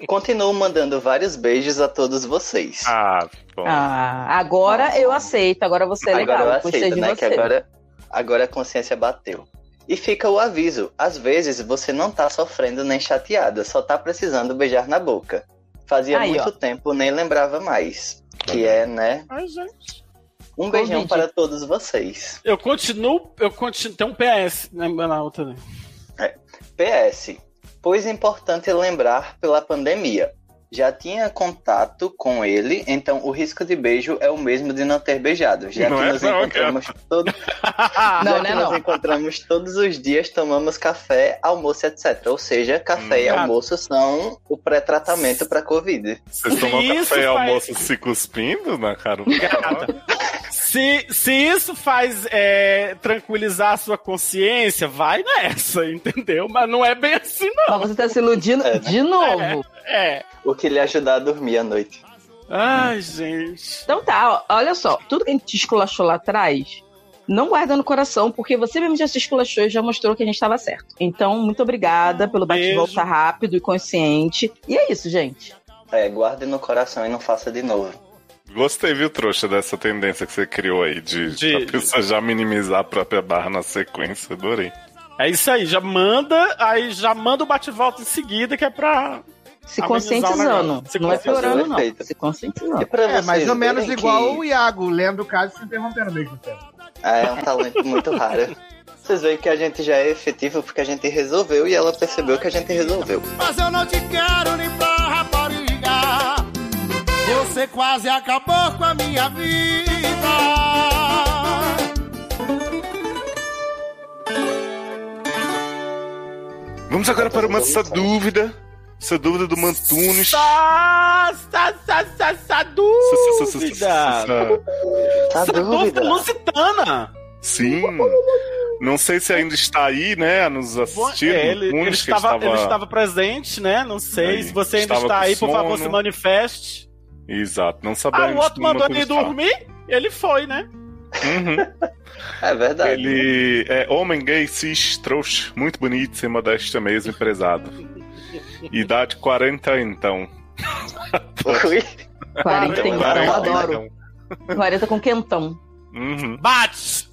Speaker 4: Continuo mandando vários beijos a todos vocês.
Speaker 1: Ah, bom.
Speaker 3: Ah, agora eu aceito, agora você é legal.
Speaker 4: agora eu
Speaker 3: gostei
Speaker 4: aceito,
Speaker 3: de
Speaker 4: né?
Speaker 3: você.
Speaker 4: Que agora, agora a consciência bateu. E fica o aviso: às vezes você não tá sofrendo nem chateada, só tá precisando beijar na boca. Fazia
Speaker 3: Aí,
Speaker 4: muito
Speaker 3: ó.
Speaker 4: tempo, nem lembrava mais. Que é, né?
Speaker 2: Ai, gente.
Speaker 4: Um beijão
Speaker 3: Covid.
Speaker 4: para todos vocês.
Speaker 2: Eu continuo. Eu continuo. Tem um PS na, na outra, né?
Speaker 4: PS. Pois é importante lembrar pela pandemia. Já tinha contato com ele, então o risco de beijo é o mesmo de não ter beijado. Já
Speaker 1: Não
Speaker 4: que
Speaker 1: é
Speaker 4: nos
Speaker 1: não,
Speaker 4: encontramos todo-
Speaker 3: Não,
Speaker 4: Ah, já
Speaker 3: né,
Speaker 4: que
Speaker 3: não.
Speaker 4: nos encontramos todos os dias, tomamos café, almoço, etc. Ou seja, café e
Speaker 2: Hum.
Speaker 4: almoço são o pré-tratamento para Covid.
Speaker 1: Vocês tomam
Speaker 2: Isso
Speaker 1: café e
Speaker 2: faz-
Speaker 1: almoço se cuspindo na cara? um do outro?
Speaker 2: Se, se isso faz é, tranquilizar a sua consciência, vai nessa, [laughs] entendeu? Mas não é bem assim, não.
Speaker 3: Mas você tá se iludindo
Speaker 4: É, né?
Speaker 3: de novo.
Speaker 2: É.
Speaker 4: O que lhe ajudar a dormir à noite.
Speaker 2: Ai, gente.
Speaker 3: Então tá, ó, olha só. Tudo que a gente te esculachou lá atrás, não guarda no coração, porque você mesmo já se esculachou e já mostrou que a gente tava certo. Então, muito obrigada pelo bate-volta
Speaker 2: Beijo.
Speaker 3: rápido e consciente. E é isso, gente.
Speaker 4: É, guarde no coração e não faça de novo.
Speaker 1: Gostei, viu, trouxa, dessa tendência que você criou aí de,
Speaker 2: De-
Speaker 1: a pessoa já minimizar a própria barra na sequência. Adorei.
Speaker 2: É isso aí, já manda, aí já manda o bate-volta em seguida, que é pra.
Speaker 3: Se
Speaker 2: Amenizar o
Speaker 3: conscientizando.
Speaker 2: negócio. Se
Speaker 3: não é piorando, não.
Speaker 4: conscientizando.
Speaker 3: Se conscientizando.
Speaker 4: E pra
Speaker 5: É,
Speaker 4: vocês
Speaker 5: mais ou
Speaker 4: verem
Speaker 5: menos
Speaker 4: que
Speaker 5: igual o Iago, lendo o caso e se interrompendo ao mesmo tempo.
Speaker 4: É um talento muito raro. Vocês veem que a gente já é efetivo porque a gente resolveu e ela percebeu que a gente resolveu.
Speaker 8: Mas eu não te quero nem pra rapariga. Você quase acabou com a minha vida.
Speaker 1: Vamos agora para uma essa dúvida. Essa dúvida do Mantunes.
Speaker 2: Nossa, essa, essa, essa dúvida!
Speaker 4: Tá
Speaker 2: Essa
Speaker 4: dúvida?
Speaker 2: dúvida lusitana!
Speaker 1: Sim. Não sei se ainda está aí, né, a nos
Speaker 2: Bom,
Speaker 1: assistir.
Speaker 2: é, ele, ele,
Speaker 1: Mantunes, que
Speaker 2: estava, ele estava presente, né? Não sei.
Speaker 1: Aí,
Speaker 2: Se você ainda
Speaker 1: estava
Speaker 2: está
Speaker 1: com
Speaker 2: aí, por favor,
Speaker 1: sono.
Speaker 2: se manifeste.
Speaker 1: Exato, não
Speaker 2: Ah,
Speaker 1: sabemos.
Speaker 2: o outro
Speaker 1: como
Speaker 2: mandou ele ir
Speaker 1: Mantunes tá.
Speaker 2: dormir? Ele foi, né?
Speaker 1: está. Uhum.
Speaker 4: É verdade.
Speaker 1: Ele é homem gay, cis, trouxa, muito bonito, sem modéstia mesmo, e prezado. Idade 40, então.
Speaker 4: [laughs] Ui,
Speaker 3: 40
Speaker 4: Tem,
Speaker 3: então, eu
Speaker 4: Quarenta, quarenta.
Speaker 3: adoro. 40 um. com quentão.
Speaker 1: Uhum.
Speaker 2: Bate!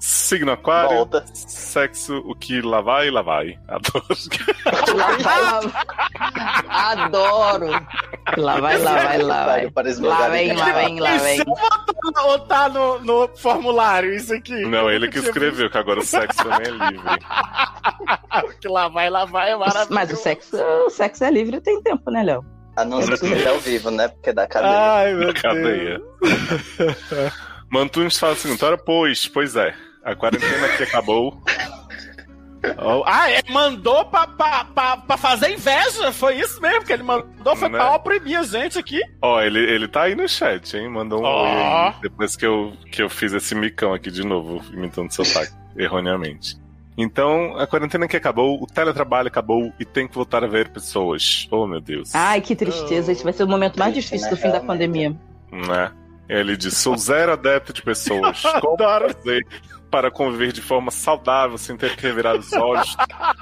Speaker 1: Signo aquário,
Speaker 4: volta.
Speaker 1: sexo, o que lá vai, lá vai. [laughs] Adoro.
Speaker 3: Lá vai, [laughs] lá vai. Adoro. Lá vai, lá vai, lá vai.
Speaker 4: Para esmagar
Speaker 3: Lá
Speaker 4: a
Speaker 3: vem,
Speaker 4: gente.
Speaker 3: lá vem, lá vem.
Speaker 2: Ou tá no, no formulário isso aqui?
Speaker 1: Não, ele que escreveu, que agora o sexo também é livre.
Speaker 2: Que lá vai, lá vai, é maravilhoso.
Speaker 3: Mas o sexo, o sexo é livre tem tempo, né, Léo?
Speaker 4: A não ser que seja ao vivo, né? Porque dá cadeia.
Speaker 2: Ai, [laughs] meu Deus.
Speaker 1: Cadeia. Mantunes fala assim, ora, pois, pois é. A quarentena que acabou.
Speaker 2: Oh, Ah, é, mandou pra, pra, pra, pra fazer inveja? Foi isso mesmo que ele mandou? Foi
Speaker 1: Né?
Speaker 2: pra oprimir a gente aqui?
Speaker 1: Ó, ele, ele tá aí no chat, hein? Mandou um
Speaker 2: Ó.
Speaker 1: oi aí. Depois que eu, que eu fiz esse micão aqui de novo, imitando sotaque, [laughs] erroneamente. Então, a quarentena que acabou, o teletrabalho acabou e tem que voltar a ver pessoas. Oh, meu Deus.
Speaker 3: Ai, que tristeza. Esse vai ser o momento mais difícil do fim da pandemia.
Speaker 1: Né? Ele diz: sou zero adepto de [laughs] pessoas. Como fazer para conviver de forma saudável, sem ter que revirar os olhos?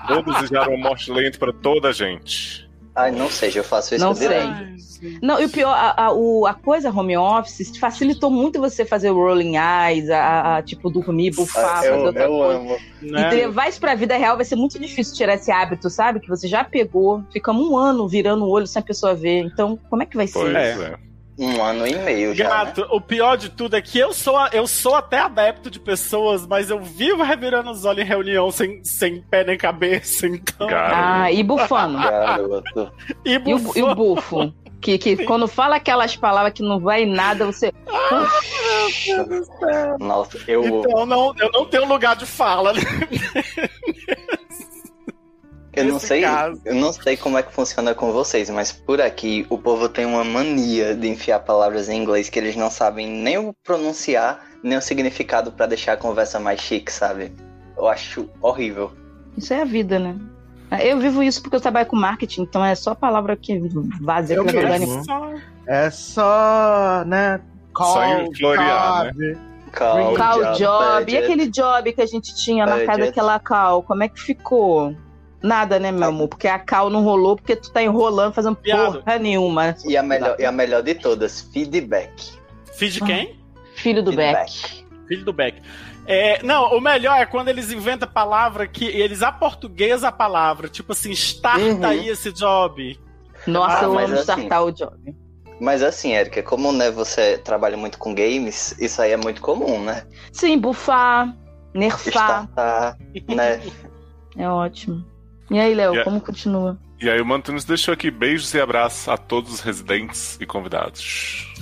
Speaker 1: Vou desejar uma morte lenta para toda a gente.
Speaker 4: Ai, não seja, eu faço isso
Speaker 3: Não
Speaker 4: direto.
Speaker 3: Não, e o pior, a, a, o- a coisa home office facilitou muito você fazer o rolling eyes, a, a- a, tipo dormir, bufar, fazer
Speaker 4: Ah, Eu,
Speaker 3: outra
Speaker 4: eu
Speaker 3: coisa.
Speaker 4: amo.
Speaker 3: E
Speaker 2: Né?
Speaker 3: levar isso pra vida real vai ser muito difícil tirar esse hábito, sabe? Que você já pegou, ficamos um ano virando o olho sem a pessoa ver. Então, como é que vai
Speaker 1: Pois
Speaker 3: ser?
Speaker 2: É.
Speaker 1: é.
Speaker 4: Um ano e meio já. Né?
Speaker 2: Gato, o pior de tudo é que eu sou, a- eu sou até adepto de pessoas, mas eu vivo revirando os olhos em reunião sem, sem pé nem cabeça, então.
Speaker 1: Cara,
Speaker 3: Ah, e bufando.
Speaker 4: [laughs] Garoto.
Speaker 2: E
Speaker 3: E o, e o bufo? Que, que quando fala aquelas palavras que não vai em nada, você.
Speaker 4: Nossa, eu
Speaker 2: Então não, eu não tenho lugar de fala. né?
Speaker 4: Eu não
Speaker 2: Nesse
Speaker 4: sei,
Speaker 2: caso.
Speaker 4: eu não sei como é que funciona com vocês, mas por aqui o povo tem uma mania de enfiar palavras em inglês que eles não sabem nem o pronunciar, nem o significado pra deixar a conversa mais chique, sabe? Eu acho horrível.
Speaker 3: Isso é a vida, né? Eu vivo isso porque eu trabalho com marketing, então é só palavra que vazia
Speaker 5: Eu
Speaker 3: que vai
Speaker 5: mesmo. É só, né?
Speaker 1: Só
Speaker 5: Call,
Speaker 1: ir florear,
Speaker 4: né?
Speaker 5: sabe?
Speaker 4: Call,
Speaker 3: Call job. E
Speaker 4: budget.
Speaker 3: aquele job que a gente tinha
Speaker 4: Budget.
Speaker 3: marcado aquela call, como é que ficou? Nada, né, meu amor? Porque a call não rolou, porque tu tá enrolando, fazendo
Speaker 2: Piado.
Speaker 3: porra nenhuma.
Speaker 4: E a melhor, e a melhor de todas, feedback.
Speaker 3: Ah.
Speaker 2: Filho de quem?
Speaker 3: Filho do Beck.
Speaker 4: feedback.
Speaker 2: Filho do Beck. É, não, o melhor é quando eles inventam a palavra que eles aportuguesam a palavra. Tipo assim, starta
Speaker 4: Uhum.
Speaker 2: aí esse job.
Speaker 3: Nossa,
Speaker 4: Ah,
Speaker 3: eu
Speaker 4: mas
Speaker 3: amo
Speaker 4: assim-
Speaker 3: startar o job.
Speaker 4: Mas assim, Érica, como né, você trabalha muito com games, isso aí é muito comum, né?
Speaker 3: Sim, bufar, nerfar.
Speaker 4: Startar, né?
Speaker 3: É ótimo. E aí, Léo,
Speaker 1: Yeah.
Speaker 3: como continua?
Speaker 1: E aí o Mantunes deixou aqui beijos e abraços a todos os residentes e convidados.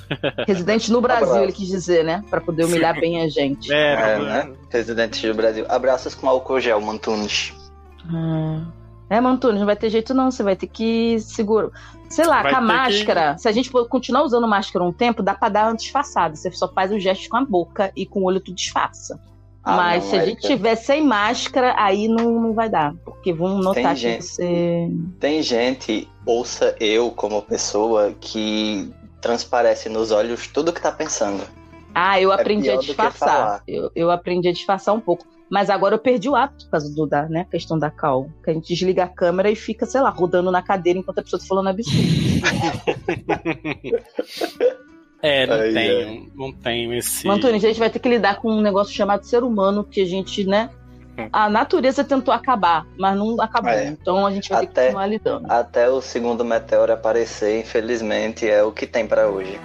Speaker 3: Residente no Brasil,
Speaker 4: Abraço.
Speaker 3: ele quis dizer, né? Pra poder humilhar bem a gente.
Speaker 2: [laughs] É,
Speaker 4: É,
Speaker 2: tá-
Speaker 4: né? Residentes do Brasil. Abraços com álcool gel, Mantunes.
Speaker 3: Hum. É, Mantúnio, não vai ter jeito não. Você vai ter que seguro. Sei lá,
Speaker 2: Vai
Speaker 3: com a
Speaker 2: ter que-
Speaker 3: máscara. Se a gente for continuar usando máscara um tempo, dá pra dar uma disfarçada. Você só faz o gesto com a boca e com o olho tu disfarça.
Speaker 4: Ah,
Speaker 3: Mas
Speaker 4: não,
Speaker 3: se a gente
Speaker 4: Érica.
Speaker 3: tiver sem máscara, aí não, não vai dar. Porque vão notar que
Speaker 4: gente.
Speaker 3: você.
Speaker 4: Tem gente, ouça eu como pessoa, que transparece nos olhos tudo que tá pensando.
Speaker 3: Ah, eu aprendi
Speaker 4: É pior
Speaker 3: a
Speaker 4: do que
Speaker 3: disfarçar.
Speaker 4: falar.
Speaker 3: Eu, eu aprendi a disfarçar um pouco. Mas agora eu perdi o hábito por causa do, da né, questão da cal. Que a gente desliga a câmera e fica, sei lá, rodando na cadeira enquanto a pessoa tá falando absurdo.
Speaker 2: É, não
Speaker 4: Aí,
Speaker 2: tem. Não tem esse.
Speaker 3: Mantoni, a gente vai ter que lidar com um negócio chamado ser humano que a gente, né? A natureza tentou acabar, mas não acabou.
Speaker 4: É.
Speaker 3: Então a gente vai ter que
Speaker 4: Até-
Speaker 3: continuar lidando.
Speaker 4: Até o segundo meteoro aparecer, infelizmente, é o que tem pra hoje.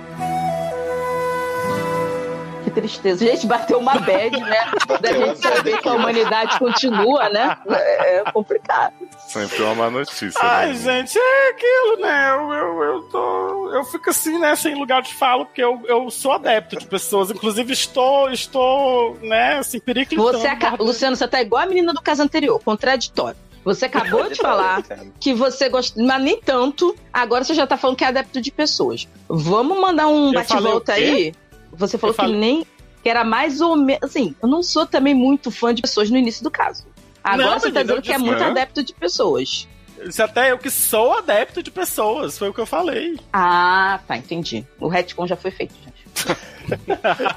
Speaker 3: Que tristeza. A gente bateu uma bad,
Speaker 4: [laughs]
Speaker 3: né? da
Speaker 4: Bateu uma
Speaker 3: gente saber
Speaker 4: bad
Speaker 3: que a
Speaker 4: aqui.
Speaker 3: humanidade continua, né? É é complicado.
Speaker 1: Sempre uma má notícia.
Speaker 2: Ai,
Speaker 1: né?
Speaker 2: gente, é aquilo, né? Eu, eu, eu tô. Eu fico assim, né? Sem lugar de fala, porque eu, eu sou adepto de pessoas. Inclusive, estou, estou, né, assim, periclitando.
Speaker 3: Você aca- Luciano, você tá igual a menina do caso anterior, contraditório. Você acabou de falar que você gosta, mas nem tanto. Agora você já tá falando que é adepto de pessoas. Vamos mandar um
Speaker 2: Eu
Speaker 3: bate-volta
Speaker 2: falei o
Speaker 3: aí? Você
Speaker 2: Eu
Speaker 3: falou que
Speaker 2: falei-
Speaker 3: nem. que era mais ou menos. Assim, eu não sou também muito fã de pessoas no início do caso. Agora
Speaker 2: Não,
Speaker 3: você tá
Speaker 2: menina,
Speaker 3: dizendo
Speaker 2: eu
Speaker 3: que é
Speaker 2: disse,
Speaker 3: muito
Speaker 1: né?
Speaker 3: adepto de pessoas.
Speaker 2: Isso até eu que sou adepto de pessoas, foi o que eu falei.
Speaker 3: Ah, tá, entendi. O retcon já foi feito,
Speaker 2: [laughs]
Speaker 3: gente.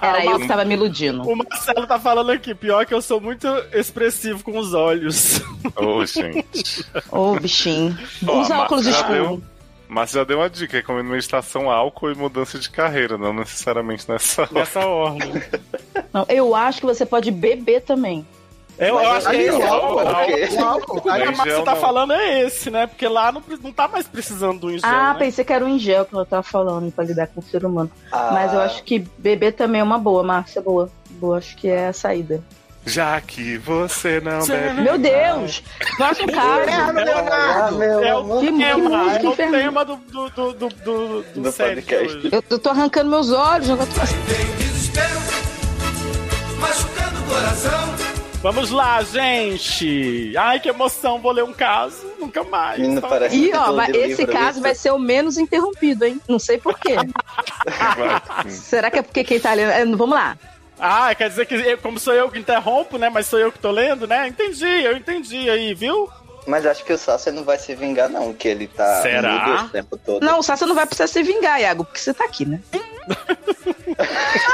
Speaker 3: Era eu que tava me iludindo.
Speaker 2: O Marcelo tá falando aqui, pior que eu sou muito expressivo com os olhos.
Speaker 1: Ô, gente.
Speaker 3: Ô, bichinho.
Speaker 1: Ó,
Speaker 3: Usa
Speaker 1: a
Speaker 3: óculos
Speaker 1: Márcia já
Speaker 3: escuros.
Speaker 1: deu- Márcia já deu uma dica, recomendo meditação, álcool e mudança de carreira, não necessariamente nessa hora.
Speaker 2: Nessa ordem.
Speaker 3: Não, Eu acho que você pode beber também.
Speaker 2: Eu,
Speaker 4: Mas
Speaker 2: eu
Speaker 5: Tá
Speaker 2: acho que é
Speaker 4: aí,
Speaker 2: esse
Speaker 4: ó,
Speaker 2: álcool.
Speaker 4: ó,
Speaker 2: álcool.
Speaker 4: ok.
Speaker 5: O álcool,
Speaker 2: O que
Speaker 1: Aí
Speaker 2: a
Speaker 1: já
Speaker 2: Márcia tá
Speaker 1: não.
Speaker 2: falando é esse, né? Porque lá não, pre- não tá mais precisando do ingel,
Speaker 3: ah,
Speaker 2: né?
Speaker 3: pensei que era um gel que ela tava falando pra lidar com o ser humano.
Speaker 4: Ah,
Speaker 3: Mas eu acho que beber também é uma boa, Márcia, boa. Boa, acho que é a saída.
Speaker 1: Já que você não
Speaker 2: Você
Speaker 1: bebe.
Speaker 3: Meu Deus! Nossa, cara!
Speaker 4: Ah, meu
Speaker 2: É o-
Speaker 4: amor.
Speaker 3: Que, que
Speaker 2: É,
Speaker 3: música
Speaker 2: é o
Speaker 3: inferno-
Speaker 2: tema do, do, do, do, do, do
Speaker 4: Do
Speaker 2: set
Speaker 4: podcast.
Speaker 2: hoje.
Speaker 3: Eu, eu tô arrancando meus olhos, agora tô...
Speaker 2: Vamos lá, gente! Ai, que emoção, vou ler um caso, nunca mais.
Speaker 4: Menino,
Speaker 2: Tá?
Speaker 4: parece
Speaker 3: E
Speaker 4: título
Speaker 3: ó,
Speaker 4: de
Speaker 3: vai-
Speaker 4: livro,
Speaker 3: esse caso
Speaker 4: isso.
Speaker 2: né?
Speaker 3: vai ser o menos interrompido, hein? Não sei
Speaker 2: [laughs]
Speaker 3: por quê. Será que é porque quem tá lendo. é, Vamos lá.
Speaker 2: Ah, quer dizer que eu- como sou eu que interrompo, né? Mas sou eu que tô lendo, né? Entendi, eu entendi aí, viu?
Speaker 4: Mas acho que o Sasser não vai se vingar, não, que ele tá
Speaker 2: Será?
Speaker 4: mudo o tempo todo.
Speaker 3: Não, o Sasha não vai precisar se vingar, Iago, porque você tá aqui, né?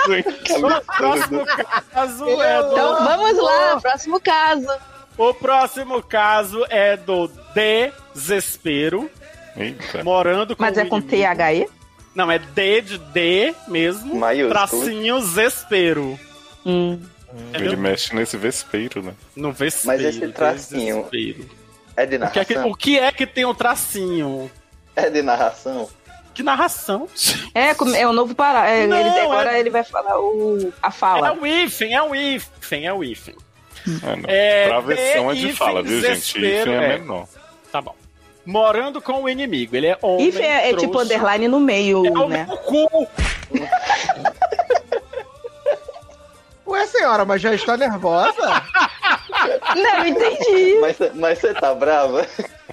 Speaker 2: O próximo caso é do.
Speaker 3: Então vamos lá, próximo caso.
Speaker 2: O próximo caso é do desespero,
Speaker 1: Eita.
Speaker 2: morando com.
Speaker 3: Mas é
Speaker 2: o
Speaker 3: com
Speaker 2: inimigo.
Speaker 3: THE?
Speaker 2: Não, é D de D mesmo.
Speaker 4: Maiúsculo.
Speaker 2: Tracinho desespero.
Speaker 3: Hum.
Speaker 2: É
Speaker 1: Ele mexe nesse vespeiro, né?
Speaker 2: Não vê
Speaker 4: Mas esse tracinho- É de
Speaker 2: O que, é que,
Speaker 4: narração?
Speaker 2: o que é que tem um tracinho?
Speaker 4: É de narração?
Speaker 2: Que narração.
Speaker 3: É, como- é o novo Pará. É,
Speaker 2: Não,
Speaker 3: ele, agora
Speaker 2: é-
Speaker 3: ele vai falar o, a
Speaker 2: É
Speaker 3: fala.
Speaker 2: o hífen, é o hífen, é o hífen.
Speaker 1: Ah, não.
Speaker 2: É,
Speaker 1: Travessão é
Speaker 2: D,
Speaker 1: de fala, viu, gente? Hífen
Speaker 2: desespero,
Speaker 1: é
Speaker 2: é.
Speaker 1: menor.
Speaker 2: Tá bom. Morando com o inimigo. Ele é homem.
Speaker 3: If é, é
Speaker 2: trouxa.
Speaker 3: tipo underline no meio,
Speaker 2: É o
Speaker 3: né?
Speaker 2: meu cu.
Speaker 5: Ué, senhora, mas já está nervosa?
Speaker 3: Não, entendi.
Speaker 4: Mas, mas você tá brava?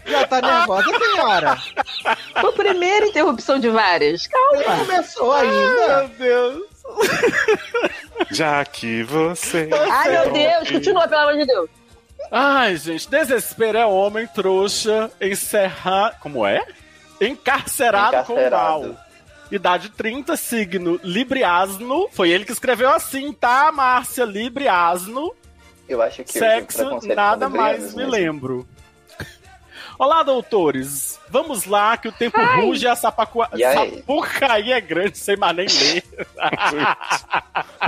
Speaker 5: Já tá nervosa, senhora?
Speaker 3: Foi a primeira interrupção de várias. Calma.
Speaker 5: Não começou ainda.
Speaker 2: Meu Deus.
Speaker 1: Já
Speaker 2: [laughs]
Speaker 1: que você.
Speaker 3: Ai, meu Deus, continua, pelo amor de Deus.
Speaker 2: Ai, gente, desespero é homem trouxa encerrar. Como é? Encarcerado, com
Speaker 4: Encarcerado.
Speaker 2: mal. Idade 30, signo Libriasno. Foi ele que escreveu assim, tá, Márcia? Libriasno.
Speaker 4: Eu acho que
Speaker 2: Sexo,
Speaker 4: o preconceito
Speaker 2: nada
Speaker 4: com librianos
Speaker 2: mais me
Speaker 4: mesmo.
Speaker 2: lembro. Olá, doutores. Vamos lá, que o tempo ruge e a sapacua...
Speaker 4: E aí? [laughs]
Speaker 1: Ah,
Speaker 2: sapucaí é grande, sem mais nem ler.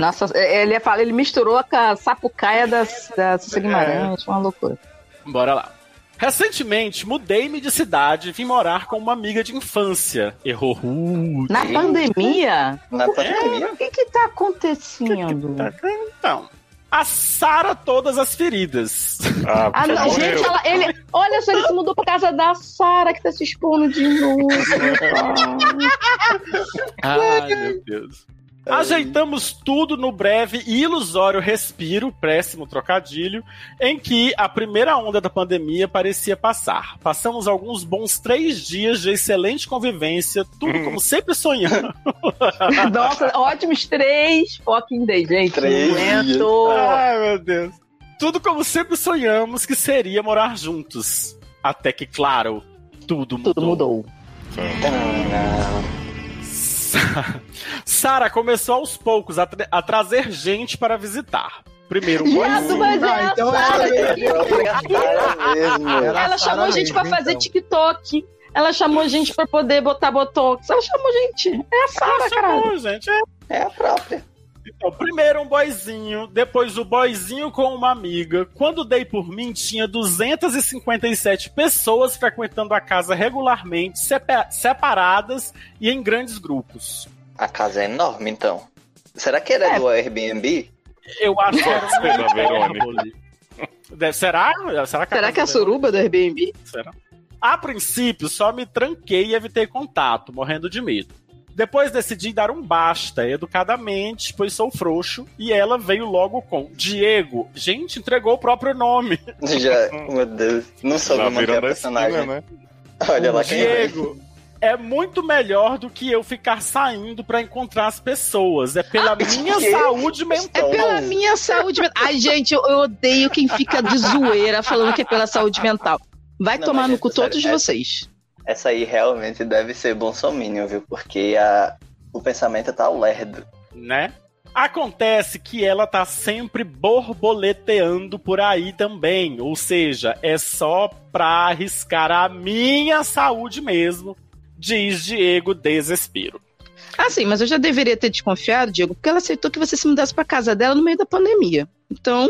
Speaker 3: Nossa, ele, fala, ele misturou com a sapucaia das, da
Speaker 5: É.
Speaker 3: Cissa Guimarães, foi uma loucura.
Speaker 2: Bora lá. Recentemente, mudei-me de cidade e vim morar com uma amiga de infância. Errou. rude.
Speaker 3: Na pandemia?
Speaker 4: Na pandemia?
Speaker 3: O que que tá acontecendo?
Speaker 5: tá
Speaker 4: Tá.
Speaker 2: Então, a Sara todas as feridas.
Speaker 1: Ah,
Speaker 3: Ah, não,
Speaker 1: morreu.
Speaker 3: gente, ela, ele, olha só, ele se mudou pra casa da Sara, que tá se expondo de
Speaker 5: [laughs]
Speaker 3: novo.
Speaker 2: Ai, meu Deus. Ajeitamos tudo no breve e ilusório respiro, péssimo trocadilho, em que a primeira onda da pandemia parecia passar. Passamos alguns bons três dias de excelente convivência, tudo como sempre sonhando.
Speaker 3: Nossa, ótimos três fucking days, gente.
Speaker 4: Três
Speaker 3: Não
Speaker 4: dias.
Speaker 3: aguento.
Speaker 2: [laughs]
Speaker 5: Ah,
Speaker 2: Ai, meu Deus. Ah. Tudo como sempre sonhamos que seria morar juntos. Até que, claro, tudo mudou.
Speaker 3: Tudo mudou.
Speaker 2: Sa- [laughs] Sara começou aos poucos a, tra- a trazer gente para visitar. Primeiro
Speaker 1: Tá
Speaker 2: o
Speaker 3: Viado,
Speaker 2: boyzinho.
Speaker 3: mas é
Speaker 5: Ah,
Speaker 3: a
Speaker 5: então é
Speaker 3: Sara.
Speaker 5: ela
Speaker 3: que-
Speaker 4: Cara mesmo.
Speaker 5: Era
Speaker 3: Ela
Speaker 5: a Sara
Speaker 3: chamou gente
Speaker 5: mesmo,
Speaker 3: pra fazer
Speaker 5: então.
Speaker 3: TikTok. Ela chamou gente pra poder botar botox. Ela chamou gente. É a Sara,
Speaker 2: Ela
Speaker 3: cara.
Speaker 2: chamou, gente. É.
Speaker 4: É a própria.
Speaker 2: Então, primeiro um boyzinho, depois o boyzinho com uma amiga. Quando dei por mim, tinha 257 pessoas frequentando a casa regularmente, sepa- separadas e em grandes grupos.
Speaker 4: A casa é enorme, então. Será que era
Speaker 3: É.
Speaker 4: do Airbnb?
Speaker 2: Eu acho que era
Speaker 1: Pode ser da Verônica.
Speaker 2: Deve- será? Será que,
Speaker 3: Será que é a
Speaker 2: casa dela-
Speaker 3: suruba do Airbnb?
Speaker 2: Será? A princípio, só me tranquei e evitei contato, morrendo de medo. Depois decidi dar um basta, educadamente, pois sou frouxo, e ela veio logo com Diego. Gente, entregou o próprio nome.
Speaker 4: Já, meu Deus, não
Speaker 2: Tá
Speaker 4: soube
Speaker 1: Na
Speaker 4: manter a
Speaker 1: virada da
Speaker 4: personagem.
Speaker 1: esquina, né?
Speaker 4: Olha lá quem veio.
Speaker 2: Diego. É muito melhor do que eu ficar saindo pra encontrar as pessoas. É pela minha
Speaker 4: que?
Speaker 2: saúde mental.
Speaker 3: Ah, É
Speaker 4: Então,
Speaker 3: pela minha saúde mental. Ai, gente, eu, eu odeio quem fica de zoeira falando que é pela saúde mental. Vai
Speaker 4: Não,
Speaker 3: tomar
Speaker 4: mas,
Speaker 3: no cu
Speaker 4: gente, sério,
Speaker 3: todos
Speaker 4: é-
Speaker 3: vocês.
Speaker 4: Essa aí realmente deve ser bolsominion, viu? Porque a... o pensamento tá lerdo.
Speaker 2: né? Acontece que ela tá sempre borboleteando por aí também, ou seja, é só pra arriscar a minha saúde mesmo, diz Diego Desespero.
Speaker 3: Ah, sim, mas eu já deveria ter desconfiado, Diego, porque ela aceitou que você se mudasse pra casa dela no meio da pandemia. Então,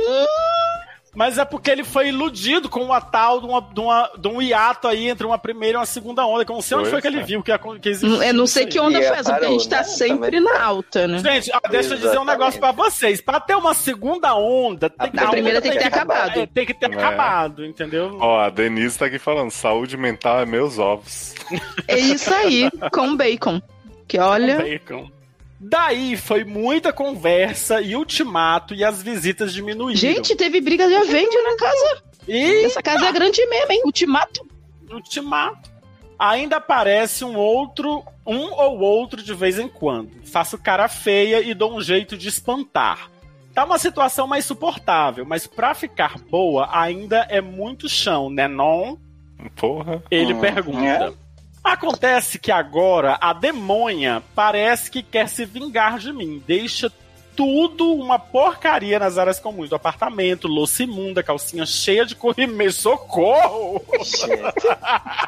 Speaker 2: Mas é porque ele foi iludido com uma tal de, uma, de, uma- de um hiato aí entre uma primeira e uma segunda onda, que eu não sei onde
Speaker 1: Pois
Speaker 2: foi que ele
Speaker 1: é.
Speaker 2: viu que, acon- que
Speaker 3: Não-
Speaker 2: existiu.
Speaker 3: Eu não sei
Speaker 2: isso
Speaker 3: que onda
Speaker 4: E
Speaker 3: foi essa, porque a
Speaker 4: parou,
Speaker 3: gente tá
Speaker 4: né?
Speaker 3: sempre
Speaker 4: Também.
Speaker 3: na alta, né?
Speaker 2: Gente, ó, deixa eu dizer um
Speaker 4: Exatamente.
Speaker 2: negócio pra vocês. Pra ter uma segunda onda, tem
Speaker 3: A
Speaker 4: Não,
Speaker 3: primeira
Speaker 2: onda
Speaker 3: tem que ter
Speaker 4: tem que acabar.
Speaker 3: acabado.
Speaker 2: é, tem que ter
Speaker 1: É.
Speaker 2: acabado, entendeu?
Speaker 1: Ó, a Denise tá aqui falando, saúde mental é meus ovos.
Speaker 3: É isso aí, com bacon. Que olha,
Speaker 2: Bacon. Daí foi muita conversa e ultimato e as visitas diminuíram.
Speaker 3: gente, teve briga de Avenger na casa.
Speaker 2: e
Speaker 3: Essa casa é grande mesmo, hein? né? Ultimato.
Speaker 2: ultimato. Ainda aparece um outro, um ou outro de vez em quando. Faço cara feia e dou um jeito de espantar. Tá uma situação mais suportável, mas pra ficar boa ainda é muito chão, né não?
Speaker 1: Porra.
Speaker 2: Ele
Speaker 4: Hum,
Speaker 2: pergunta.
Speaker 4: é.
Speaker 2: Acontece que agora a demônia parece que quer se vingar de mim. Deixa tudo uma porcaria nas áreas comuns do apartamento, louça imunda, calcinha cheia de corrimento. Socorro!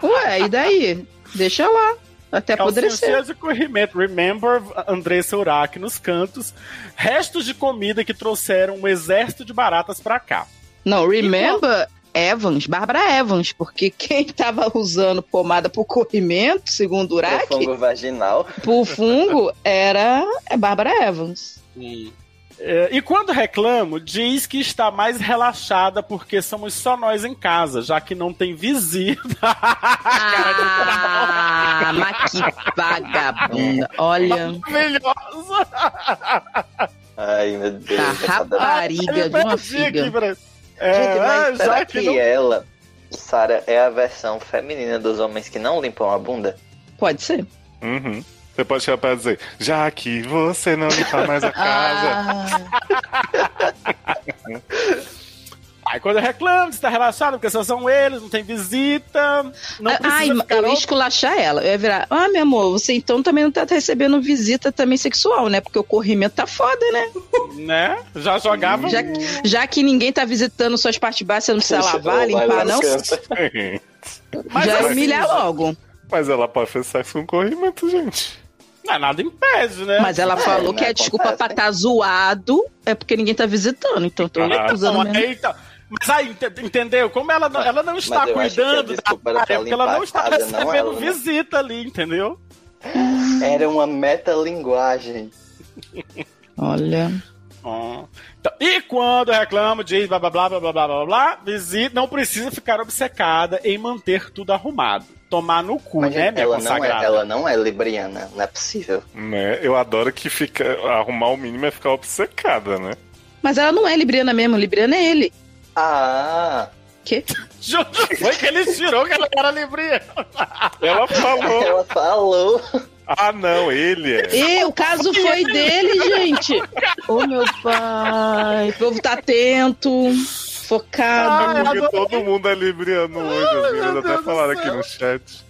Speaker 3: Ué, e daí? Deixa lá.
Speaker 4: É
Speaker 3: Até
Speaker 2: Calcinha assim.
Speaker 3: apodrecer.
Speaker 2: cheia de corrimento. Remember Andressa Urach nos cantos. Restos de comida que trouxeram um exército de baratas pra cá.
Speaker 3: Não, remember Evans, Bárbara Evans, porque [laughs] quem tava usando pomada pro corrimento, segundo o
Speaker 4: O
Speaker 3: Uraki,
Speaker 4: fungo vaginal.
Speaker 3: pro fungo, era é Bárbara Evans.
Speaker 2: É, e quando reclamo, diz que está mais relaxada porque somos só nós em casa, já que não tem visita.
Speaker 3: Ah, mas que vagabunda.
Speaker 2: [laughs]
Speaker 3: Olha.
Speaker 2: Maravilhosa!
Speaker 4: Ai, meu Deus. é
Speaker 3: Tá
Speaker 4: essa da-
Speaker 2: É,
Speaker 3: rapariga de uma
Speaker 2: Perdi aqui,
Speaker 3: figa.
Speaker 2: peraí.
Speaker 4: Gente, mas
Speaker 2: É,
Speaker 4: será
Speaker 2: já
Speaker 4: que,
Speaker 2: que não...
Speaker 4: ela, Sara, é a versão feminina dos homens que não limpam a bunda?
Speaker 3: Pode ser.
Speaker 1: Uhum. Você pode chegar pra ela e dizer, já que você não limpa mais
Speaker 2: [laughs]
Speaker 1: a casa.
Speaker 3: Ah,
Speaker 2: Aí quando eu reclamo, está relaxado, porque só são eles, não tem visita. Não
Speaker 3: Ah, ai,
Speaker 2: precisa ficar
Speaker 3: eu ia esculachar ela. Eu ia virar. Ah, meu amor, você então também não tá recebendo visita também sexual, né? Porque o corrimento tá foda, né?
Speaker 2: né? Já jogava. um-
Speaker 3: Já, já que ninguém tá visitando suas partes baixas, você não precisa lavar,
Speaker 4: Vai lá
Speaker 3: limpar,
Speaker 4: no
Speaker 3: não.
Speaker 4: canto.
Speaker 1: Sim. [laughs]
Speaker 2: Mas
Speaker 3: já é
Speaker 2: assim,
Speaker 3: humilhar logo.
Speaker 1: Mas ela pode fazer sexo com corrimento, gente.
Speaker 2: Ah, nada impede, né?
Speaker 3: Mas ela
Speaker 4: É,
Speaker 3: falou
Speaker 4: né,
Speaker 3: que a
Speaker 4: acontece.
Speaker 3: desculpa pra tá zoado é porque ninguém tá visitando. Então eu tô
Speaker 1: Ah,
Speaker 3: usando
Speaker 2: Então,
Speaker 3: mesmo.
Speaker 2: então, mas aí, ent- entendeu? Como ela não, ela não está
Speaker 4: eu acho que a
Speaker 2: cuidando da
Speaker 4: desculpa era
Speaker 2: área,
Speaker 4: pra
Speaker 2: porque ela
Speaker 4: limpar
Speaker 2: não
Speaker 4: a
Speaker 2: está
Speaker 4: casa, não
Speaker 2: recebendo
Speaker 4: ela, né?
Speaker 2: visita ali, entendeu?
Speaker 4: Era uma metalinguagem.
Speaker 3: Olha.
Speaker 2: Ó. Então, e quando reclamo, diz blá blá blá blá blá blá blá blá, visita, não precisa ficar obcecada em manter tudo arrumado. Tomar no cu,
Speaker 4: Mas,
Speaker 2: né,
Speaker 4: gente,
Speaker 2: minha
Speaker 4: ela, não é,
Speaker 2: consagrada?
Speaker 4: ela não é libriana, não é possível.
Speaker 1: Né? Eu adoro que fica arrumar o mínimo é ficar obcecada, né?
Speaker 3: Mas ela não é Libriana mesmo, Libriana é ele.
Speaker 4: Ah,
Speaker 2: Juju, foi que ele
Speaker 4: [laughs]
Speaker 2: tirou que ela era livre.
Speaker 1: Ela falou:
Speaker 4: ela falou.
Speaker 1: "Ah, não, ele é".
Speaker 3: E o caso
Speaker 2: é.
Speaker 3: foi dele,
Speaker 2: [laughs]
Speaker 3: gente. Ô meu pai. O povo tá atento,
Speaker 1: É
Speaker 3: focado.
Speaker 1: porque todo mundo é libriano hoje. As meninas
Speaker 2: meu Deus
Speaker 1: até
Speaker 2: do
Speaker 1: falaram aqui
Speaker 2: céu.
Speaker 1: no chat.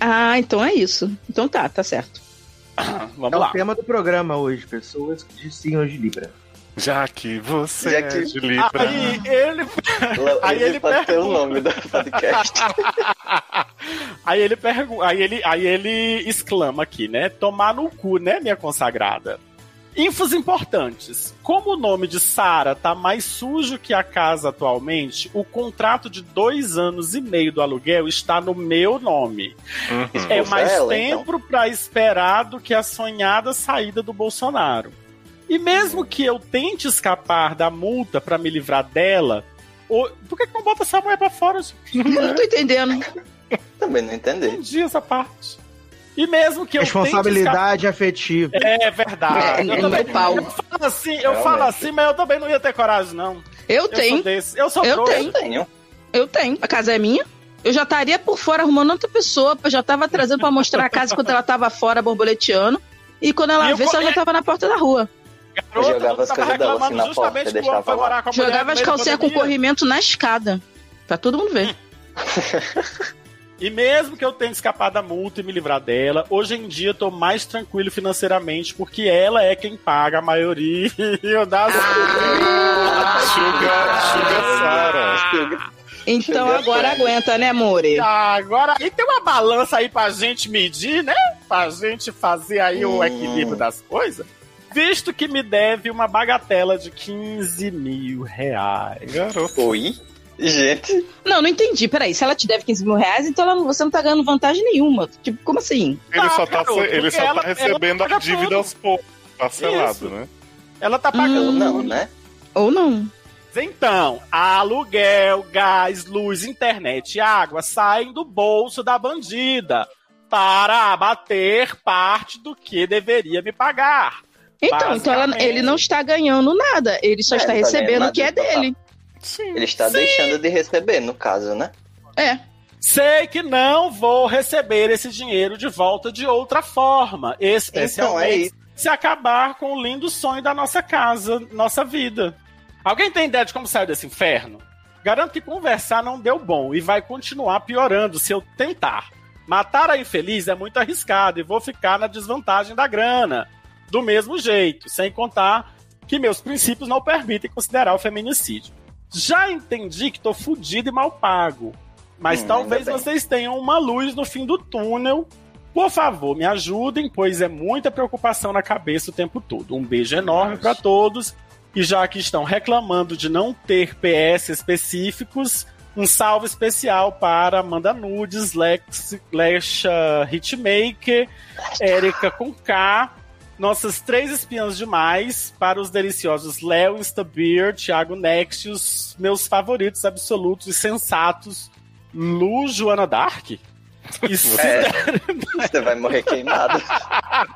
Speaker 3: Ah, então é isso. Então tá, tá certo. [laughs]
Speaker 5: É
Speaker 2: Vamos
Speaker 5: o
Speaker 2: lá.
Speaker 5: tema do programa hoje, pessoas que dizem signos de Libra.
Speaker 1: Já que você
Speaker 4: Já
Speaker 1: é
Speaker 4: que-
Speaker 1: de Libra.
Speaker 2: Aí ele, [laughs] Aí ele
Speaker 4: pode ter o
Speaker 2: pergunta.
Speaker 4: nome do
Speaker 2: [laughs]
Speaker 4: podcast.
Speaker 2: aí ele pergu- aí ele, aí ele exclama aqui, né? Tomar no cu, né, minha consagrada? Infos importantes. Como o nome de Sara tá mais sujo que a casa atualmente, o contrato de dois anos e meio do aluguel está no meu nome.
Speaker 1: Uhum.
Speaker 2: É
Speaker 4: Pois
Speaker 2: mais
Speaker 4: é, ela,
Speaker 2: tempo pra esperar do que a sonhada saída do Bolsonaro. E mesmo que eu tente escapar da multa pra me livrar dela, o- por que, que não bota essa mulher pra fora, gente?
Speaker 3: Eu não tô entendendo.
Speaker 4: Também não entendi.
Speaker 2: entendi essa parte. E mesmo que eu
Speaker 5: Responsabilidade afetiva.
Speaker 2: tente escapar- É verdade.
Speaker 3: É,
Speaker 2: eu,
Speaker 3: no meu
Speaker 2: também,
Speaker 3: pau.
Speaker 2: eu falo assim, eu
Speaker 4: Realmente.
Speaker 2: falo assim, mas eu também não ia ter coragem, não.
Speaker 3: Eu
Speaker 2: Eu sou
Speaker 3: tenho,
Speaker 2: desse. Eu sou
Speaker 3: Eu
Speaker 2: trouxa.
Speaker 3: tenho.
Speaker 4: Eu tenho.
Speaker 3: eu tenho. A casa é minha. Eu já estaria por fora arrumando outra pessoa. Eu já tava trazendo pra mostrar a casa enquanto ela tava fora borboleteando. E quando
Speaker 2: E
Speaker 3: ela
Speaker 2: eu
Speaker 3: vê, se ela já tava na porta da rua.
Speaker 2: Garota,
Speaker 4: Eu jogava
Speaker 2: eu
Speaker 4: as
Speaker 2: tava
Speaker 4: coisas dela,
Speaker 2: reclamando
Speaker 4: assim, na
Speaker 2: justamente
Speaker 4: porta,
Speaker 2: que o
Speaker 4: deixava
Speaker 2: homem foi
Speaker 4: lá.
Speaker 2: morar com a mulher
Speaker 3: Jogava
Speaker 2: no
Speaker 3: as
Speaker 2: meio da
Speaker 3: calcinhas com
Speaker 2: pandemia.
Speaker 3: corrimento na escada. Pra todo
Speaker 2: [laughs]
Speaker 3: mundo ver.
Speaker 2: E mesmo que eu tenha escapado da multa e me livrar dela, hoje em dia eu tô mais tranquilo financeiramente porque ela é quem paga a maioria [laughs] das
Speaker 4: Ah.
Speaker 1: Sugar, Sugar Sara.
Speaker 3: Então agora aguenta, né, More?
Speaker 2: Ah, Agora, e tem uma balança aí pra gente medir, né? Pra gente fazer aí o
Speaker 4: Hum.
Speaker 2: equilíbrio das coisas. Visto que me deve uma bagatela de 15 mil reais.
Speaker 1: Garoto.
Speaker 4: Oi? Gente,
Speaker 3: Não, não entendi. Peraí, se ela te deve 15 mil reais, então ela não- você não tá ganhando vantagem nenhuma. Tipo, como assim?
Speaker 1: Ele só tá,
Speaker 2: garoto,
Speaker 1: ele só
Speaker 2: porque ela-
Speaker 1: tá recebendo
Speaker 2: ela paga
Speaker 1: a dívida
Speaker 2: tudo.
Speaker 1: aos poucos. Parcelado,
Speaker 2: Isso.
Speaker 1: né?
Speaker 2: Ela tá pagando.
Speaker 4: eu não, né?
Speaker 3: Ou não?
Speaker 2: Então, aluguel, gás, luz, internet e água saem do bolso da bandida para abater parte do que deveria me pagar.
Speaker 3: Então, então ela-
Speaker 2: Basicamente.
Speaker 3: ele não está ganhando nada. Ele só
Speaker 4: É,
Speaker 3: está
Speaker 4: ele tá
Speaker 3: recebendo
Speaker 4: ganhando
Speaker 3: o que é
Speaker 4: nada, total.
Speaker 3: dele.
Speaker 4: Ele está deixando de receber, no caso, né?
Speaker 3: É.
Speaker 2: Sei que não vou receber esse dinheiro de volta de outra forma,
Speaker 4: Então é
Speaker 2: especialmente
Speaker 4: isso.
Speaker 2: se acabar com o lindo sonho da nossa casa, nossa vida. Alguém tem ideia de como sair desse inferno? Garanto que conversar não deu bom e vai continuar piorando se eu tentar. Matar a infeliz é muito arriscado e vou ficar na desvantagem da grana. Do mesmo jeito, sem contar que meus princípios não permitem considerar o feminicídio. Já entendi que tô fudido e mal pago. Mas
Speaker 4: Hum,
Speaker 2: talvez
Speaker 4: ainda bem.
Speaker 2: vocês tenham uma luz no fim do túnel. Por favor, me ajudem, pois é muita preocupação na cabeça o tempo todo. Um beijo enorme
Speaker 1: Nossa.
Speaker 2: para todos. E já que estão reclamando de não ter PS específicos, um salve especial para Amanda Nudes, Lex, Lesha Hitmaker, Érica com K, nossas três espiãs demais, para os deliciosos Léo, Instabeer, Thiago Nextius, meus favoritos absolutos e sensatos, Lu Joana Dark. E se ah, [laughs]
Speaker 4: É, você vai morrer queimado.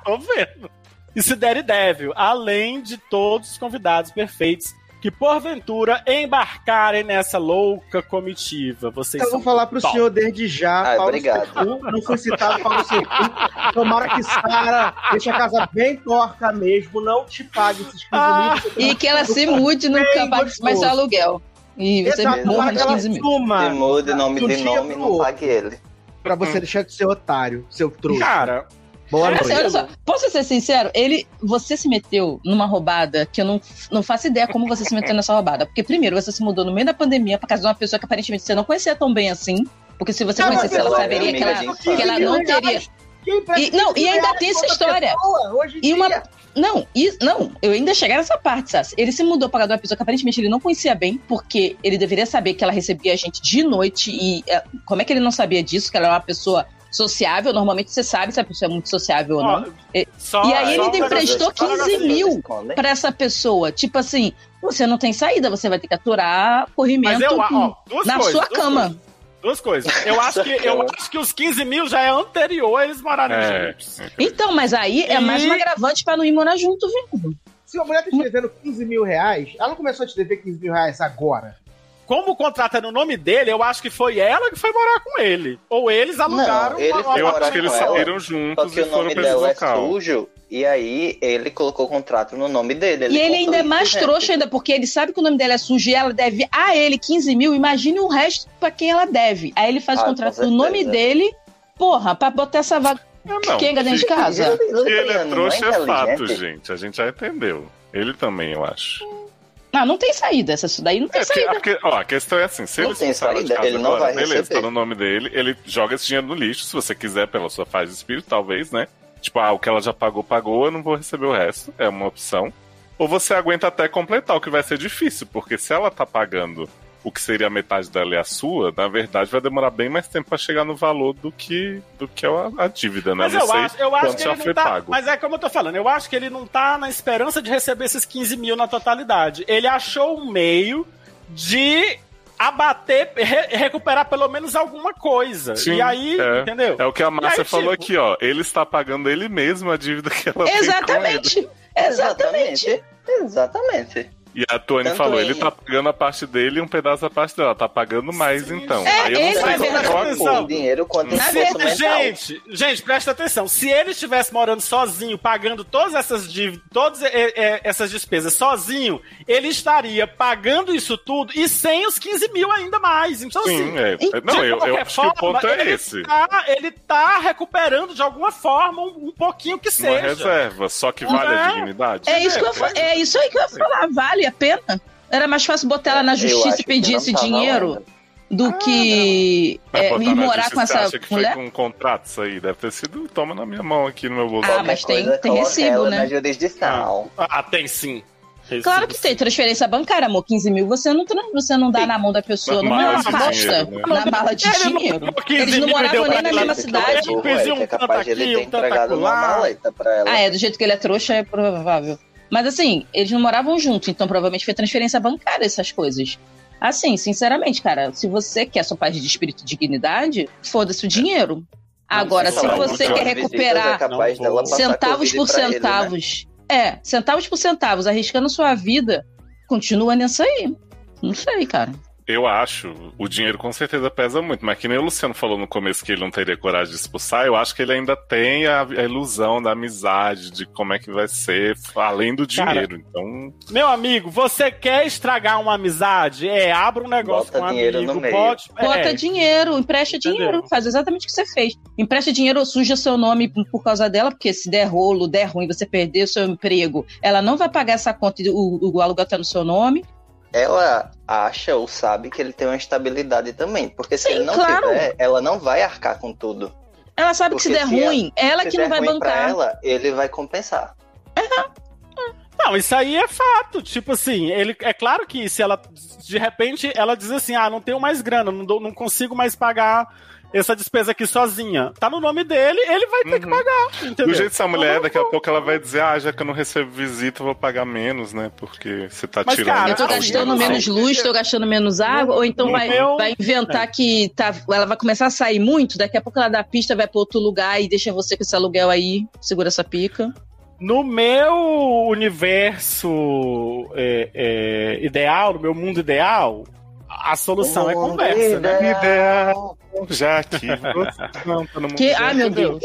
Speaker 2: Tô vendo. E se der e deve, além de todos os convidados perfeitos que porventura embarcarem nessa louca comitiva. Vocês
Speaker 5: Então, Eu
Speaker 2: são
Speaker 5: vou falar pro
Speaker 2: top.
Speaker 5: senhor desde já.
Speaker 4: Ah,
Speaker 5: Paulo
Speaker 4: obrigado.
Speaker 5: Secu. Não foi citado Paulo Secu. Tomara que Sara deixe a casa bem torta mesmo. Não te pague esses 15
Speaker 2: Ah,
Speaker 5: mil.
Speaker 3: E que ela se mude no
Speaker 5: Bem
Speaker 3: campo mais
Speaker 5: gostoso.
Speaker 3: seu aluguel. E você
Speaker 5: Exato,
Speaker 3: morra
Speaker 5: tomara que
Speaker 3: nos
Speaker 5: ela
Speaker 3: 15 mil.
Speaker 5: suma
Speaker 1: Ah,
Speaker 4: Se muda o nome
Speaker 5: de um
Speaker 4: de
Speaker 5: dia
Speaker 4: nome,
Speaker 5: pro
Speaker 4: não
Speaker 5: outro.
Speaker 4: pague ele.
Speaker 5: pra você deixar de ser otário, seu trouxa.
Speaker 2: Cara,
Speaker 5: Boa
Speaker 3: Assim,
Speaker 2: é
Speaker 3: olha
Speaker 5: noite.
Speaker 3: só, posso ser sincero? Ele, você se meteu numa roubada que eu não, não faço ideia como você se meteu nessa roubada. Porque, primeiro, você se mudou no meio da pandemia pra casa de uma pessoa que aparentemente você não conhecia tão bem assim. Porque se você
Speaker 5: Não,
Speaker 3: conhecesse,
Speaker 5: mas
Speaker 3: ela
Speaker 5: ela é
Speaker 3: saberia que
Speaker 4: amiga
Speaker 3: ela,
Speaker 4: de
Speaker 3: que ela não teria.
Speaker 5: Quem presta
Speaker 3: E- não,
Speaker 5: 15
Speaker 3: e ainda
Speaker 5: reais
Speaker 3: tem essa
Speaker 5: pra outra
Speaker 3: história.
Speaker 5: pessoa, hoje em
Speaker 3: E uma-
Speaker 5: dia.
Speaker 3: Não, isso, não, eu ainda ia chegar nessa parte, Sassi. Ele se mudou para uma pessoa que aparentemente ele não conhecia bem, porque ele deveria saber que ela recebia a gente de noite e é, como é que ele não sabia disso? Que ela era uma pessoa sociável, normalmente você sabe se a pessoa é muito sociável ou
Speaker 2: né?
Speaker 3: não. E- e aí ele
Speaker 2: um
Speaker 3: emprestou 15 mil. Pra essa pessoa, tipo assim, você não tem saída, você vai ter que aturar corrimento
Speaker 2: Mas eu, ó, duas
Speaker 3: na
Speaker 2: coisas,
Speaker 3: sua
Speaker 2: duas
Speaker 3: cama.
Speaker 2: coisas, duas
Speaker 1: [laughs]
Speaker 2: coisas. Eu acho, que, eu acho que os 15 mil já é anterior a eles morarem
Speaker 1: É.
Speaker 2: juntos.
Speaker 3: Então, mas aí é
Speaker 2: E-
Speaker 3: mais um agravante pra não ir morar junto, viu?
Speaker 5: Se uma mulher tá te devendo 15 mil reais, ela não começou a te dever 15 mil reais agora.
Speaker 2: Como o contrato é no nome dele, eu acho que foi ela que foi morar com ele. Ou eles alugaram
Speaker 4: ele
Speaker 2: uma- uma-
Speaker 4: foi
Speaker 1: Eu
Speaker 4: morar
Speaker 1: acho que eles
Speaker 4: com ela.
Speaker 1: saíram
Speaker 4: Só
Speaker 1: juntos
Speaker 4: que
Speaker 1: e
Speaker 4: o
Speaker 1: foram
Speaker 4: nome
Speaker 1: pra esse
Speaker 4: dela é
Speaker 1: local.
Speaker 4: sujo, e aí ele colocou o contrato no nome dele.
Speaker 3: E ele
Speaker 4: comprou
Speaker 3: ainda é mais
Speaker 4: direto.
Speaker 3: trouxa ainda, porque ele sabe que o nome dela é sujo e ela deve a ele 15 mil. Imagine o resto pra quem ela deve. Aí ele faz
Speaker 4: Ah,
Speaker 3: o
Speaker 4: com
Speaker 3: contrato no
Speaker 4: certeza.
Speaker 3: nome dele, porra, pra botar essa vaga
Speaker 1: É, não.
Speaker 3: quenga dentro de casa.
Speaker 1: Que ele é
Speaker 4: tá Não
Speaker 1: trouxa é fato,
Speaker 4: inteligente?
Speaker 1: gente. A gente já entendeu. Ele também, eu acho.
Speaker 3: Não, não tem saída. Essa isso daí não tem
Speaker 1: É, porque,
Speaker 3: saída.
Speaker 1: porque, ó, a questão é assim, se
Speaker 4: Não
Speaker 1: ele
Speaker 4: tem
Speaker 1: sair de
Speaker 4: saída,
Speaker 1: casa
Speaker 4: ele não
Speaker 1: agora,
Speaker 4: vai
Speaker 1: beleza,
Speaker 4: receber.
Speaker 1: tá no nome dele, ele joga esse dinheiro no lixo, se você quiser, pela sua paz de espírito, talvez, né? Tipo, ah, o que ela já pagou, pagou, eu não vou receber o resto, é uma opção. Ou você aguenta até completar, o que vai ser difícil, porque se ela tá pagando o que seria a metade dela e a sua, na verdade vai demorar bem mais tempo pra chegar no valor do que, do que a, a dívida, né?
Speaker 2: Mas
Speaker 1: não
Speaker 2: eu
Speaker 1: sei
Speaker 2: acho, eu acho
Speaker 1: quanto
Speaker 2: que
Speaker 1: já
Speaker 2: ele não
Speaker 1: foi
Speaker 2: tá.
Speaker 1: pago.
Speaker 2: Mas é como eu tô falando, eu acho que ele não tá na esperança de receber esses 15 mil na totalidade. Ele achou um meio de abater, re- recuperar pelo menos alguma coisa.
Speaker 1: Sim,
Speaker 2: e aí,
Speaker 1: é.
Speaker 2: entendeu?
Speaker 1: É o que a Márcia
Speaker 2: aí,
Speaker 1: falou
Speaker 2: tipo-
Speaker 1: aqui, ó. Ele está pagando ele mesmo a dívida que ela tem com ele.
Speaker 3: Exatamente. Exatamente.
Speaker 4: Exatamente.
Speaker 1: E a Tony
Speaker 4: Tanto
Speaker 1: falou,
Speaker 4: é.
Speaker 1: ele tá pagando a parte dele e um pedaço da parte dela. Tá pagando mais,
Speaker 2: Sim.
Speaker 1: então.
Speaker 3: É,
Speaker 1: Aí eu não
Speaker 3: ele
Speaker 1: sei qual
Speaker 3: vai ver
Speaker 1: é o
Speaker 2: a
Speaker 1: acordo.
Speaker 2: Não.
Speaker 4: O dinheiro
Speaker 3: Na
Speaker 4: quanto esforço
Speaker 3: verdade,
Speaker 4: mental.
Speaker 2: Gente, gente, presta atenção. Se ele estivesse morando sozinho, pagando todas essas dívidas, todas é, é, essas despesas sozinho, ele estaria pagando isso tudo e sem os 15 mil ainda mais. Então, assim,
Speaker 1: Sim, é. Não, eu, eu acho que o ponto é
Speaker 2: ele
Speaker 1: esse.
Speaker 2: Tá, ele tá recuperando de alguma forma um, um pouquinho que
Speaker 1: Uma
Speaker 2: seja.
Speaker 1: reserva, só que vale a
Speaker 2: Não.
Speaker 1: dignidade.
Speaker 3: É isso, que eu, fa- é isso aí que eu ia falar. Vale a pena? Era mais fácil botar ela tá na
Speaker 4: Eu
Speaker 3: justiça
Speaker 4: acho
Speaker 3: e
Speaker 4: que
Speaker 3: pedir
Speaker 4: não
Speaker 3: esse
Speaker 4: tá
Speaker 3: dinheiro
Speaker 4: valendo.
Speaker 3: do que
Speaker 1: Ah, Vai
Speaker 3: é,
Speaker 1: botar
Speaker 3: ir
Speaker 1: na
Speaker 3: morar
Speaker 1: justiça,
Speaker 3: com essa
Speaker 1: acha que foi
Speaker 3: mulher.
Speaker 1: com um contrato isso aí? Deve ter sido, toma na minha mão aqui no meu bolso.
Speaker 3: Ah, mas
Speaker 4: Qualquer
Speaker 3: tem-
Speaker 4: coisa,
Speaker 3: tem
Speaker 4: coloca
Speaker 3: recibo,
Speaker 4: ela
Speaker 3: né?
Speaker 4: Na jurisdição.
Speaker 2: Ah, tem sim.
Speaker 3: Claro que tem transferência bancária, amor. 15 mil você não, tran- você não dá na mão da pessoa,
Speaker 1: Na
Speaker 3: não
Speaker 1: mala de
Speaker 3: afasta
Speaker 1: dinheiro, né?
Speaker 3: na bala de
Speaker 2: Ele não
Speaker 3: dinheiro.
Speaker 2: pegou 15
Speaker 3: Eles
Speaker 2: mil
Speaker 3: não
Speaker 2: e deu
Speaker 3: moravam
Speaker 2: pra
Speaker 3: nem na
Speaker 2: ele.
Speaker 3: mesma cidade.
Speaker 2: Ele pediu um
Speaker 4: é
Speaker 2: tanto
Speaker 4: capaz de ele
Speaker 2: aqui,
Speaker 4: ter
Speaker 2: um tanto
Speaker 4: entregado uma
Speaker 2: acolá.
Speaker 4: maleta pra ela.
Speaker 3: Ah, é, do jeito que ele é trouxa, é provável. Mas assim, eles não moravam junto, então provavelmente foi transferência bancária essas coisas. Assim, sinceramente, cara, se você quer sua paz de espírito e dignidade, foda-se
Speaker 4: É.
Speaker 3: o dinheiro. Agora,
Speaker 1: sei
Speaker 3: se
Speaker 1: lá,
Speaker 3: você
Speaker 1: não
Speaker 3: quer
Speaker 1: sei.
Speaker 3: recuperar
Speaker 2: Não vou.
Speaker 4: passar
Speaker 3: centavos
Speaker 4: Covid
Speaker 3: por
Speaker 4: pra ele, né?
Speaker 3: centavos. É, centavos por centavos, arriscando sua vida, continua nessa aí. Não sei, cara.
Speaker 1: Eu acho, o dinheiro com certeza pesa muito, mas que nem o Luciano falou no começo que ele não teria coragem de expulsar, eu acho que ele ainda tem a, a ilusão da amizade, de como é que vai ser, além do
Speaker 2: Cara,
Speaker 1: dinheiro. então,
Speaker 2: Meu amigo, você quer estragar uma amizade? É, abra um negócio
Speaker 4: Bota
Speaker 2: com um
Speaker 4: dinheiro
Speaker 2: amigo,
Speaker 4: no meio.
Speaker 2: bote- é,
Speaker 3: Bota dinheiro, empresta
Speaker 2: Entendeu?
Speaker 3: dinheiro, faz exatamente o que você fez. Empresta dinheiro ou suja seu nome por causa dela, porque se der rolo, der ruim, você perder seu emprego, ela não vai pagar essa conta e o, o aluguel tá no seu nome.
Speaker 4: Ela acha ou sabe que ele tem uma estabilidade também. Porque se
Speaker 3: Sim,
Speaker 4: ele não
Speaker 3: claro.
Speaker 4: tiver, ela não vai arcar com tudo.
Speaker 3: Ela sabe que se
Speaker 4: Porque
Speaker 3: der
Speaker 4: se é-
Speaker 3: ruim, ela
Speaker 4: se
Speaker 3: que
Speaker 4: der
Speaker 3: não vai
Speaker 4: ruim pra
Speaker 3: bancar.
Speaker 4: ela, ele vai compensar.
Speaker 2: Não, isso aí é fato. Tipo assim, ele é claro que se ela de repente ela diz assim: "Ah, não tenho mais grana, não, dou- não consigo mais pagar essa despesa aqui sozinha". Tá no nome dele, ele vai ter que
Speaker 1: Uhum.
Speaker 2: pagar, entendeu?
Speaker 1: do jeito dessa mulher, é, daqui a pouco ela vai dizer, ah, já que eu não recebo visita, eu vou pagar menos, né? Porque você tá
Speaker 2: Mas,
Speaker 1: tirando.
Speaker 2: cara,
Speaker 3: Eu tô
Speaker 1: a saúde
Speaker 3: gastando
Speaker 1: da
Speaker 3: menos luz, tô gastando menos água, ou então
Speaker 2: no
Speaker 3: vai,
Speaker 2: meu-
Speaker 3: vai inventar que tá, ela vai começar a sair muito, daqui a pouco ela dá pista, vai pra outro lugar e deixa você com esse aluguel aí, segura essa pica.
Speaker 2: No meu universo é, é, ideal, no meu mundo ideal, a solução é conversa, né?
Speaker 1: Já
Speaker 2: [laughs]
Speaker 1: que você não tá no mundo
Speaker 3: Que,
Speaker 1: dela.
Speaker 3: ai meu Deus.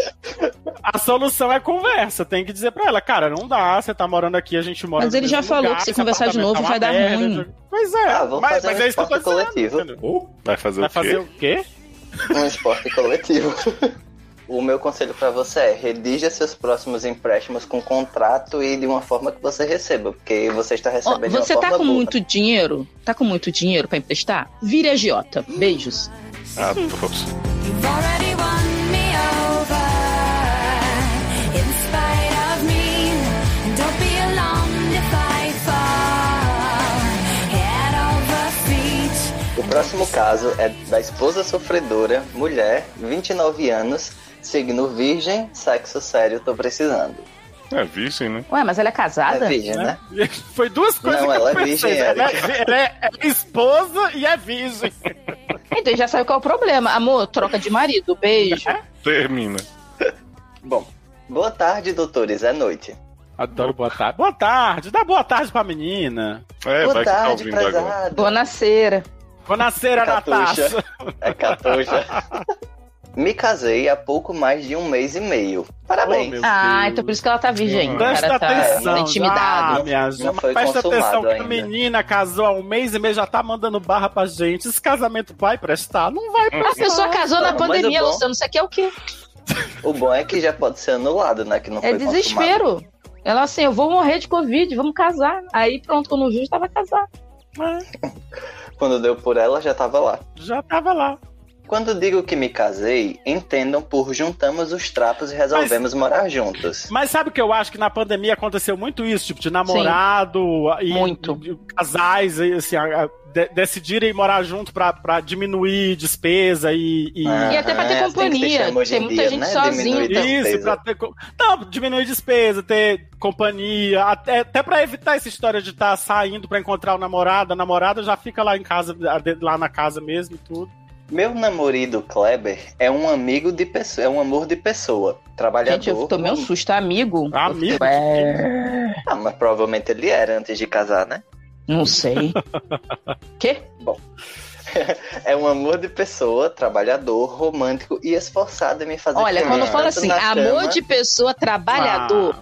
Speaker 2: A solução é conversa. Tem que dizer pra ela, cara, não dá, você tá morando aqui, a gente mora
Speaker 3: Mas
Speaker 2: no
Speaker 3: ele já
Speaker 2: mesmo
Speaker 3: falou
Speaker 2: lugar,
Speaker 3: que se
Speaker 2: esse
Speaker 3: conversar de novo
Speaker 2: apartamento tá
Speaker 3: vai dar
Speaker 2: uma merda."
Speaker 3: ruim.
Speaker 2: Pois é,
Speaker 4: Ah, vamos
Speaker 2: mas,
Speaker 4: fazer
Speaker 2: mas
Speaker 4: um
Speaker 2: é isso que eu tô
Speaker 4: esporte
Speaker 2: dizendo.
Speaker 4: coletivo.
Speaker 2: entendeu?
Speaker 1: Vai fazer
Speaker 2: Vai
Speaker 1: o quê?
Speaker 2: fazer o quê? [laughs]
Speaker 4: um esporte coletivo. [laughs] O meu conselho pra você é redija seus próximos empréstimos com contrato e de uma forma que você receba, porque você está
Speaker 3: Ó,
Speaker 4: recebendo de uma
Speaker 3: você tá
Speaker 4: é forma
Speaker 3: com
Speaker 4: boa.
Speaker 3: muito dinheiro? Tá com muito dinheiro pra emprestar? Vire agiota. Beijos.
Speaker 1: [laughs] Ah, poxa.
Speaker 9: You've already won me over.
Speaker 4: Próximo caso é da esposa sofredora, mulher, 29 anos, signo virgem, sexo sério, tô precisando.
Speaker 1: É virgem, né?
Speaker 3: Ué, mas ela é casada?
Speaker 4: É virgem, né?
Speaker 2: Foi duas coisas
Speaker 4: Não,
Speaker 2: que
Speaker 4: ela
Speaker 2: eu
Speaker 4: é
Speaker 2: pensei.
Speaker 4: virgem,
Speaker 2: ela, é, vi- [laughs] ela é- é esposa e é virgem.
Speaker 3: Então já sabe qual é o problema. Amor, troca de marido,
Speaker 2: [laughs]
Speaker 3: beijo.
Speaker 1: Termina.
Speaker 4: Bom, boa tarde, doutores, é noite.
Speaker 2: Adoro boa tarde. Boa tarde, dá boa tarde pra menina.
Speaker 1: É,
Speaker 4: boa
Speaker 1: vai que tá
Speaker 4: tarde,
Speaker 1: ouvindo agora.
Speaker 4: prezado.
Speaker 3: Bonaceira.
Speaker 2: Vou nascer a
Speaker 4: Catuxa.
Speaker 2: Natasha.
Speaker 4: É
Speaker 3: [laughs]
Speaker 4: catuja. Me casei há pouco mais de um mês e meio.
Speaker 2: Oh,
Speaker 4: Parabéns.
Speaker 2: meu
Speaker 3: Ah,
Speaker 2: Deus.
Speaker 3: então por isso que ela tá virgem. ainda. O
Speaker 2: Presta
Speaker 3: cara tá
Speaker 2: atenção.
Speaker 3: intimidado.
Speaker 2: Ah, minha gente.
Speaker 4: Não foi
Speaker 2: Presta
Speaker 4: consumado
Speaker 2: atenção que a
Speaker 4: ainda.
Speaker 2: menina casou há um mês e meio já tá mandando barra pra gente. Esse casamento vai prestar? Não vai
Speaker 3: A pessoa casou na
Speaker 4: Não, mas
Speaker 3: pandemia,
Speaker 4: é bom.
Speaker 3: Luciano. Isso aqui é o quê?
Speaker 4: O bom é que já pode ser anulado, né? Que não
Speaker 3: É
Speaker 4: foi consumado.
Speaker 3: desespero. Ela assim, eu vou morrer de Covid, vamos casar. Aí pronto, quando o juiz tava casado.
Speaker 2: prestar.
Speaker 4: Quando deu por ela, já tava lá.
Speaker 2: É, Já tava lá.
Speaker 4: Quando digo que me casei, entendam por juntamos os trapos e resolvemos morar juntos.
Speaker 2: Mas sabe o que eu acho que na pandemia aconteceu muito isso? Tipo, de namorado e
Speaker 3: Muito.
Speaker 2: e casais e, assim, a- a- de- decidirem morar junto pra, pra diminuir despesa e. e-
Speaker 4: Ah,
Speaker 3: E até pra ter
Speaker 4: é assim que se
Speaker 3: companhia.
Speaker 4: chama hoje
Speaker 3: Tem
Speaker 4: em
Speaker 3: muita
Speaker 4: dia,
Speaker 3: gente
Speaker 4: né?
Speaker 3: sozinha.
Speaker 4: Diminuir
Speaker 3: então.
Speaker 2: Isso,
Speaker 4: despesa.
Speaker 2: pra ter. co- Não, diminuir despesa, ter companhia, até, até pra evitar essa história de estar saindo pra encontrar o namorado. A namorada já fica lá em casa, lá na casa mesmo e tudo.
Speaker 4: Meu namorido Kleber é um amigo de pessoa, é um amor de pessoa, trabalhador.
Speaker 3: Gente, eu tomei um susto, amigo.
Speaker 2: Amigo?
Speaker 3: É,
Speaker 4: Ah, mas provavelmente ele era antes de casar, né?
Speaker 3: não sei. Quê?
Speaker 4: É um amor de pessoa, trabalhador, romântico e esforçado em me fazer
Speaker 3: Olha,
Speaker 4: feliz,
Speaker 3: quando fala
Speaker 4: tanto
Speaker 3: assim,
Speaker 4: na
Speaker 3: amor
Speaker 4: cama-
Speaker 3: de pessoa trabalhador,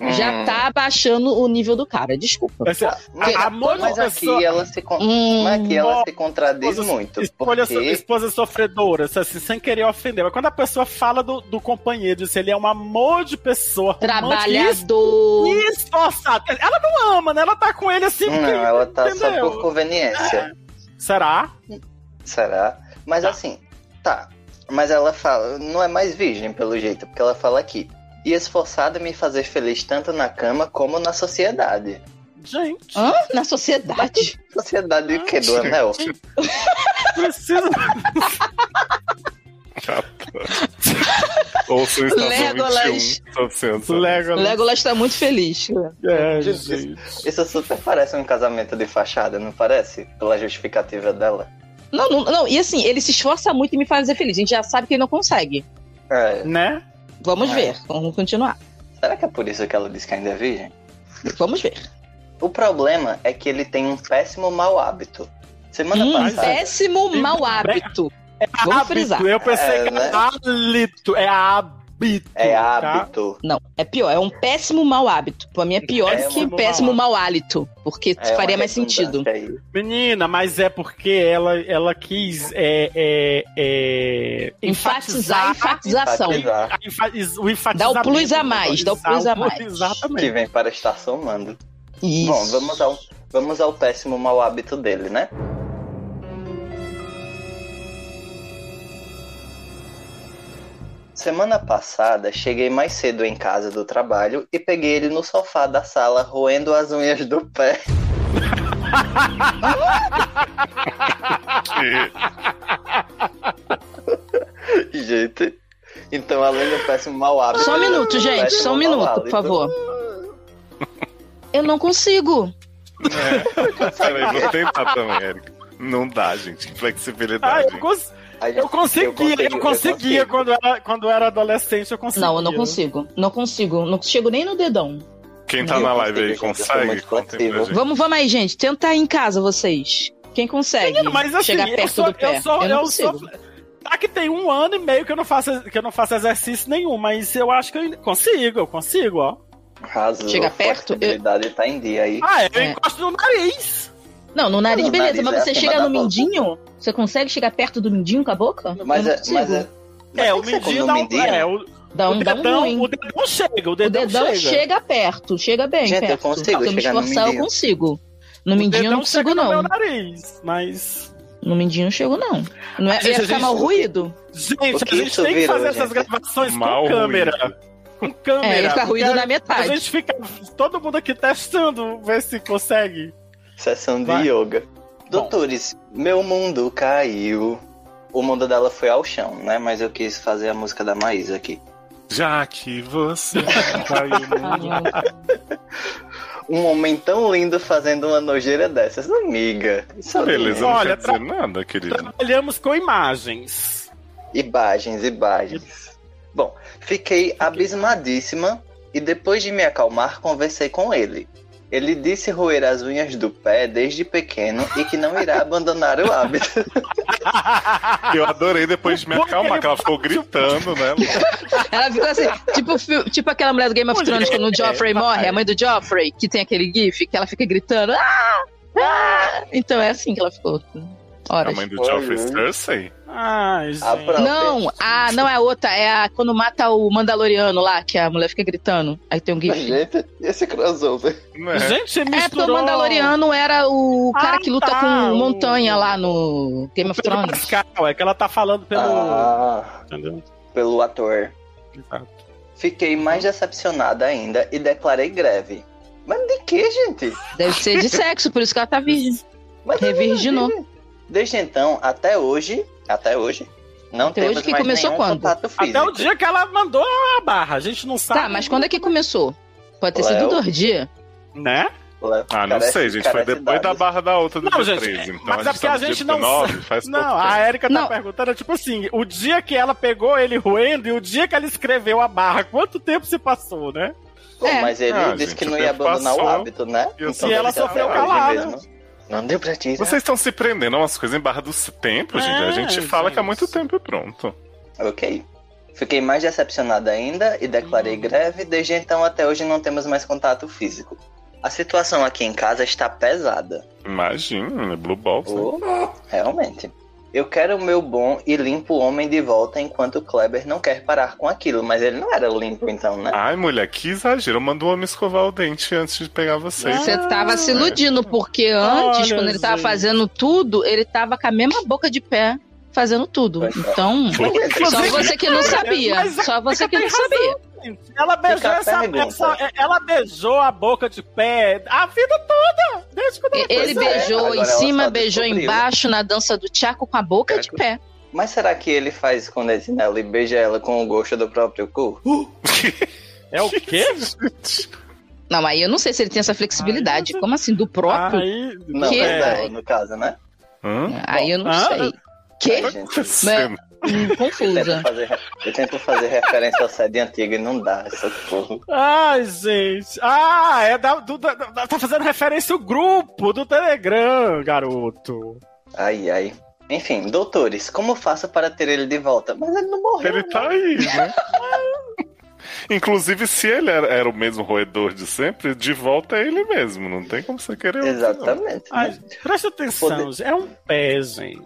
Speaker 4: Hum.
Speaker 3: já tá abaixando o nível do cara, desculpa.
Speaker 2: Vai ser-
Speaker 4: Mas,
Speaker 2: a- amor de
Speaker 4: mas
Speaker 2: pessoa-
Speaker 4: aqui ela se con-
Speaker 3: Hum,
Speaker 4: mas é? aqui ela se contradiz
Speaker 2: esposa-
Speaker 4: muito,
Speaker 2: Escolha so-
Speaker 4: porque
Speaker 2: esposa sofredora, assim, sem querer ofender. Mas quando a pessoa fala do, do companheiro, se ele é um amor de pessoa, romântico
Speaker 4: é
Speaker 3: trabalhador.
Speaker 2: e esforçado. Ela não ama, né? Ela tá com ele assim.
Speaker 4: não,
Speaker 2: porque-
Speaker 4: ela tá só
Speaker 2: entendeu?
Speaker 4: por conveniência.
Speaker 2: Será?
Speaker 4: Será? Mas
Speaker 2: Tá.
Speaker 4: assim, tá. Mas ela fala, não é mais virgem pelo jeito, porque ela fala aqui. E esforçada a me fazer feliz tanto na cama como na sociedade.
Speaker 2: Gente,
Speaker 3: Hã? Na
Speaker 4: é
Speaker 3: sociedade.
Speaker 4: Sociedade o quê?
Speaker 1: [laughs]
Speaker 4: Do anel?
Speaker 1: Tipo,
Speaker 3: [laughs]
Speaker 2: precisa.
Speaker 1: Ouça o Estação
Speaker 3: Legolas.
Speaker 1: 21. Tô sendo.
Speaker 2: Legolas.
Speaker 3: Legolas tá muito feliz.
Speaker 2: né? É,
Speaker 4: Jesus.
Speaker 2: gente.
Speaker 4: Isso super parece um casamento de fachada, não parece? Pela justificativa dela.
Speaker 3: Não, não, não, e assim, ele se esforça muito em me fazer feliz. A gente já sabe que ele não consegue.
Speaker 4: É,
Speaker 2: Né?
Speaker 3: Vamos
Speaker 4: É.
Speaker 3: ver, vamos continuar.
Speaker 4: será que é por isso que ela diz que ainda é virgem?
Speaker 3: Vamos ver.
Speaker 4: O problema é que ele tem um péssimo mau hábito. Semana
Speaker 3: Hum,
Speaker 4: passada.
Speaker 3: péssimo
Speaker 2: Sim,
Speaker 3: mau
Speaker 2: bem-
Speaker 3: hábito. Vamos
Speaker 2: hábito.
Speaker 3: frisar.
Speaker 2: Eu pensei
Speaker 4: É,
Speaker 2: que
Speaker 4: né?
Speaker 2: era hálito. É hábito.
Speaker 4: É
Speaker 2: tá?
Speaker 4: hábito.
Speaker 3: Não, é pior, é um péssimo mau hábito. Pra mim é pior
Speaker 4: É
Speaker 3: do que
Speaker 2: um
Speaker 3: um péssimo
Speaker 2: mau
Speaker 3: mau hálito, porque
Speaker 4: É uma
Speaker 3: faria mais
Speaker 4: redundância
Speaker 3: sentido.
Speaker 4: aí.
Speaker 2: Menina, mas é porque ela, ela quis é, é, é,
Speaker 3: Enfatizar a enfatização.
Speaker 4: Enfatizar.
Speaker 2: A enfa- o enfatizamento.
Speaker 3: Dá o plus a mais, dá o plus a mais.
Speaker 4: que
Speaker 2: Exatamente.
Speaker 4: vem para estar somando.
Speaker 3: Isso.
Speaker 4: Bom, vamos ao, vamos ao péssimo mau hábito dele, né? Semana passada, cheguei mais cedo em casa do trabalho e peguei ele no sofá da sala roendo as unhas do pé. [laughs]
Speaker 1: Que-
Speaker 4: Gente, então além do péssimo mau hábito...
Speaker 3: Só um
Speaker 4: ele
Speaker 3: minuto,
Speaker 4: tem
Speaker 3: gente.
Speaker 4: péssimo
Speaker 3: Só um
Speaker 4: mau
Speaker 3: minuto, por
Speaker 2: [laughs]
Speaker 4: hálito.
Speaker 3: favor. Eu não consigo.
Speaker 1: Peraí, vou tentar também, Érica. Não dá, gente.
Speaker 2: Ah,
Speaker 1: Flexibilidade.
Speaker 2: eu, cons
Speaker 4: A gente-
Speaker 2: eu conseguia, eu,
Speaker 4: consegui,
Speaker 2: conseguia
Speaker 4: eu
Speaker 2: quando era, quando era adolescente, eu né? conseguia.
Speaker 3: Não, eu não consigo. Não consigo. Não chego nem no dedão.
Speaker 1: Quem tá
Speaker 4: Eu
Speaker 1: na live aí
Speaker 4: consigo, gente, eu sou
Speaker 1: consegue?
Speaker 4: muito
Speaker 1: Contem pra
Speaker 4: flexível.
Speaker 1: gente.
Speaker 3: Vamos, vamos aí, gente. Tenta aí em casa, vocês. Quem consegue
Speaker 2: Menino, mas assim,
Speaker 3: chegar
Speaker 2: eu
Speaker 3: perto
Speaker 2: sou,
Speaker 3: do pé?
Speaker 2: eu sou,
Speaker 3: não
Speaker 2: eu
Speaker 3: consigo.
Speaker 2: sou. Tá que tem um ano e meio que eu não faço, que eu não faço exercício nenhum, mas eu acho que eu ainda consigo, eu consigo, ó.
Speaker 4: Arrasou,
Speaker 3: Chega perto, eu-
Speaker 4: flexibilidade tá em dia aí.
Speaker 2: Ah, eu
Speaker 3: É.
Speaker 2: encosto no nariz.
Speaker 3: Não, no nariz,
Speaker 4: No
Speaker 3: beleza.
Speaker 4: nariz, é
Speaker 3: mas você
Speaker 4: acima
Speaker 3: chega
Speaker 4: da
Speaker 3: no
Speaker 4: boca.
Speaker 3: mindinho? Você consegue chegar perto do mindinho com a boca?
Speaker 4: Mas
Speaker 3: Eu não
Speaker 4: é, mas é,
Speaker 2: é, o
Speaker 4: tem que ser
Speaker 2: mindinho
Speaker 4: com
Speaker 2: dá
Speaker 4: o
Speaker 2: um,
Speaker 4: mindinho?
Speaker 2: é, o,
Speaker 3: Dá um,
Speaker 2: o
Speaker 3: dá um
Speaker 2: dedão,
Speaker 3: ruim.
Speaker 2: o dedão chega, o
Speaker 3: O
Speaker 2: dedão,
Speaker 3: dedão chega. perto, chega bem
Speaker 4: Gente, eu
Speaker 3: perto.
Speaker 4: consigo
Speaker 3: Se eu me
Speaker 4: chegar no
Speaker 3: esforçar, eu
Speaker 4: mindinho.
Speaker 3: consigo. No
Speaker 2: O
Speaker 3: mindinho eu não
Speaker 2: dedão
Speaker 3: consigo,
Speaker 2: chega no meu
Speaker 3: não.
Speaker 2: nariz, mas
Speaker 3: No mindinho eu não chego, não. não é,
Speaker 2: Gente,
Speaker 3: ia
Speaker 2: a
Speaker 3: ficar
Speaker 2: gente-
Speaker 3: mal ruído?
Speaker 2: Gente,
Speaker 4: O que
Speaker 2: a gente
Speaker 4: isso
Speaker 2: tem que
Speaker 4: virou,
Speaker 2: fazer
Speaker 4: gente?
Speaker 2: essas gravações
Speaker 1: Mal
Speaker 2: com
Speaker 1: ruído.
Speaker 2: câmera. Com
Speaker 3: É, ia
Speaker 2: câmera.
Speaker 3: ficar ruído
Speaker 2: Porque
Speaker 3: na
Speaker 2: a
Speaker 3: metade.
Speaker 2: gente fica todo mundo aqui testando, ver se consegue.
Speaker 4: Sessão de
Speaker 2: Vai.
Speaker 4: yoga. Doutores, meu mundo caiu. O mundo dela foi ao chão, né? Mas eu quis fazer a música da Maísa aqui.
Speaker 1: Já que você
Speaker 2: tá
Speaker 1: caiu no [laughs] mundo.
Speaker 4: Um homem tão lindo fazendo uma nojeira dessas, amiga. Isso é
Speaker 1: Beleza, não
Speaker 2: Olha,
Speaker 1: quer
Speaker 2: tra-
Speaker 1: dizer
Speaker 2: [laughs]
Speaker 1: nada, querido.
Speaker 2: Trabalhamos com imagens.
Speaker 4: Ibagens, ibagens. Bom, fiquei abismadíssima e depois de me acalmar, conversei com ele. Ele disse roer as unhas do pé desde pequeno e que não irá abandonar
Speaker 3: [laughs]
Speaker 4: o hábito.
Speaker 2: Ah,
Speaker 1: Eu adorei depois de me
Speaker 2: O bom é que
Speaker 1: acalmar,
Speaker 2: ele
Speaker 1: que ela ficou gritando, né?
Speaker 3: Ela ficou assim, tipo, fi- tipo aquela mulher do Game of Thrones quando o Joffrey morre, a mãe do Joffrey, que tem aquele gif que ela fica gritando. "Ah! Ah!" Então é assim que ela ficou.
Speaker 1: A
Speaker 3: Horas.
Speaker 1: mãe do
Speaker 4: Olha.
Speaker 3: né?
Speaker 1: Joffrey Cersei.
Speaker 2: Ai, gente.
Speaker 4: A própria-
Speaker 3: Não, a, não é a outra, é a quando mata o Mandaloriano lá, que a mulher fica gritando. Aí tem um gif.
Speaker 4: Gente, esse crossover.
Speaker 1: Né?
Speaker 2: Gente, misturou.
Speaker 3: É, porque o Mandaloriano era o cara
Speaker 2: Ah,
Speaker 3: que luta
Speaker 2: tá,
Speaker 3: com
Speaker 2: o-
Speaker 3: montanha lá no Game of
Speaker 2: Pedro
Speaker 3: Thrones.
Speaker 2: Pascal, é que ela tá falando pelo...
Speaker 4: Ah,
Speaker 2: Entendeu?
Speaker 4: pelo ator. Fiquei mais decepcionada ainda e declarei greve. Mas de que, gente?
Speaker 3: Deve ser de sexo, por isso que ela tá virgem.
Speaker 4: Mas eu não
Speaker 3: Revirginou.
Speaker 4: tive. Desde então, até hoje, até hoje, não
Speaker 3: Até
Speaker 4: temos
Speaker 3: hoje que
Speaker 4: mais
Speaker 3: começou
Speaker 4: nenhum
Speaker 3: quando?
Speaker 4: contato físico.
Speaker 2: Até o dia que ela mandou a barra. A gente não sabe.
Speaker 3: Tá, mas quando é que começou? Pode ter sido
Speaker 4: Léo?
Speaker 3: dois dias.
Speaker 2: Né?
Speaker 1: Ah, não sei, gente. Foi depois da barra da outra do
Speaker 2: Não,
Speaker 1: dia
Speaker 2: gente,
Speaker 1: 13. Então
Speaker 2: mas é porque
Speaker 1: tá
Speaker 2: a
Speaker 1: no
Speaker 2: gente
Speaker 1: dia
Speaker 2: não
Speaker 1: 19, faz
Speaker 2: Não,
Speaker 1: pouco
Speaker 2: a
Speaker 1: tempo.
Speaker 2: Erika tá
Speaker 3: Não.
Speaker 2: perguntando, tipo assim, o dia que ela pegou ele roendo e o dia que ela escreveu a barra, quanto tempo se passou, né?
Speaker 4: Pô,
Speaker 3: É.
Speaker 4: mas ele
Speaker 1: Ah,
Speaker 4: disse
Speaker 1: gente,
Speaker 4: que
Speaker 1: o
Speaker 4: não ia
Speaker 1: tempo
Speaker 4: abandonar o
Speaker 1: passou,
Speaker 4: hábito, né?
Speaker 1: e assim eu-
Speaker 2: E ela
Speaker 4: deve ser
Speaker 2: sofreu
Speaker 1: "Ah,
Speaker 4: até hoje
Speaker 2: calada.
Speaker 4: mesmo. Não deu pra ti, né?
Speaker 1: Vocês estão se prendendo a umas coisas em barra do tempo, gente.
Speaker 2: É,
Speaker 1: a gente fala que há
Speaker 2: gente.
Speaker 1: muito tempo e pronto.
Speaker 4: Ok. Fiquei mais decepcionada ainda e declarei greve. Desde então até hoje não temos mais contato físico. A situação aqui em casa está pesada.
Speaker 1: Imagina, né? Blue Balls. né?
Speaker 4: Oh, realmente. Eu quero o meu bom e limpo homem de volta enquanto o Kleber não quer parar com aquilo. Mas ele não era limpo então, né?
Speaker 1: Ai, mulher, que exagero. Mandou o homem escovar o dente antes de pegar vocês.
Speaker 3: Você tava se iludindo, porque antes,
Speaker 2: Olha,
Speaker 3: quando ele tava
Speaker 2: gente.
Speaker 3: fazendo tudo, ele tava com a mesma boca de pé fazendo tudo.
Speaker 4: Pois é.
Speaker 3: Então, só
Speaker 2: Inclusive,
Speaker 1: [laughs]
Speaker 3: você que não sabia.
Speaker 2: mas a
Speaker 3: Só você que não
Speaker 2: Erika tem
Speaker 3: sabia.
Speaker 2: Gente, Ela beijou
Speaker 4: Fica a
Speaker 2: essa,
Speaker 4: pergunta.
Speaker 2: essa- é, Ela beijou a boca de pé a vida toda! Desde quando ela
Speaker 3: Ele
Speaker 4: Pois é,
Speaker 3: beijou
Speaker 4: agora
Speaker 3: em
Speaker 4: ela
Speaker 3: cima,
Speaker 4: só
Speaker 3: beijou
Speaker 4: descobriu.
Speaker 3: embaixo na dança do Tchaco com a boca de
Speaker 4: Tchaco.
Speaker 3: pé.
Speaker 4: Mas será que ele faz escondete nela e beija ela com o gosto do próprio cu?
Speaker 2: É o quê?
Speaker 3: Não, aí eu não sei se ele tem essa flexibilidade.
Speaker 2: Ai,
Speaker 3: Como assim? Do próprio? Aí,
Speaker 2: Aí,
Speaker 4: Não,
Speaker 3: Que?
Speaker 4: é
Speaker 2: é,
Speaker 4: dela, no caso, né?
Speaker 1: Hã?
Speaker 3: eu não
Speaker 2: Ah,
Speaker 3: sei. Que?
Speaker 4: Ai, gente,
Speaker 1: Você-
Speaker 3: Hum,
Speaker 4: eu tento
Speaker 3: Confusa.
Speaker 4: fazer, eu tento fazer referência ao sede antigo e não dá essa porra.
Speaker 2: Ai, gente. Ah, é da, do- da- da- tá fazendo referência ao grupo do Telegram, garoto.
Speaker 4: Ai, ai. Enfim, doutores, como faço para ter ele de volta? Mas ele não morreu.
Speaker 1: Ele
Speaker 4: né?
Speaker 1: tá aí,
Speaker 3: [laughs]
Speaker 1: né? Inclusive, se ele era, era o mesmo roedor de sempre, de volta é ele mesmo. Não tem como você querer outro, não. Ah,
Speaker 4: Exatamente.
Speaker 2: Ai,
Speaker 4: né?
Speaker 2: presta atenção,
Speaker 4: Poder-
Speaker 2: gente, é um pé, gente.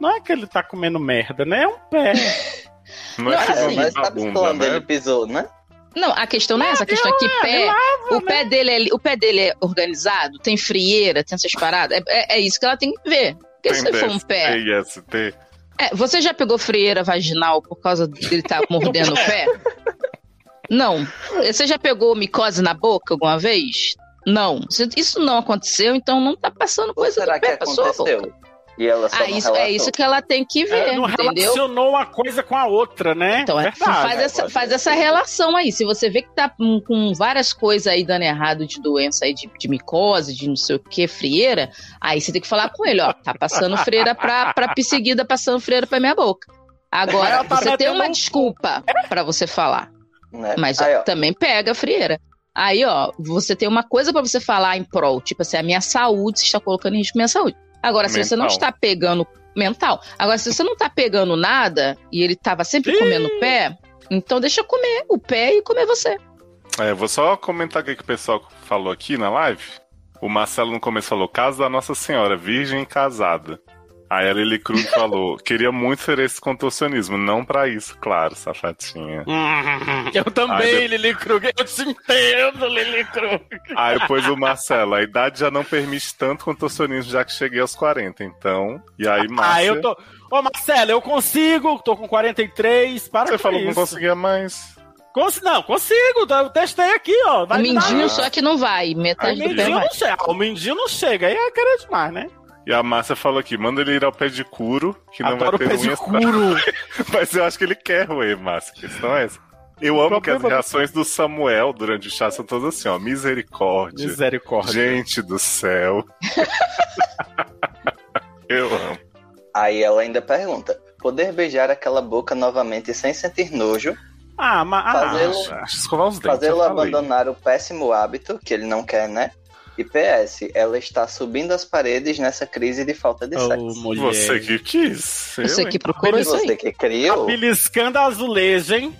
Speaker 2: Não é que ele tá comendo merda, né? É um pé.
Speaker 1: Não é
Speaker 3: Não,
Speaker 1: que o
Speaker 3: assim,
Speaker 4: É,
Speaker 1: nome
Speaker 4: mas
Speaker 1: da
Speaker 4: sabe
Speaker 1: bunda,
Speaker 4: quando ele
Speaker 1: né?
Speaker 4: pisou, né?
Speaker 3: Não, a questão não é essa. A questão é que pé, o, pé dele é, li- o pé dele é organizado, tem frieira, tem essas paradas. É, é- é isso que ela tem que ver. Porque se for um pé.
Speaker 1: IST.
Speaker 3: É, você já pegou frieira vaginal por causa dele estar mordendo o pé? Não. Você já pegou micose na boca alguma vez? Não. Se Isso não aconteceu, então não tá passando
Speaker 4: Ou
Speaker 3: coisa
Speaker 4: será
Speaker 3: do
Speaker 4: que
Speaker 3: pé, passou a boca.
Speaker 4: aconteceu? E ela só
Speaker 3: Ah,
Speaker 4: não
Speaker 3: isso, é
Speaker 4: relatou?
Speaker 3: isso que ela tem que ver,
Speaker 2: É, não
Speaker 3: entendeu?
Speaker 2: relacionou uma coisa com a outra, né?
Speaker 3: Então, é, faz,
Speaker 4: né?
Speaker 3: essa,
Speaker 4: Pode
Speaker 3: faz
Speaker 4: ser.
Speaker 3: essa relação aí. Se você vê que tá com, com várias coisas aí dando errado de doença aí, de, de micose, de não sei o que, frieira, aí você tem que falar com ele, ó. Tá passando freira pra, pra perseguida, passando freira pra minha boca. Agora,
Speaker 2: Ela tá
Speaker 3: você tem
Speaker 2: metendo
Speaker 3: uma
Speaker 2: um-
Speaker 3: desculpa pra você falar,
Speaker 4: Né?
Speaker 3: mas
Speaker 4: Aí, ó,
Speaker 3: também pega a frieira. Aí, ó, você tem uma coisa pra você falar em prol, tipo assim, a minha saúde, você está colocando em risco minha saúde. Agora, se você não
Speaker 1: Mental.
Speaker 3: está pegando mental, agora, se você não tá pegando nada e ele tava sempre
Speaker 2: Ih!
Speaker 3: comendo o pé, então deixa eu comer o pé e comer você.
Speaker 1: É, vou só comentar o que que o pessoal falou aqui na live. O Marcelo no começo falou: Casa da Nossa Senhora, virgem e casada. Aí a Lili
Speaker 3: [laughs]
Speaker 1: Cruz falou: Queria muito ser esse contorcionismo. Não pra isso, claro, safadinha.
Speaker 2: Hum, Eu
Speaker 1: Ai,
Speaker 2: também, Lili Kruger. Eu te entendo, Lili Kruger.
Speaker 1: Aí depois o Marcelo: A idade já não permite tanto contorcionismo, já que cheguei aos 40. Então. E aí, Márcia.
Speaker 2: Ah, eu tô. Ô, Marcelo, eu consigo. Tô com 43. Para
Speaker 1: Você
Speaker 2: com
Speaker 1: falou que não
Speaker 2: é isso.
Speaker 1: conseguia mais.
Speaker 2: Cons- Não, consigo. Eu testei aqui, ó.
Speaker 3: o tá
Speaker 2: Vai me dar-
Speaker 3: mindinho só que não vai, metade
Speaker 1: Ai,
Speaker 3: do pé
Speaker 2: Mindinho
Speaker 3: vai.
Speaker 2: não chega. O mindinho não chega. Aí é cara demais, né?
Speaker 1: E a Márcia falou aqui, manda ele ir ao pé de couro, que não é
Speaker 2: Adoro o
Speaker 1: vai
Speaker 2: pé
Speaker 1: ter
Speaker 2: de
Speaker 1: unhas.
Speaker 2: couro.
Speaker 1: [laughs] Mas eu acho que ele quer roer, Márcia. A questão é essa. Eu amo que as
Speaker 2: problema-
Speaker 1: reações do Samuel durante o chá são todas assim, ó. Misericórdia.
Speaker 2: Misericórdia.
Speaker 1: Gente do céu. [laughs] eu amo.
Speaker 4: Aí ela ainda pergunta: poder beijar aquela boca novamente sem sentir nojo,
Speaker 2: Ah, mas.
Speaker 1: um
Speaker 4: Fazê-lo-
Speaker 2: Ah,
Speaker 1: Acho escovar os dentes.
Speaker 4: fazê-lo
Speaker 1: eu falei.
Speaker 4: abandonar o péssimo hábito, que ele não quer, né? E PS, ela está subindo as paredes nessa crise de falta de
Speaker 2: Ô,
Speaker 4: sexo.
Speaker 2: mulher.
Speaker 1: Você que quis. Eu,
Speaker 3: Você
Speaker 1: hein?
Speaker 3: que procurou isso
Speaker 4: Você
Speaker 3: aí.
Speaker 4: que criou,
Speaker 2: Beliscando azulejo, hein?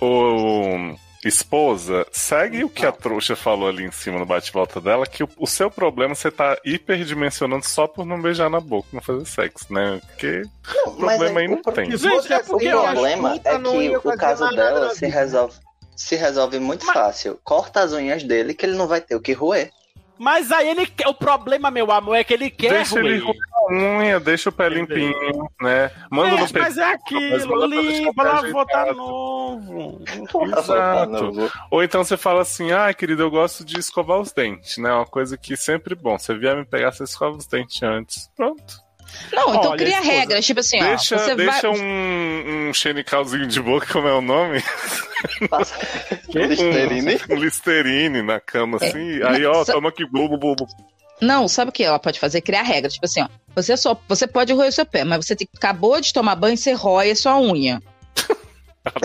Speaker 1: Ô, esposa, segue o que a trouxa falou ali em cima no bate-volta dela, que o, o seu problema é você tá hiperdimensionando só por não beijar na boca, não fazer sexo, né? Porque
Speaker 4: não, mas
Speaker 1: problema aí
Speaker 4: o
Speaker 1: não
Speaker 4: pro-
Speaker 1: tem.
Speaker 2: Gente, é
Speaker 4: O
Speaker 2: porque eu acho.
Speaker 4: problema
Speaker 5: puta
Speaker 4: é
Speaker 5: não
Speaker 4: que
Speaker 5: ia
Speaker 4: o
Speaker 5: fazer
Speaker 4: caso
Speaker 5: nada na
Speaker 4: dela se
Speaker 5: vida.
Speaker 4: resolve, se resolve muito
Speaker 2: Mas-
Speaker 4: fácil. Corta as unhas dele que ele não vai ter o que roer.
Speaker 2: Mas aí ele quer. O problema, meu amor, é que ele quer.
Speaker 1: Deixa ele
Speaker 2: ruim.
Speaker 1: a unha, deixa o pé limpinho, né? Manda
Speaker 2: É,
Speaker 1: no
Speaker 2: mas
Speaker 1: peito.
Speaker 2: é
Speaker 1: mas
Speaker 2: aquilo,
Speaker 1: manda pra deixar
Speaker 2: limpa,
Speaker 1: o pé
Speaker 2: lá voltar
Speaker 1: ajeitado.
Speaker 2: novo.
Speaker 1: Exato. Ou então você fala assim, ah, querido, eu gosto de escovar os dentes, né? Uma coisa que sempre bom. Você vier me pegar, você escova os dentes antes. Pronto.
Speaker 3: Não, então
Speaker 2: Olha,
Speaker 3: cria
Speaker 2: esposa,
Speaker 3: regras, tipo assim,
Speaker 1: deixa
Speaker 3: ó, você
Speaker 1: deixa
Speaker 3: vai...
Speaker 1: um, um xenicalzinho de boca, como é o nome?
Speaker 4: Passa... Listerine?
Speaker 1: Um Listerine na cama, assim. Aí, ó,
Speaker 3: É. Só-
Speaker 1: toma aqui, bobo, bobo.
Speaker 3: Não, sabe o que ela pode fazer? Criar regras, tipo assim, ó, você só, você pode roer o seu pé, mas você tem- acabou de tomar banho, você rói a sua unha.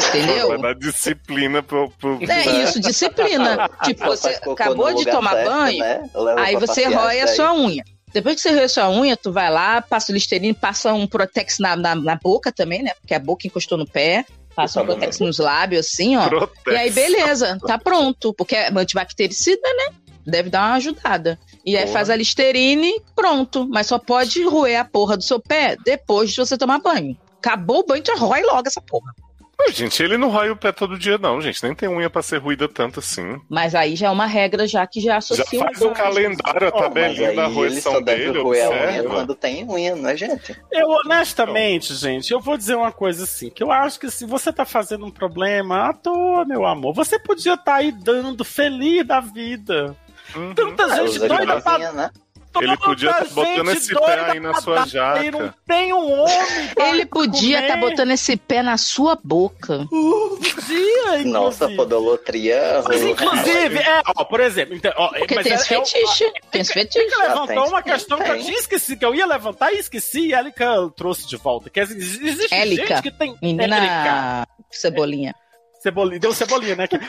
Speaker 3: Entendeu?
Speaker 1: Vai dar disciplina pro. pro...
Speaker 4: [laughs]
Speaker 3: É isso, disciplina. tipo,
Speaker 4: Ela
Speaker 3: você
Speaker 4: faz cocô
Speaker 3: acabou
Speaker 4: no
Speaker 3: de
Speaker 4: lugar
Speaker 3: tomar
Speaker 4: certo,
Speaker 3: banho,
Speaker 4: né? Leva
Speaker 3: aí
Speaker 4: pra
Speaker 3: você
Speaker 4: passear,
Speaker 3: rói a
Speaker 4: isso
Speaker 3: sua unha. Depois que você roeu a sua unha, tu vai lá, passa o Listerine, passa um Protex na, na, na boca também, né? Porque a boca encostou no pé. Passa um
Speaker 4: Tá bom.
Speaker 3: Protex nos lábios, assim, ó.
Speaker 1: Protege.
Speaker 3: E aí, beleza, tá pronto. Porque é antibactericida, né? Deve dar uma ajudada. E aí
Speaker 1: Porra.
Speaker 3: faz a Listerine, pronto. Mas só pode roer a porra do seu pé depois de você tomar banho. Acabou o banho, já rói logo essa porra.
Speaker 1: Mas, gente, ele não rói o pé todo dia, não, gente. Nem tem unha pra ser ruída tanto assim.
Speaker 3: Mas aí já é uma regra já que já
Speaker 1: Já
Speaker 3: associa um
Speaker 1: faz o calendário, a
Speaker 2: Ó, mas
Speaker 4: Mas
Speaker 1: tabelinha
Speaker 4: aí
Speaker 1: da
Speaker 4: ele só
Speaker 1: roeção
Speaker 4: deve
Speaker 1: dele,
Speaker 4: roer a unha
Speaker 1: observa.
Speaker 4: quando tem unha, não é, gente?
Speaker 2: Eu, honestamente, gente, eu vou dizer uma coisa assim, que eu acho que se você tá fazendo um problema à toa, meu amor, você podia estar aí dando feliz da vida.
Speaker 1: Uhum.
Speaker 2: Tanta
Speaker 4: Ah,
Speaker 2: gente
Speaker 4: usa
Speaker 2: doida pra
Speaker 4: linguazinha, né?
Speaker 1: Ele podia
Speaker 2: Tanta
Speaker 1: tá botando
Speaker 2: gente
Speaker 1: esse pé
Speaker 2: doida
Speaker 1: aí na
Speaker 2: pra
Speaker 1: sua
Speaker 2: dar,
Speaker 1: jaca.
Speaker 2: e Não tem um homem. pra
Speaker 3: Ele podia
Speaker 2: comer.
Speaker 3: estar botando esse pé na sua boca.
Speaker 2: Podia, inclusive.
Speaker 4: [laughs] Nossa, podolatria.
Speaker 2: Mas,
Speaker 4: [laughs]
Speaker 2: inclusive, é, ó, por exemplo, então, ó,
Speaker 3: Porque
Speaker 2: mas
Speaker 3: tem
Speaker 2: é-
Speaker 3: esse
Speaker 2: é o-
Speaker 4: um-
Speaker 3: fetiche. Tem esse fetiche.
Speaker 2: Ela levantou
Speaker 4: Ah, tem,
Speaker 2: uma
Speaker 4: tem,
Speaker 2: questão que eu
Speaker 4: tem.
Speaker 2: tinha esquecido, que eu ia levantar e esqueci, e a Élica trouxe de volta. Que existe
Speaker 3: Élica.
Speaker 2: gente que tem.
Speaker 4: é
Speaker 2: Élica.
Speaker 3: Menina Cebolinha.
Speaker 2: Cebolinha, deu cebolinha, né? Que-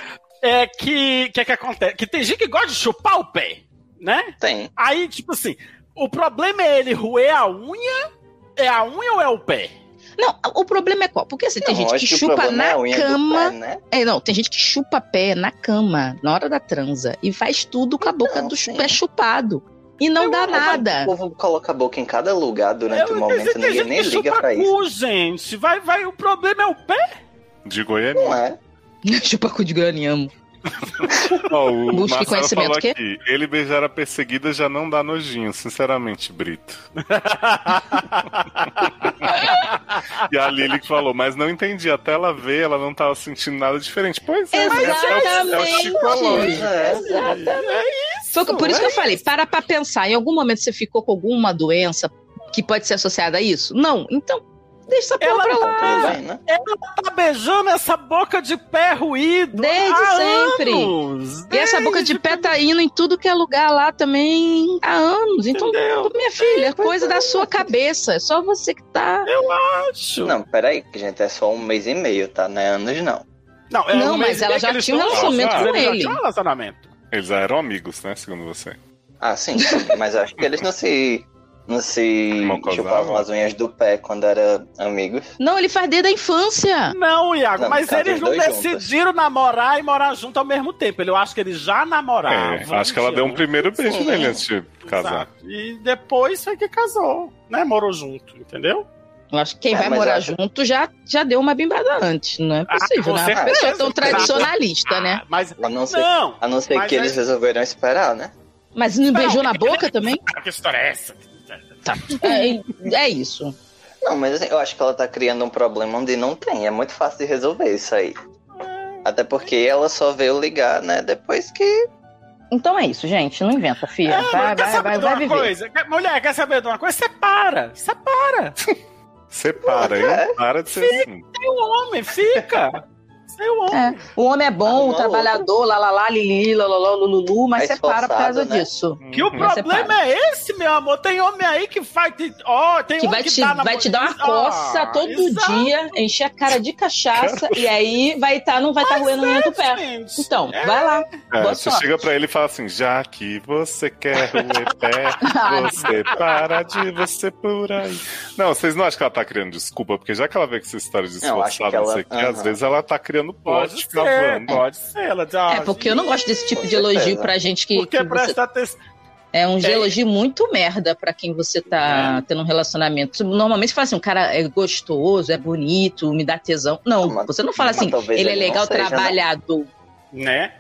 Speaker 2: é que que é que acontece? Que tem gente que gosta de chupar o pé, né?
Speaker 4: Tem.
Speaker 2: Aí, tipo assim, o problema é ele roer a unha, é a unha ou é o pé?
Speaker 3: Não, o problema é qual? Porque assim, tem
Speaker 4: Eu
Speaker 3: gente
Speaker 4: acho
Speaker 3: que
Speaker 4: o
Speaker 3: chupa
Speaker 4: problema é
Speaker 3: na
Speaker 4: a unha do
Speaker 3: cama.
Speaker 4: pé, né?
Speaker 3: É, não, tem gente que chupa pé na cama, na hora da transa, e faz tudo com a boca
Speaker 4: Então,
Speaker 3: do chu-
Speaker 4: sim.
Speaker 3: pé chupado. E não dá nada.
Speaker 4: O povo coloca a boca em cada lugar durante o
Speaker 2: Eu-
Speaker 4: momento, ninguém nem liga pra isso.
Speaker 2: cu, gente. Vai, vai, o problema é o pé.
Speaker 1: De Goiânia.
Speaker 4: Não é?
Speaker 3: [laughs] Chupa cu de graniamo.
Speaker 1: Ó, o
Speaker 3: Busque
Speaker 1: Marcelo
Speaker 3: conhecimento,
Speaker 1: falou
Speaker 3: o quê?
Speaker 1: aqui, ele beijar a perseguida já não dá nojinho,
Speaker 2: [laughs]
Speaker 1: sinceramente, Brito. E a Lili que falou, mas não entendi, até ela ver, ela não tava sentindo nada diferente. Pois é, mas é o- é o chicolão.
Speaker 4: Pois é.
Speaker 3: Foi que- por isso que eu falei, para pra pensar. Em algum momento você ficou com alguma doença que pode ser associada a isso? Não. Então, deixa essa porra
Speaker 2: Ela
Speaker 3: pra lá.
Speaker 4: Então, tudo bem, né?
Speaker 2: tá beijando essa boca de pé ruído.
Speaker 3: Desde
Speaker 2: há
Speaker 3: sempre.
Speaker 2: anos.
Speaker 3: E essa boca de pé tá indo em tudo que é lugar lá também há anos. Então,
Speaker 2: Entendeu?
Speaker 3: minha filha, é coisa da sua cabeça. É só você que tá.
Speaker 2: Acho.
Speaker 4: Não, peraí, que, gente, é só um mês e meio, tá? Não é anos, não.
Speaker 2: Não, é
Speaker 3: Não,
Speaker 2: um mês
Speaker 3: mas
Speaker 2: e
Speaker 3: ela
Speaker 2: meio
Speaker 3: já
Speaker 2: que eles
Speaker 3: tinha um
Speaker 2: estão
Speaker 3: relacionamento
Speaker 2: casados,
Speaker 3: com
Speaker 2: eles já
Speaker 3: ele.
Speaker 2: tinham um relacionamento.
Speaker 1: Eles eram amigos, né, segundo você.
Speaker 4: Ah, sim, sim. [laughs] mas acho que eles não se. Não se
Speaker 1: Não causavam?
Speaker 4: chupavam as unhas do pé quando eram amigos.
Speaker 3: Não, ele faz desde a infância.
Speaker 2: Não, Iago,
Speaker 4: Não,
Speaker 2: mas
Speaker 4: tá,
Speaker 2: eles
Speaker 4: os
Speaker 2: não
Speaker 4: dois juntos.
Speaker 2: decidiram namorar e morar junto ao mesmo tempo. Eu acho que eles já namoravam.
Speaker 1: É, acho que ela deu um primeiro beijo
Speaker 4: Sim.
Speaker 1: nele antes de casar.
Speaker 2: Exato. E depois foi que casou, né? Morou junto, entendeu?
Speaker 3: Eu acho que quem
Speaker 4: É,
Speaker 3: vai
Speaker 4: mas
Speaker 3: morar
Speaker 4: acho-
Speaker 3: junto já, já deu uma bimbada antes. Não é
Speaker 2: Ah,
Speaker 3: possível,
Speaker 2: com
Speaker 3: né? Uma
Speaker 2: certeza.
Speaker 3: pessoa tão tradicionalista, né?
Speaker 2: Ah, mas
Speaker 4: A não ser,
Speaker 2: não,
Speaker 4: a não ser
Speaker 2: Mas
Speaker 4: que
Speaker 2: é-
Speaker 4: eles resolveram esperar, né?
Speaker 3: Mas não beijou na boca também?
Speaker 4: Ah,
Speaker 2: cara, que história é essa?
Speaker 3: É, é isso.
Speaker 4: Não, mas assim, eu acho que ela tá criando um problema onde não tem. É muito fácil de resolver isso aí. Até porque ela só veio ligar, né? Depois que
Speaker 3: Então é isso, gente. Não inventa, filha.
Speaker 2: É,
Speaker 3: vai,
Speaker 2: quer
Speaker 3: vai,
Speaker 2: saber
Speaker 3: vai,
Speaker 2: de uma
Speaker 3: vai viver.
Speaker 2: coisa? Quer- Mulher, quer saber de uma coisa? Separa. Separa.
Speaker 1: Separa, hein?
Speaker 3: Uhum.
Speaker 1: Para de ser assim.
Speaker 2: Tem o homem,
Speaker 3: [laughs]
Speaker 2: fica. Tem o homem.
Speaker 3: É. O homem é
Speaker 2: Tá
Speaker 4: Ah,
Speaker 3: bom,
Speaker 4: uma
Speaker 3: o trabalhador, lá, lá, lá, lili, lololó, lululu, mas
Speaker 4: É
Speaker 2: Tá
Speaker 3: separa por
Speaker 4: esforçado,
Speaker 3: causa
Speaker 4: né?
Speaker 3: disso.
Speaker 2: Que o
Speaker 3: É, Mas
Speaker 2: problema
Speaker 3: separa.
Speaker 2: é esse, meu amor. Tem homem aí que faz. Tem, ó, tem
Speaker 3: Que
Speaker 2: homem
Speaker 3: vai
Speaker 2: que
Speaker 3: te,
Speaker 2: dá na
Speaker 3: vai te dar uma
Speaker 2: Ah,
Speaker 3: coça todo
Speaker 2: exato,
Speaker 3: dia, encher a cara de cachaça e aí vai estar, não vai estar roendo unha do pé.
Speaker 2: gente.
Speaker 3: Então,
Speaker 2: É.
Speaker 3: vai lá.
Speaker 1: É,
Speaker 3: Boa
Speaker 1: você
Speaker 3: sorte.
Speaker 1: chega pra ele e fala assim: já que você quer roer
Speaker 3: [laughs]
Speaker 1: pé, você para de você por aí. Não, vocês não acham que ela tá criando desculpa? Porque já que ela vê que essa história de
Speaker 4: Eu acho que
Speaker 1: esforçada, não
Speaker 4: ela-
Speaker 1: sei o que,
Speaker 4: Aham.
Speaker 1: às vezes ela tá criando
Speaker 2: Pode ser,
Speaker 1: plot cavando.
Speaker 2: pode ser. Ela diz, ó,
Speaker 3: É porque eu não gosto desse tipo
Speaker 4: com
Speaker 3: de elogio
Speaker 4: certeza.
Speaker 3: pra gente que,
Speaker 2: Porque
Speaker 3: que você
Speaker 2: presta atenção.
Speaker 3: É um
Speaker 2: É.
Speaker 3: elogio muito merda pra quem você tá tendo um relacionamento. Normalmente você fala assim, o cara é gostoso, é bonito, me dá tesão. Não,
Speaker 4: Mas-
Speaker 3: você não fala
Speaker 4: mas
Speaker 3: assim,
Speaker 4: talvez
Speaker 3: ele é
Speaker 4: ele não
Speaker 3: legal,
Speaker 4: seja, né?
Speaker 3: trabalhador.
Speaker 2: né?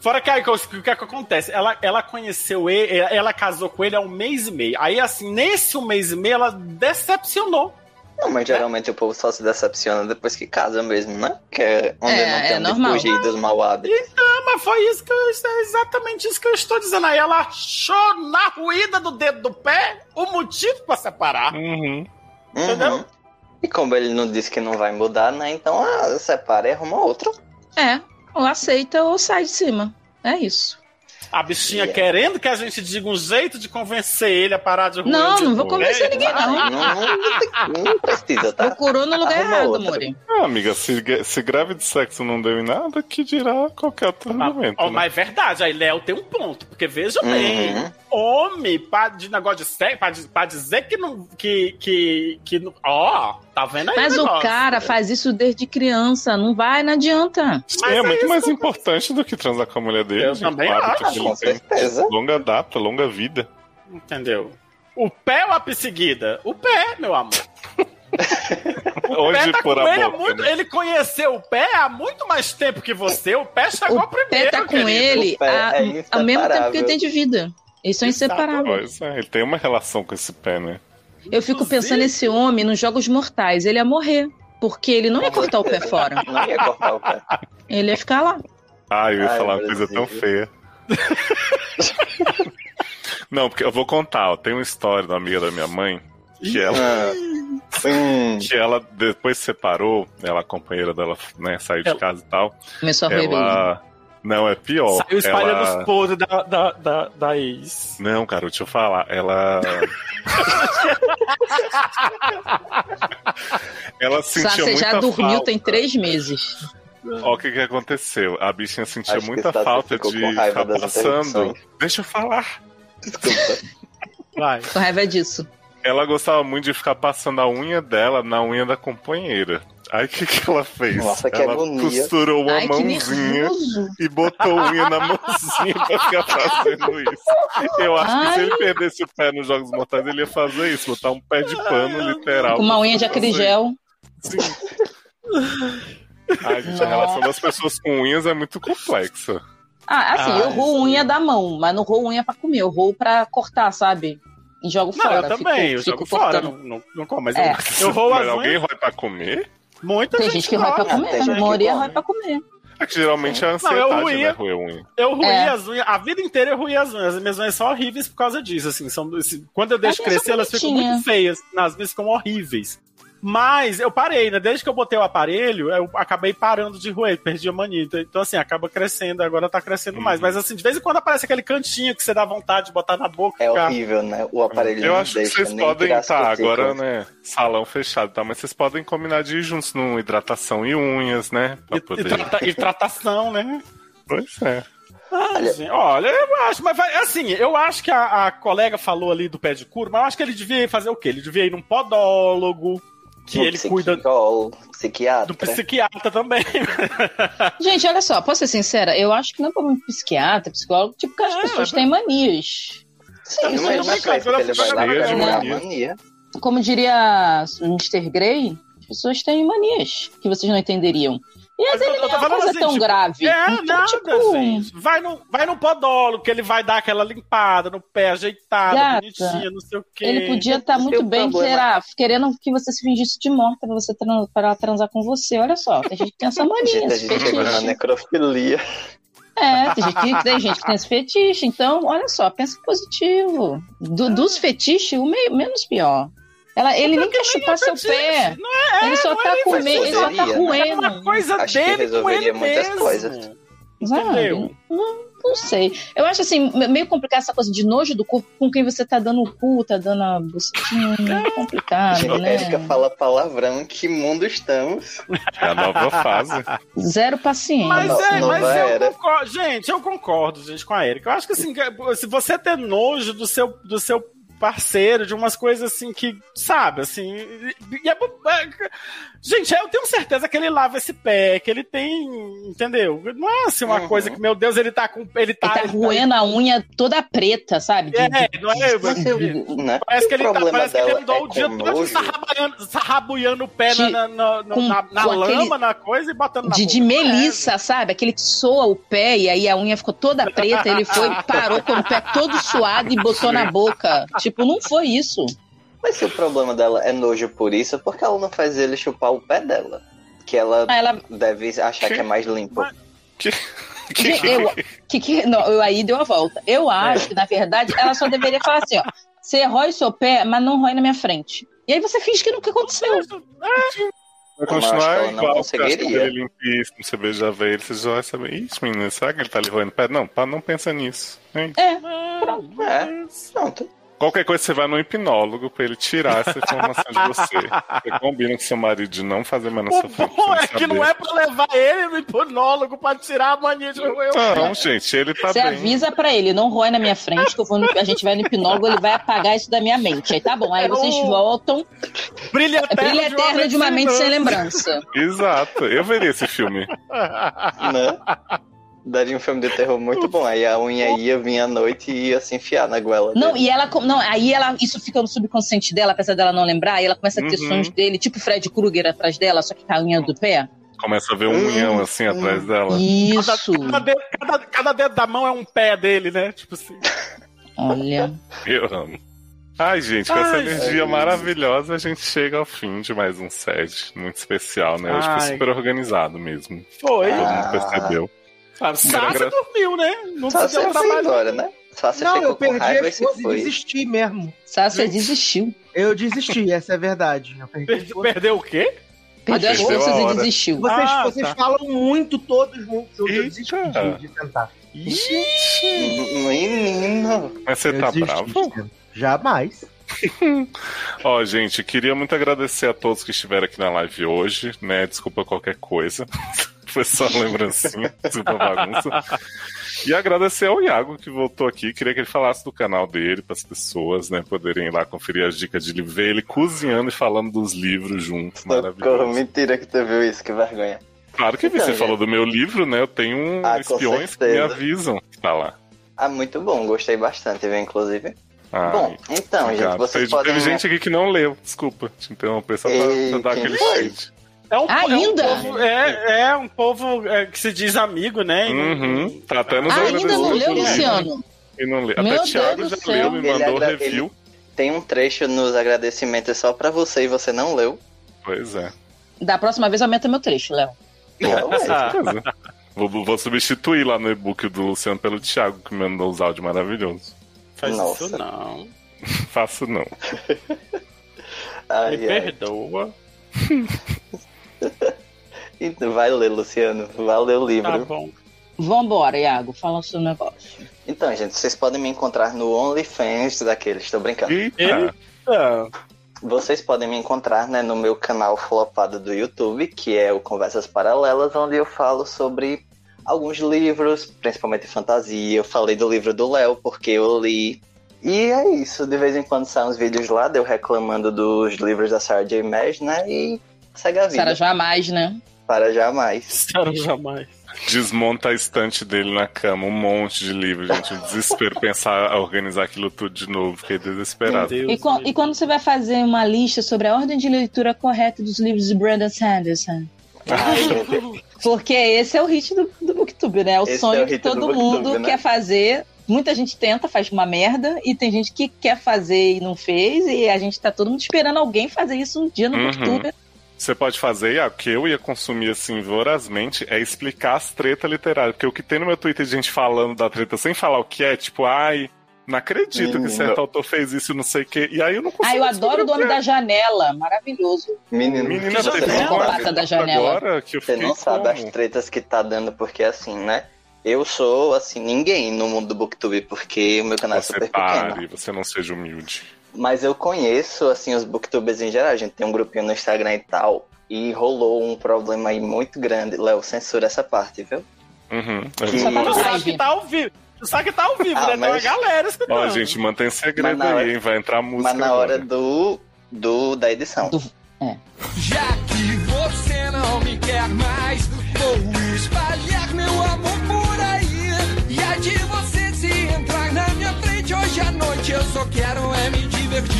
Speaker 2: Fora que aí, o que, é que acontece? Ela, ela conheceu ele, ela casou com ele há um mês e meio. Aí, assim, nesse um mês e meio, ela decepcionou.
Speaker 4: Não, mas geralmente o povo só se decepciona depois que casa mesmo, né? Que é onde
Speaker 3: É,
Speaker 4: não
Speaker 3: é
Speaker 4: tem onde
Speaker 3: normal.
Speaker 4: fugir dos mau hábitos.
Speaker 2: Ah, mas foi isso que eu, é exatamente isso que eu estou dizendo. Aí ela achou na ruída do dedo do pé o motivo pra separar.
Speaker 1: Uhum.
Speaker 2: Entendeu?
Speaker 4: Uhum. E como ele não disse que não vai mudar, né? Então, ah, separa e arruma outro.
Speaker 3: É, ou aceita ou sai de cima. É isso.
Speaker 2: A
Speaker 3: É.
Speaker 2: bichinha
Speaker 4: Yeah.
Speaker 2: querendo que a gente diga um jeito de convencer ele a parar de ruir
Speaker 3: Não,
Speaker 2: de
Speaker 3: não vou
Speaker 2: novo.
Speaker 3: convencer
Speaker 2: É,
Speaker 3: ninguém, não.
Speaker 4: Não, não, não tem- não precisa, tá?
Speaker 3: Procurou
Speaker 2: ah,
Speaker 3: no lugar
Speaker 4: Arruma
Speaker 3: errado,
Speaker 4: outra.
Speaker 3: amore.
Speaker 1: Ah, amiga, se, se grave de sexo não deu em nada, que dirá qualquer outro
Speaker 2: Mas,
Speaker 1: momento.
Speaker 2: ó,
Speaker 1: né?
Speaker 2: mas é verdade, aí Léo tem um ponto, porque
Speaker 3: É.
Speaker 2: veja bem,
Speaker 4: Uhum.
Speaker 2: homem pra, de negócio de sexo, pra, di- pra dizer que não. Que. que, que não- ó, tá vendo aí? né?
Speaker 3: Mas o
Speaker 2: negócio?
Speaker 3: cara faz isso desde criança, não vai, não adianta.
Speaker 1: Sim,
Speaker 2: mas
Speaker 1: é,
Speaker 2: é
Speaker 1: muito
Speaker 2: isso
Speaker 1: mais
Speaker 2: que eu-
Speaker 1: importante do que transar com a mulher dele.
Speaker 2: Eu
Speaker 1: gente.
Speaker 2: também
Speaker 1: Um hábito
Speaker 2: acho,
Speaker 1: que
Speaker 4: com
Speaker 1: ele tem
Speaker 4: certeza.
Speaker 1: Longa data, longa vida.
Speaker 2: Entendeu? O pé ou a perseguida? O pé, meu amor. O pé
Speaker 1: Onde
Speaker 2: tá
Speaker 1: pôr
Speaker 2: com
Speaker 1: a
Speaker 2: ele, há
Speaker 1: boca?
Speaker 2: muito,
Speaker 1: né?
Speaker 2: ele conheceu o pé há muito mais tempo que você. O pé chegou
Speaker 3: O
Speaker 2: primeiro.
Speaker 3: pé tá com
Speaker 2: querido.
Speaker 3: ele
Speaker 4: O pé
Speaker 3: a-
Speaker 4: é
Speaker 3: ao mesmo tempo que
Speaker 4: inseparável.
Speaker 3: ele tem de vida. Eles são
Speaker 2: Exato.
Speaker 3: inseparáveis.
Speaker 1: Pois é, ele tem uma relação com esse pé, né?
Speaker 3: Eu fico
Speaker 2: Inclusive-
Speaker 3: pensando nesse homem nos Jogos Mortais. Ele ia morrer. Porque ele não ia cortar o pé fora.
Speaker 4: Não ia cortar o pé.
Speaker 3: Ele ia ficar lá.
Speaker 1: Ah, eu ia
Speaker 4: Ai,
Speaker 1: falar uma coisa
Speaker 4: Brasil.
Speaker 1: tão
Speaker 4: [laughs]
Speaker 1: feia. Não, porque eu vou contar, ó, tem uma história da amiga da minha mãe que ela,
Speaker 4: Ah. Hum.
Speaker 1: que ela depois se separou, ela, a companheira dela, né, saiu de
Speaker 2: Ela-
Speaker 1: casa e tal.
Speaker 3: Começou a roer beijo.
Speaker 1: Ela. Não, é pior.
Speaker 2: Saiu espalhando
Speaker 1: ela...
Speaker 2: os podres da, da, da, da ex.
Speaker 1: Não, cara, deixa eu falar. Ela. ela sentia
Speaker 3: Sabe, você
Speaker 1: muita
Speaker 3: já dormiu
Speaker 1: falta.
Speaker 3: tem três meses.
Speaker 1: Olha o que, que aconteceu. A bichinha sentia
Speaker 4: Acho que
Speaker 1: muita
Speaker 4: Sassi
Speaker 1: falta
Speaker 4: tá- ficou
Speaker 1: de
Speaker 4: com raiva
Speaker 1: ficar
Speaker 4: das
Speaker 1: passando.
Speaker 4: interrupções.
Speaker 1: Deixa eu falar.
Speaker 4: Desculpa.
Speaker 2: Vai.
Speaker 3: Com raiva disso.
Speaker 1: Ela gostava muito de ficar passando a unha dela na unha da companheira. Aí o que, que ela fez?
Speaker 4: Nossa, que
Speaker 1: ela
Speaker 4: agonia.
Speaker 1: costurou uma
Speaker 3: Ai, que
Speaker 1: mãozinha
Speaker 3: nervoso.
Speaker 1: e botou unha na mãozinha pra ficar fazendo isso. Eu acho que se
Speaker 3: Ai.
Speaker 1: ele perdesse o pé nos Jogos Mortais, ele ia fazer isso, botar um pé de pano, literal.
Speaker 3: Com uma unha de acrigel.
Speaker 1: Sim. Ai, gente, a relação das pessoas com unhas é muito complexa.
Speaker 3: Ah, assim,
Speaker 2: Ah,
Speaker 3: eu roo unha da mão, mas não roo unha pra comer. Eu roo pra cortar, sabe? E jogo
Speaker 2: Não,
Speaker 3: fora.
Speaker 2: eu também. eu
Speaker 3: fico,
Speaker 2: jogo
Speaker 3: fico
Speaker 2: fora. Não,
Speaker 3: cortando.
Speaker 2: não, não como, mas
Speaker 3: É.
Speaker 2: eu, eu roo as
Speaker 1: Mas alguém
Speaker 2: unhas.
Speaker 1: rói pra comer?
Speaker 2: Muita
Speaker 3: Tem
Speaker 2: gente
Speaker 3: gente que rói pra
Speaker 2: rola.
Speaker 4: tem gente
Speaker 3: comer.
Speaker 4: que
Speaker 3: A maioria
Speaker 4: come.
Speaker 3: rói pra comer.
Speaker 1: É que geralmente é a
Speaker 2: Não, eu
Speaker 1: ansiedade,
Speaker 2: ruía.
Speaker 1: né? Roer unha.
Speaker 2: Eu ruí
Speaker 3: É.
Speaker 2: as unhas, a vida inteira eu ruí as unhas. As minhas unhas são horríveis por causa disso, assim. São, assim, quando eu deixo
Speaker 3: As minhas
Speaker 2: crescer,
Speaker 3: são
Speaker 2: elas ficam
Speaker 3: bonitinhas.
Speaker 2: muito feias. As minhas ficam horríveis. Mas eu parei, né? Desde que eu botei o aparelho, eu acabei parando de roer, perdi a mania. Então, então, assim, acaba crescendo, agora tá crescendo
Speaker 1: Uhum.
Speaker 2: mais. Mas, assim, de vez em quando aparece aquele cantinho que você dá vontade de botar na boca.
Speaker 4: É
Speaker 2: ficar-
Speaker 4: horrível, né? O aparelho
Speaker 1: Eu
Speaker 4: não
Speaker 1: acho que
Speaker 4: deixa
Speaker 1: vocês
Speaker 4: nem
Speaker 1: podem
Speaker 4: tirar as
Speaker 1: tá,
Speaker 4: cutículas.
Speaker 1: agora, né? Salão fechado, tá? Mas vocês podem combinar de ir juntos numa hidratação e unhas, né? Pra
Speaker 2: E, e,
Speaker 1: poder.
Speaker 2: trata- e tratação, né?
Speaker 1: Pois é.
Speaker 2: Ah,
Speaker 4: Olha-
Speaker 2: gente, olha, eu acho, mas vai- assim, eu acho que a, a colega falou ali do pé de cura, mas eu acho que ele devia ir fazer o quê? Ele devia ir num podólogo, que
Speaker 4: Um
Speaker 2: ele cuida
Speaker 4: psicólogo,
Speaker 2: Do
Speaker 4: psiquiatra.
Speaker 2: psiquiatra
Speaker 4: [laughs]
Speaker 2: também.
Speaker 3: Gente, olha só, posso ser sincera? Eu acho que não é problema de psiquiatra, psicólogo, tipo, que as
Speaker 2: É,
Speaker 3: pessoas
Speaker 2: é-
Speaker 3: têm manias.
Speaker 4: Sim,
Speaker 2: Tá
Speaker 4: mas
Speaker 2: doendo,
Speaker 4: não é
Speaker 2: mas cara,
Speaker 4: que ele
Speaker 2: quando
Speaker 4: vai
Speaker 2: eu
Speaker 4: lá
Speaker 1: fui
Speaker 4: pra
Speaker 1: na
Speaker 4: criar
Speaker 1: mania.
Speaker 4: mania.
Speaker 3: como diria o Mr. Grey, as pessoas têm manias que vocês não entenderiam. E
Speaker 2: Mas
Speaker 3: às
Speaker 2: eu-
Speaker 3: vezes
Speaker 2: eu
Speaker 3: não
Speaker 2: tô
Speaker 3: é uma
Speaker 2: falando
Speaker 3: coisa
Speaker 2: assim,
Speaker 3: tão
Speaker 2: tipo,
Speaker 3: grave.
Speaker 2: É,
Speaker 3: Então,
Speaker 2: nada,
Speaker 3: tipo,
Speaker 2: gente. Vai no, vai no podólogo, que ele vai dar aquela limpada no pé, ajeitada,
Speaker 3: Gata,
Speaker 2: bonitinha, não sei o quê.
Speaker 3: ele podia estar
Speaker 4: Seu
Speaker 2: é
Speaker 3: muito bem
Speaker 4: problema.
Speaker 3: será, querendo que você se fingisse de morta pra você tran- pra ela transar com você. Olha só, tem gente que tem essa mania,
Speaker 4: Gente, tá a
Speaker 3: esse
Speaker 4: gente chegou na
Speaker 3: fetiche.
Speaker 4: necrofilia.
Speaker 3: É, tem gente, que, tem gente que tem esse fetiche. Então, olha só, pensa positivo.
Speaker 2: É.
Speaker 3: Do- dos fetiches, o me- menos pior. Ela, ele nem quer chupar seu pé.
Speaker 2: tá Não é,
Speaker 3: ele só
Speaker 2: não
Speaker 3: tá
Speaker 2: é
Speaker 3: com medo, ele só tá
Speaker 4: fetiche,
Speaker 2: É uma
Speaker 3: roendo.
Speaker 2: coisa
Speaker 4: Acho que
Speaker 2: dele com ele
Speaker 4: resolveria muitas
Speaker 2: mesmo.
Speaker 4: coisas.
Speaker 3: Sabe?
Speaker 2: Entendeu?
Speaker 3: Não, não sei. Eu acho assim, me- meio complicado essa coisa de nojo do corpo com quem você tá dando o cu, tá dando a bucetinha. É complicado,
Speaker 4: Gente,
Speaker 3: né?
Speaker 4: Érica Tipo, fala palavrão, que mundo estamos?
Speaker 1: É a
Speaker 4: [laughs]
Speaker 1: nova fase.
Speaker 3: Zero paciência.
Speaker 2: Mas
Speaker 4: Não,
Speaker 2: é,
Speaker 4: não
Speaker 2: mas
Speaker 4: vai,
Speaker 2: eu
Speaker 4: era.
Speaker 2: concordo. Gente, eu concordo, gente, com a Erika. Eu acho que assim, que, se você ter nojo do seu, do seu parceiro, de umas coisas assim que, sabe, assim. e- e é bo- é- gente, eu tenho certeza que ele lava esse pé, que ele tem. Entendeu? Não é assim uma
Speaker 4: Uhum.
Speaker 2: coisa que, meu Deus, ele tá com. Ele tá.
Speaker 3: Ele tá roendo a unha toda preta, sabe? De-
Speaker 2: É, não é?
Speaker 4: Mas eu- Né?
Speaker 2: Parece que
Speaker 4: O
Speaker 2: ele, tá,
Speaker 4: problema
Speaker 2: parece que ele
Speaker 4: dela
Speaker 2: andou
Speaker 4: é
Speaker 2: o dia
Speaker 4: com
Speaker 2: todo
Speaker 4: nojo.
Speaker 2: sarrabaiando, sarrabuiando o pé
Speaker 3: De-
Speaker 2: na, na, na,
Speaker 3: com-
Speaker 2: na- na
Speaker 3: com aquele-
Speaker 2: lama, na coisa e botando na
Speaker 3: de, de
Speaker 2: boca. É,
Speaker 3: melissa, sabe? Aquele que soa o pé e aí a unha ficou toda preta. Ele foi, parou com o pé todo suado e botou na boca. Tipo, não foi isso.
Speaker 4: Mas se o problema dela é nojo por isso, por que ela não faz ele chupar o pé dela? Que ela
Speaker 3: Ah, ela.
Speaker 4: deve achar que é mais limpo.
Speaker 3: Que, eu, que, que, não, eu, aí deu a volta. Eu acho que, na verdade, ela só deveria falar assim: ó, você rói seu pé, mas não rói na minha frente. E aí você finge que nunca aconteceu.
Speaker 1: Vai
Speaker 4: Como eu acho que
Speaker 1: continuar
Speaker 4: ela não
Speaker 1: igual, porque eu acho
Speaker 4: conseguiria.
Speaker 1: que ele é limpíssimo, você beija a veia, você já vai saber. Isso, menino, será que ele tá lhe roendo o pé? Não, tá, não pensa nisso. hein?
Speaker 4: É, pronto.
Speaker 1: Qualquer coisa, você vai no hipnólogo pra ele tirar essa informação de você. Você combina com seu marido de não fazer mais na
Speaker 2: O
Speaker 1: sua frente. pra
Speaker 2: bom
Speaker 1: você
Speaker 2: é que
Speaker 1: saber.
Speaker 2: não é pra levar ele no hipnólogo pra tirar a mania de eu.
Speaker 1: Não, gente, ele tá
Speaker 3: Você
Speaker 1: bem.
Speaker 3: avisa pra ele, não rói na minha frente, que eu vou no- a gente vai no hipnólogo, ele vai apagar isso da minha mente. Aí tá bom, aí vocês
Speaker 2: Eu-
Speaker 3: voltam.
Speaker 2: Brilha
Speaker 3: É
Speaker 2: eterno,
Speaker 3: brilho eterno de uma mente sem lembrança.
Speaker 1: Exato. Eu veria esse filme.
Speaker 4: Né? Daria um filme de terror muito bom. Aí a unha ia vir à noite e ia se enfiar na goela.
Speaker 3: Não,
Speaker 4: dele.
Speaker 3: e ela. com- Não, aí ela. Isso fica no subconsciente dela, apesar dela não lembrar, e ela começa a ter
Speaker 1: Uhum.
Speaker 3: sonhos dele, tipo Fred Krueger atrás dela, só que com a unha do pé.
Speaker 1: Começa a ver um unhão assim atrás dela.
Speaker 3: Isso.
Speaker 2: [laughs] Cada dedo, cada- cada dedo da mão é um pé dele, né? Tipo assim.
Speaker 3: Olha.
Speaker 1: Eu amo. Ai, gente, com essa
Speaker 2: Ai,
Speaker 1: energia maravilhosa, a gente chega ao fim de mais um set. Muito especial, né? Hoje
Speaker 2: Ai.
Speaker 1: foi super organizado mesmo.
Speaker 2: Foi.
Speaker 1: Todo
Speaker 4: Ah.
Speaker 1: mundo percebeu.
Speaker 2: Ah, Sassi
Speaker 1: gra-
Speaker 2: dormiu, né? Não
Speaker 4: Só
Speaker 2: se
Speaker 4: você
Speaker 2: deu
Speaker 4: foi
Speaker 2: trabalho.
Speaker 4: embora, né? Só você
Speaker 5: Não,
Speaker 4: ficou
Speaker 5: eu
Speaker 4: com
Speaker 5: perdi
Speaker 4: raiva
Speaker 5: a
Speaker 4: e se
Speaker 5: força e
Speaker 4: foi.
Speaker 5: desisti mesmo.
Speaker 3: Sácia desistiu.
Speaker 5: Eu desisti, [laughs] essa é a verdade. Eu perdi a
Speaker 2: Perde-
Speaker 5: força.
Speaker 2: Perdeu o quê?
Speaker 3: Perdeu as
Speaker 1: Perdeu a
Speaker 3: forças e
Speaker 1: hora.
Speaker 3: desistiu.
Speaker 5: Vocês,
Speaker 2: Ah,
Speaker 5: vocês
Speaker 2: tá.
Speaker 5: falam muito todos juntos. Eu
Speaker 1: Eita.
Speaker 5: desisti de, de tentar.
Speaker 4: Hum, Menino.
Speaker 1: Mas você
Speaker 5: eu
Speaker 1: tá
Speaker 5: desisti
Speaker 1: bravo?
Speaker 5: de tentar. Jamais.
Speaker 1: Ó, gente, queria muito agradecer a todos que estiveram aqui na live hoje, né? Desculpa qualquer coisa. [laughs] Foi só uma lembrancinha, [laughs] desculpa a bagunça. E agradecer ao Iago que voltou aqui. Queria que ele falasse do canal dele para as pessoas, né? Poderem ir lá conferir as dicas de livro, ver ele cozinhando e falando dos livros juntos.
Speaker 4: Socorro,
Speaker 1: Maravilhoso.
Speaker 4: mentira que tu viu isso, que vergonha.
Speaker 1: Claro que vi,
Speaker 4: Então,
Speaker 1: você
Speaker 4: gente.
Speaker 1: falou do meu livro, né? Eu tenho um
Speaker 4: Ah, com
Speaker 1: espiões que me
Speaker 4: certeza.
Speaker 1: avisam. Tá lá.
Speaker 4: Ah, muito bom, gostei bastante, viu, inclusive.
Speaker 1: Ai,
Speaker 4: bom, então,
Speaker 1: Ah, obrigado.
Speaker 4: gente, vocês
Speaker 1: Teve-
Speaker 4: podem.
Speaker 1: Teve gente aqui que não leu. Desculpa Então, te interromper, só pra, pra dar
Speaker 4: Ei, quem
Speaker 1: tá, aquele
Speaker 4: foi?
Speaker 1: shade.
Speaker 2: É um,
Speaker 3: Ainda?
Speaker 2: É um povo, é, é um povo é, que se diz amigo, né?
Speaker 1: Uhum, tá até nos
Speaker 3: Ah, Ainda não leu,
Speaker 1: agradecimentos.
Speaker 3: Luciano?
Speaker 1: E não leu. Até
Speaker 3: Meu Deus
Speaker 1: Thiago
Speaker 3: do
Speaker 1: já
Speaker 3: céu.
Speaker 1: leu, me
Speaker 4: Ele
Speaker 1: mandou
Speaker 4: agra-
Speaker 1: review.
Speaker 4: Tem um trecho nos agradecimentos só pra você e você não leu.
Speaker 1: Pois é.
Speaker 3: Da próxima vez aumenta meu trecho, Léo.
Speaker 2: [laughs]
Speaker 4: Não,
Speaker 1: Com
Speaker 4: é.
Speaker 2: Ah,
Speaker 1: certeza. Vou, vou substituir lá no e-book do Luciano pelo Thiago, que me mandou os áudios maravilhosos.
Speaker 2: Faz
Speaker 4: Nossa.
Speaker 2: isso não.
Speaker 1: Faço não.
Speaker 2: Me
Speaker 4: Ai, ai.
Speaker 2: perdoa.
Speaker 4: Então, Vai ler, Luciano. Vai ler o livro.
Speaker 2: Tá bom.
Speaker 3: Vambora, Iago, fala o seu negócio.
Speaker 4: Então, gente, vocês podem me encontrar no OnlyFans daqueles, tô brincando.
Speaker 1: Eita!
Speaker 2: Ele- Ah,
Speaker 4: Vocês podem me encontrar né, no meu canal flopado do YouTube, que é o Conversas Paralelas, onde eu falo sobre alguns livros, principalmente fantasia. Eu falei do livro do Léo, porque eu li. E é isso, de vez em quando saem uns vídeos lá, de eu reclamando dos livros da Sarah J. Maas, né? E segue a
Speaker 1: Tá
Speaker 4: vida.
Speaker 3: Será jamais, né?
Speaker 4: Para jamais.
Speaker 2: Sarah jamais.
Speaker 1: Desmonta a estante dele na cama, um monte de livro, gente. Um desespero pensar a organizar aquilo tudo de novo. Fiquei desesperado.
Speaker 2: Meu Deus,
Speaker 3: E, quan-
Speaker 2: meu
Speaker 3: e quando você vai fazer uma lista sobre a ordem de leitura correta dos livros de Brandon Sanderson?
Speaker 4: Ai, gente,
Speaker 3: Porque esse é o hit do, do Booktube, né? O
Speaker 4: Esse
Speaker 3: sonho
Speaker 4: é o
Speaker 3: que
Speaker 4: hit do
Speaker 3: todo
Speaker 4: Booktube,
Speaker 3: mundo
Speaker 4: né?
Speaker 3: quer fazer. Muita gente tenta, faz uma merda, e tem gente que quer fazer e não fez, e a gente tá todo mundo esperando alguém fazer isso um dia no
Speaker 1: Uhum.
Speaker 3: Booktube.
Speaker 1: você pode fazer, Iago, que eu ia consumir assim vorazmente, é explicar as tretas literárias. Porque o que tem no meu Twitter de gente falando da treta sem falar o que é, tipo, ai, não acredito que
Speaker 4: Menino.
Speaker 1: certo autor fez isso, não sei o quê. E aí eu não consigo.
Speaker 3: Ah, eu adoro o
Speaker 1: descobrir
Speaker 3: nome
Speaker 1: que é.
Speaker 3: da janela. Maravilhoso.
Speaker 4: Menino,
Speaker 1: Menina,
Speaker 4: você,
Speaker 1: teve
Speaker 2: janela?
Speaker 1: uma
Speaker 3: Pata
Speaker 1: treta
Speaker 3: da janela.
Speaker 1: Agora que eu
Speaker 4: você
Speaker 1: fiquei
Speaker 4: não sabe as
Speaker 1: como?
Speaker 4: tretas que tá dando, porque assim, né? Eu sou, assim, ninguém no mundo do Booktube, porque o meu canal é
Speaker 1: Você
Speaker 4: super pequeno.
Speaker 1: pare, você não seja humilde.
Speaker 4: Mas eu conheço, assim, os booktubers em geral. A gente tem um grupinho no Instagram e tal. E rolou um problema aí muito grande. Léo, censura essa parte, viu?
Speaker 1: Uhum.
Speaker 4: Que-
Speaker 1: eu-
Speaker 2: Mas
Speaker 4: Hum.
Speaker 2: tu sabe que tá ao vivo. Tu sabe que tá ao vivo,
Speaker 4: Ah,
Speaker 2: né? Tem uma
Speaker 4: mas-
Speaker 2: galera escutando.
Speaker 1: Ó, gente, mantém
Speaker 4: Mas
Speaker 1: segredo
Speaker 4: na hora-
Speaker 1: aí, hein? Vai entrar música.
Speaker 4: Mas na hora
Speaker 1: agora.
Speaker 4: do, do da edição.
Speaker 3: Do-
Speaker 8: Já que você não me quer mais, vou espalhar meu amor por aí. E a de você se entrar na minha frente hoje à noite, eu só quero é me divertir.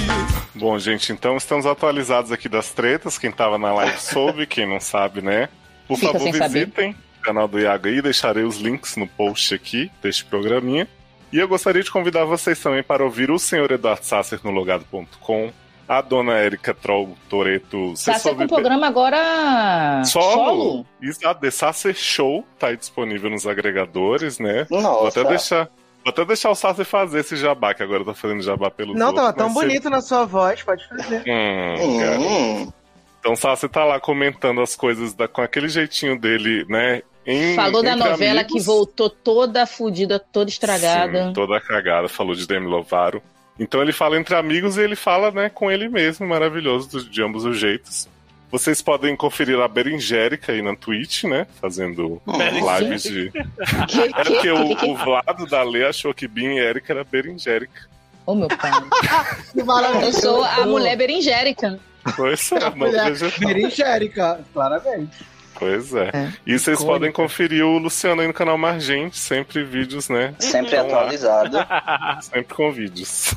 Speaker 1: Bom, gente, então estamos atualizados aqui das tretas. Quem tava na
Speaker 3: [laughs]
Speaker 1: live soube, quem não sabe, né? Por
Speaker 3: Fica
Speaker 1: favor,
Speaker 3: sem saber.
Speaker 1: visitem o canal do Iago aí. Deixarei os links no post aqui deste programinha. E eu gostaria de convidar vocês também para ouvir o senhor Eduardo Sasser no logado.com, a dona Érica Troll Toreto.
Speaker 3: Tá sendo com o programa agora.
Speaker 1: Solo. Isso, ah, The Sasser Show tá aí disponível nos agregadores, né? Vou
Speaker 4: Nossa,
Speaker 1: até deixar. Vou até deixar o Sasser fazer esse jabá, que agora tá fazendo jabá pelo
Speaker 5: Não, tava tão bonito na sua voz, pode fazer.
Speaker 1: Hum, cara.
Speaker 4: Hum,
Speaker 1: Então, Sassi tá lá comentando as coisas da- com aquele jeitinho dele, né? Em-
Speaker 3: Falou da
Speaker 1: entre
Speaker 3: novela
Speaker 1: amigos.
Speaker 3: que voltou toda fodida, toda estragada.
Speaker 1: Sim, toda cagada. Falou de Demi Lovato. Então, ele fala entre amigos e ele fala né, com ele mesmo, maravilhoso, do- de ambos os jeitos. Vocês podem conferir a Berengérica aí na Twitch, né? Fazendo
Speaker 2: Berengérica.
Speaker 1: lives de.
Speaker 3: Que,
Speaker 1: É
Speaker 3: que,
Speaker 1: porque
Speaker 3: que, que,
Speaker 1: o, o Vlado da Lê achou que Bin e Erika era Berengérica.
Speaker 3: Ô, meu pai.
Speaker 5: Que maravilha.
Speaker 3: Eu sou a mulher berengérica.
Speaker 1: Pois é, não
Speaker 5: Mulher.
Speaker 1: vejo
Speaker 5: Beringérica, claramente.
Speaker 1: Pois é.
Speaker 3: É.
Speaker 1: E vocês
Speaker 5: Icônica.
Speaker 1: podem conferir o Luciano aí no canal Margente, sempre vídeos, né?
Speaker 4: sempre
Speaker 1: Vamos lá. [laughs]
Speaker 4: atualizado.
Speaker 1: Sempre com vídeos.